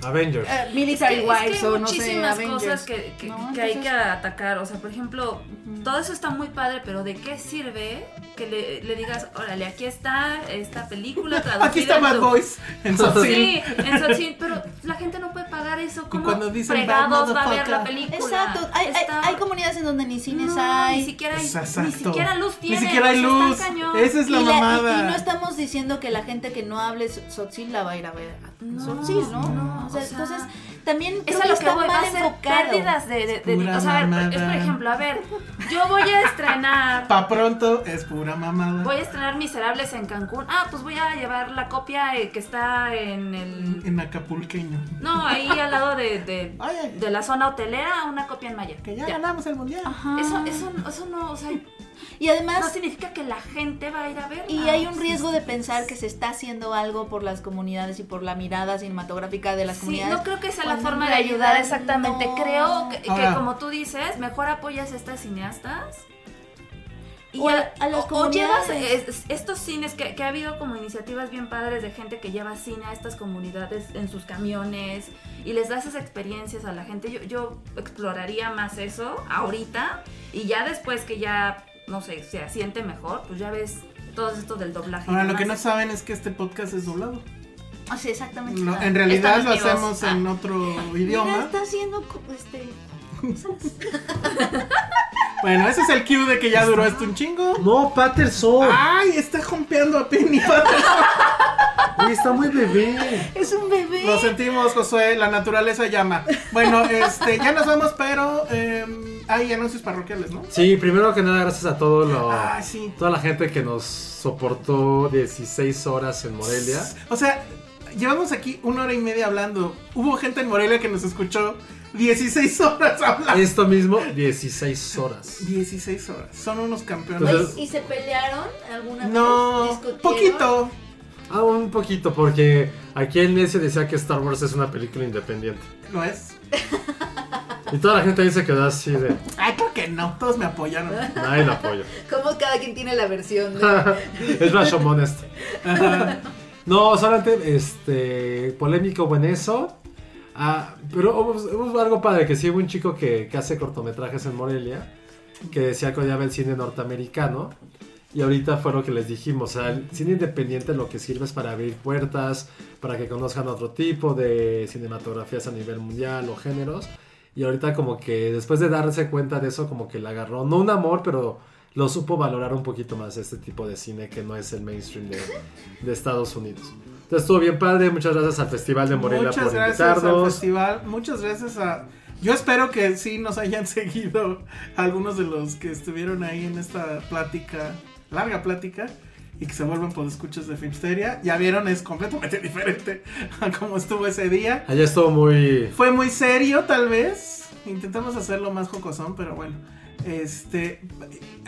Avengers.
eh,
Es
Military
que- es que
Wives
hay
o no sé,
muchísimas
Avengers.
cosas que, que-
No,
que hay que
entonces-
atacar. O sea, por ejemplo, todo eso está muy padre, pero ¿de qué sirve que le, le digas, órale, aquí está esta película traducida?
aquí está
en
Bad
tu-
Boys en Sotzil.
Sí, en Xochitl, pero la gente no puede pagar eso. ¿Cómo
cuando dicen
fregados
Bad
va a ver la
Motherfucker.
película?
Exacto, hay, hay-
Está-
hay comunidades en donde ni cines
No,
hay.
Ni siquiera, hay,
Exacto.
ni siquiera luz tiene.
Ni siquiera hay luz. Esa es la
y, la- y-
mamada.
y no estamos diciendo que la gente que no hable Sotzil la va a ir a ver. a
No,
Sotzil, ¿no?
no,
o sea,
o sea,
entonces también creo
Es a lo que
está
voy, va
mal
a ser
enfocado.
pérdidas de... de- de-
Pura
o sea, a ver, es por
mamada.
ejemplo, a ver, yo voy a estrenar...
Pa pronto es pura mamada.
Voy a estrenar Miserables en Cancún. Ah, pues voy a llevar la copia eh, que está en el
En acapulqueño.
No, ahí al lado de, de,
Ay, ay.
de la zona hotelera, una copia en maya.
Que ya,
Ya.
ganamos el mundial.
Ah.
Eso, eso, eso no, o sea,
Y además,
no significa que la gente va a ir a ver.
Y
Ah,
hay un
sí.
riesgo de pensar que se está haciendo algo por las comunidades y por la mirada cinematográfica de las
Sí,
comunidades.
no creo que sea la
cuando en
forma de
realidad
ayudar exactamente.
no.
Creo que, que
Ahora.
como tú dices, mejor apoyas a estas cineastas.
O a- a las
o- o llevas,
comunidades.
es- estos cines que, que ha habido como iniciativas bien padres de gente que lleva cine a estas comunidades en sus camiones y les da esas experiencias a la gente. Yo, yo exploraría más eso ahorita y ya después que ya, no sé, se asiente mejor, pues ya ves todo esto del doblaje. y
Ahora, lo
demás.
que no saben es que este podcast es doblado.
Ah, sí, exactamente.
No,
Ah,
en realidad lo
Están Ah. metidos.
hacemos en otro
mira,
idioma.
está haciendo co- este.
Bueno, ese es el cue de que ya duró esto un chingo.
No, Patterson.
¡Ay! Está jompeando a Penny.
Oye, está muy bebé.
Es un bebé.
Lo sentimos, Josué, la naturaleza llama. Bueno, este, ya nos vamos, pero eh, hay anuncios parroquiales, ¿no?
Sí, primero que nada, gracias a todo lo,
Ah, sí.
toda la gente que nos soportó 16 horas en Morelia.
O sea, llevamos aquí una hora y media hablando. Hubo gente en Morelia que nos escuchó 16 horas hablando.
Esto mismo, 16 horas.
16 horas. Son unos campeones.
Entonces-
¿Y se pelearon
Pues,
alguna vez?
Pues no,
pues, ¿Discutieron?
poquito.
Ah, un poquito, porque aquí el necio decía que Star Wars es una película independiente.
¿No es?
Y toda la gente ahí se quedó así de.
Ay, creo que no. Todos me apoyaron.
Nadie la apoya.
¿Cómo cada quien tiene la versión? De...
es Rashomon esto. no, solamente este, polémico en eso. Ah, pero hubo, hubo algo padre que sí hubo un chico que, que hace cortometrajes en Morelia que decía que odiaba el cine norteamericano. Y ahorita fue lo que les dijimos. O sea, el cine independiente lo que sirve es para abrir puertas, para que conozcan otro tipo de cinematografías a nivel mundial o géneros. Y ahorita como que después de darse cuenta de eso, como que le agarró, no un amor, pero lo supo valorar un poquito más este tipo de cine que no es el mainstream de, de Estados Unidos. Entonces estuvo bien padre, muchas gracias al Festival de Morelia
Muchas
por
gracias al
invitarnos.
festival. Muchas gracias a. Yo espero que sí nos hayan seguido algunos de los que estuvieron ahí en esta plática, larga plática. y que se vuelvan podescuchas de Filmsteria. Ya vieron, es completamente diferente a cómo estuvo ese día.
Allá estuvo muy.
Fue muy serio, tal vez. Intentamos hacerlo más jocosón, pero bueno. Este,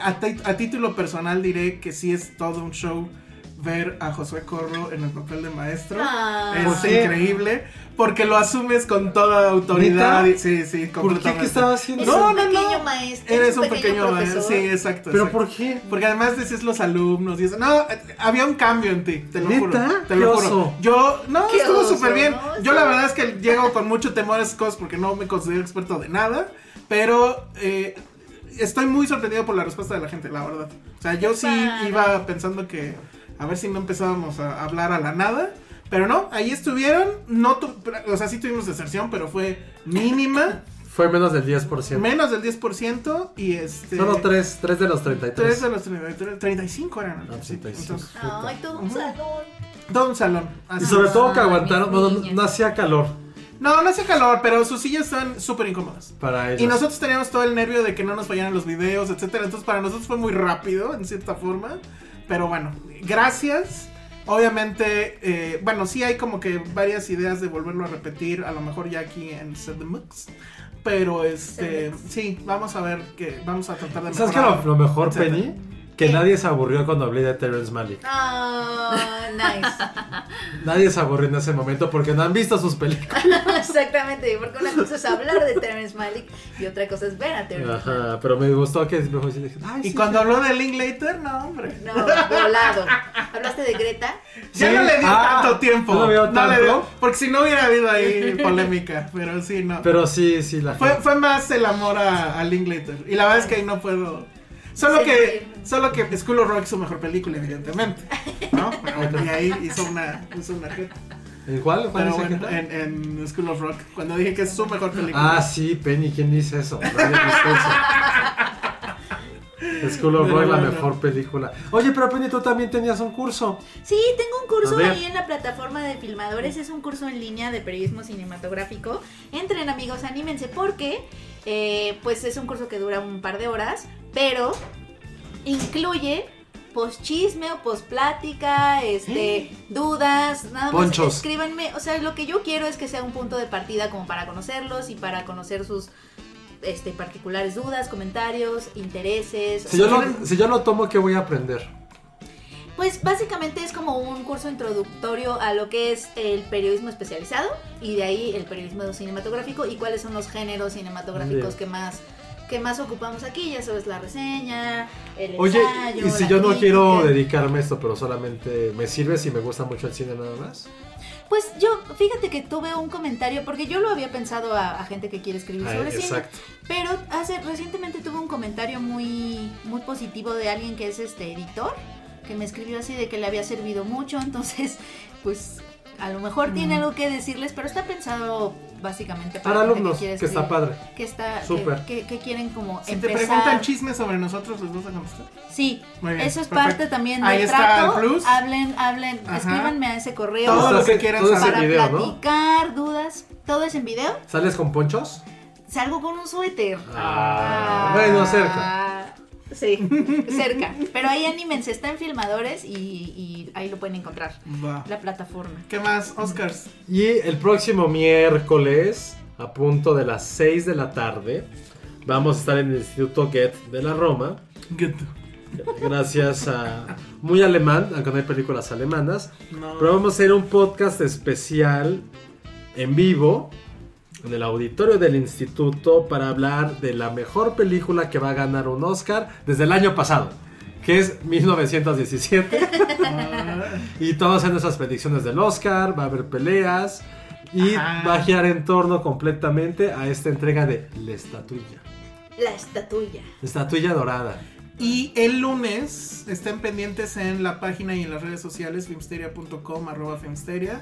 a, ti- a título personal diré que sí es todo un show ver a Josué Corro en el papel de maestro.
Ah.
es
¿Por qué?
increíble porque lo asumes con toda autoridad.
¿Neta?
Sí, sí,
¿Por qué?
completamente.
¿Qué estaba
Es
haciendo?
No,
un
no, no.
pequeño maestro.
Eres un pequeño maestro. Sí,
profesor.
exacto.
¿Pero
exacto.
por qué?
Porque además decías los alumnos y eso. No, eh, había un cambio en ti, te lo
¿Neta?
juro. Te
Qué
lo
oso.
juro. Yo, no,
Qué
estuvo
oso,
súper bien.
¿no?
Yo la verdad es que llego con mucho temor a esas cosas porque no me considero experto de nada. Pero eh, estoy muy sorprendido por la respuesta de la gente, la verdad. O sea, yo sí
padre.
iba pensando que a ver si no empezábamos a hablar a la nada. Pero no, ahí estuvieron. No tu- o sea, sí tuvimos deserción, pero fue mínima.
Fue menos del 10%.
menos del 10% y este...
Solo 3, 3 de los
3
33.
de los 33, 35 eran.
Ah, 35.
Entonces,
Ay, todo un
Ujú.
salón.
todo un salón. Así
Y sobre
es.
todo que aguantaron,
mis
no, no,
niñas.
no hacía calor
No, no hace calor, pero sus sillas están súper incómodas.
para ellos.
Y nosotros teníamos todo el nervio de que no nos fallaran los videos, etcétera. Entonces para nosotros fue muy rápido, en cierta forma. Pero bueno, gracias. Obviamente, eh, bueno, sí hay como que varias ideas de volverlo a repetir, a lo mejor ya aquí en Set the Mux. Pero este, sí, vamos a ver que vamos a tratar de
¿Sabes qué
mejorar.
lo, lo mejor,
etcétera.
Penny? Que
¿Qué?
nadie se aburrió cuando hablé de Terrence Malick.
Ah, nice.
Nadie se aburrió en ese momento porque no han visto sus películas.
Exactamente, porque una cosa es hablar de Terrence Malick y otra cosa es ver a Terrence Malick.
Ajá, pero me gustó que me dije, ay,
Y
sí,
cuando habló de Linklater, no, hombre.
No, volado. ¿Hablaste de Greta?
Ya
Sí.
no le dio
Ah,
tanto tiempo.
no le dio tanto.
porque si no hubiera habido ahí polémica, pero sí, no.
Pero sí, sí, la
fue,
gente.
fue más el amor a, a Linklater. Y la verdad es que ahí no puedo. Solo
Sí,
que,
sí.
solo que School of Rock es su mejor película, evidentemente. ¿No? Pero bueno, y ahí hizo una, hizo una jeta.
¿En cuál? ¿Cuál
Pero
dice
bueno,
que tal?
en, en School of Rock, cuando dije que es su mejor película.
Ah, sí, Penny, ¿quién dice eso? Nadie dice eso. School of
Pero
Rock, la
bueno.
mejor película. Oye, pero Penny, tú también tenías un curso.
Sí, tengo un curso
A ver.
ahí en la plataforma de filmadores. Es un curso en línea de periodismo cinematográfico. Entren amigos, anímense porque eh, pues es un curso que dura un par de horas, pero incluye post-chisme o post-plática, este, dudas, nada
¿Eh? Ponchos.
más escríbanme. O sea, lo que yo quiero es que sea un punto de partida como para conocerlos y para conocer sus este, particulares dudas, comentarios, intereses.
Si yo,
Escriban-
lo, si yo lo tomo, ¿qué voy a aprender?
pues básicamente es como un curso introductorio a lo que es el periodismo especializado y de ahí el periodismo cinematográfico y cuáles son los géneros
Bien.
cinematográficos que más que más ocupamos aquí, ya sabes, la reseña, el
Oye,
ensayo,
y si
Ah, la
yo no quiero
crítica.
dedicarme a esto, pero solamente me sirve si me gusta mucho el cine nada más.
Pues yo, fíjate que tuve un comentario, porque yo lo había pensado a, a gente que quiere escribir
Ah,
sobre cine,
exacto.
pero hace, recientemente tuve un comentario muy, muy positivo de alguien que es este editor, que me escribió así de que le había servido mucho, entonces, pues a lo mejor tiene algo que decirles, pero está pensado básicamente
Para
gente
alumnos, que
quiere
está
escribir,
padre.
que está,
Súper.
que, que- que quieren como
Si te
empezar.
preguntan chismes sobre nosotros, les vas a contestar.
sí,
Muy bien,
eso es
perfecto.
parte también del
Ahí está el
trato.
plus.
Hablen, hablen,
Ajá.
escríbanme a ese correo.
Todo lo
Entonces,
que quieran
todo ese
Para
saber.
video, ¿no?
platicar, dudas, todo es en video.
¿Sales con ponchos?
Salgo con un suéter.
Ah, bueno,
cerca. Sí, cerca. Pero ahí anímense, está en filmadores y, y ahí lo pueden encontrar.
Va.
La plataforma.
¿Qué más, Oscars?
Y el próximo miércoles, a punto de las 6 de la tarde, vamos a estar en el Instituto Get de la Roma. Gracias a muy alemán, aunque no hay películas alemanas.
No.
Pero vamos a hacer un podcast especial en vivo en el auditorio del instituto para hablar de la mejor película que va a ganar un Oscar desde el año pasado, que es 1917.
Ah.
y todas en nuestras predicciones del Oscar, va a haber peleas y
Ajá.
va a girar en torno completamente a esta entrega de la estatuilla,
La estatuilla.
la estatuilla dorada.
Y el lunes estén pendientes en la página y en las redes sociales filmsteria.com arroba filmsteria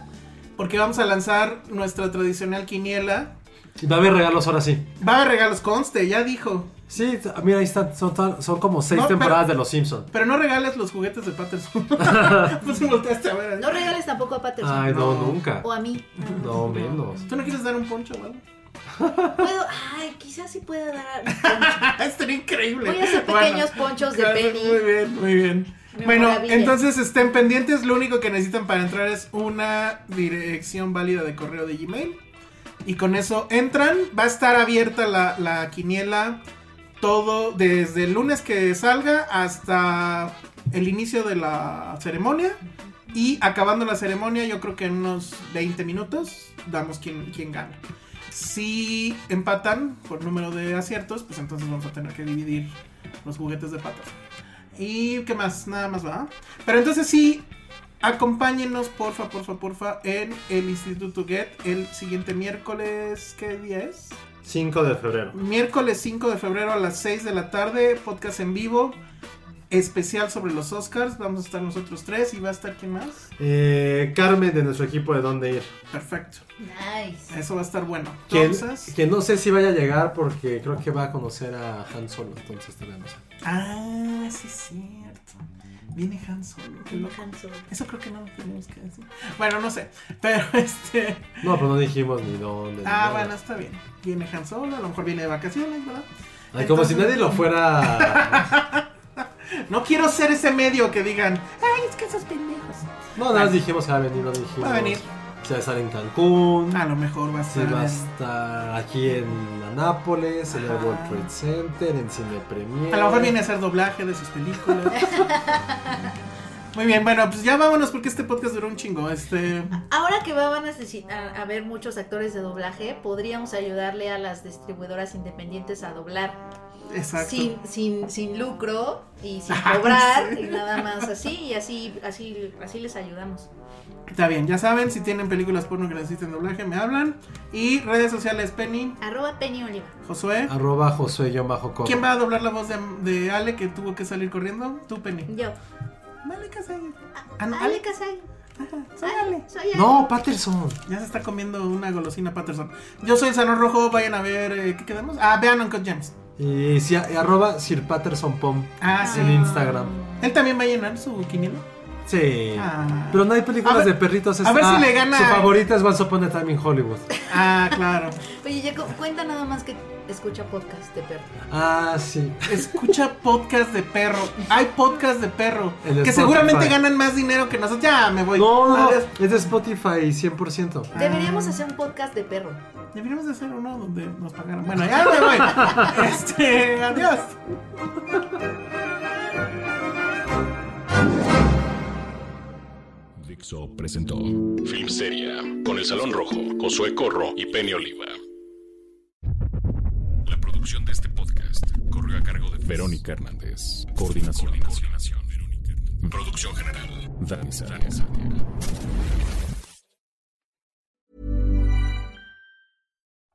porque vamos a lanzar nuestra tradicional quiniela.
Y va a haber regalos ahora sí.
Va a haber regalos, conste, ya dijo.
Sí, t- mira, ahí están, son, tan- son como seis
No, pero-
temporadas de Los Simpsons.
Pero no regales los juguetes de Patterson. pues me volteaste a ver.
No regales tampoco a Patterson.
Ay, no,
No.
nunca.
O a mí.
No, menos.
¿Tú no quieres dar un poncho, güey?
Puedo. Ay, quizás sí pueda dar.
Estaría increíble.
Voy a hacer pequeños ponchos de
claro,
Penny.
Muy bien, muy bien.
Me
Bueno,
maravilla.
entonces estén pendientes. Lo único que necesitan para entrar es una dirección válida de correo de Gmail. Y con eso entran. Va a estar abierta la, la quiniela todo desde el lunes que salga hasta el inicio de la ceremonia. Y acabando la ceremonia, yo creo que en unos 20 minutos damos quién, quién gana. Si empatan por número de aciertos, pues entonces vamos a tener que dividir los juguetes de patas. Y qué más, nada más va. Pero entonces sí, acompáñenos porfa, porfa, porfa en el Instituto Get el siguiente miércoles, ¿qué día es?
5 de febrero.
Miércoles 5 de febrero a las 6 de la tarde, podcast en vivo, especial sobre los Oscars. Vamos a estar nosotros tres y va a estar quién más.
Eh, Carmen de nuestro equipo de dónde ir.
Perfecto,
Nice.
eso va a estar bueno.
Que,
Entonces,
que no sé si vaya a llegar porque creo que va a conocer a Han Solo, entonces tenemos.
ah, sí, es cierto. Viene Han Solo, qué loco.
Han Solo.
Eso creo que no lo tenemos que decir. Bueno, no sé, pero este.
No, pero no dijimos ni dónde. ni
Ah,
nada.
bueno, está bien. Viene Han Solo, a lo mejor viene de vacaciones, ¿verdad?
Ay, como si nadie lo fuera.
No quiero ser ese medio que digan, ay, es que esos pendejos.
No, nada más dijimos que va a venir, no dijimos.
Va a venir.
Se va a estar en Cancún.
A lo mejor va a
Se
ser.
va a estar aquí en Anápolis, en el World Trade Center, en Cine Premier.
A lo mejor viene a hacer doblaje de sus películas. Muy bien, bueno, pues ya vámonos porque este podcast duró un chingo. Este.
Ahora que va- van a necesitar a ver muchos actores de doblaje, podríamos ayudarle a las distribuidoras independientes a doblar
Exacto.
sin, sin, sin lucro y sin
Ay,
cobrar
sí.
y nada más así y así así así les ayudamos.
Está bien, ya saben, si tienen películas porno que necesiten doblaje, me hablan. Y redes sociales, Penny,
Arroba Penny Oliva.
Josué.
Arroba Josué-Coco.
¿Quién va a doblar la voz de, de Ale que tuvo que salir corriendo? Tú, Penny.
Yo.
Vale, Casey. Ah, no,
Ale
Ale.
Casay.
Soy Ale.
Soy Ale.
No, Patterson.
Ya se está comiendo una golosina Patterson. Yo soy Salón Rojo, vayan a ver. eh, ¿Qué quedamos? Ah, vean Uncut James.
Y sí, arroba Sir Patterson Pom
Ah, sí.
en Instagram.
Él también va a llenar su quiniela.
Sí.
Ah.
Pero no hay películas
A ver-
de perritos. es-
a ver si le gana-
Su favorita es Once Upon a Time in Hollywood.
Ah, claro.
Oye, ya cu- cuenta nada más que escucha podcast de perro.
Ah, sí.
Escucha podcast de perro. Hay podcast de perro.
El de
que
Spotify.
seguramente ganan más dinero que nosotros. Ya me voy.
No, no, no,
Adiós.
es de Spotify 100%.
Ah.
Deberíamos hacer un podcast de perro.
Deberíamos de hacer uno donde nos pagaran. Bueno, ya me voy. Este, adiós.
Dixo presentó Film Seria con El Salón Rojo, Josué Corro y Penny Oliva. La producción de este podcast corrió a cargo de Verónica Hernández. Coordinación. Verónica Hernández. Producción general. Dani Sánchez.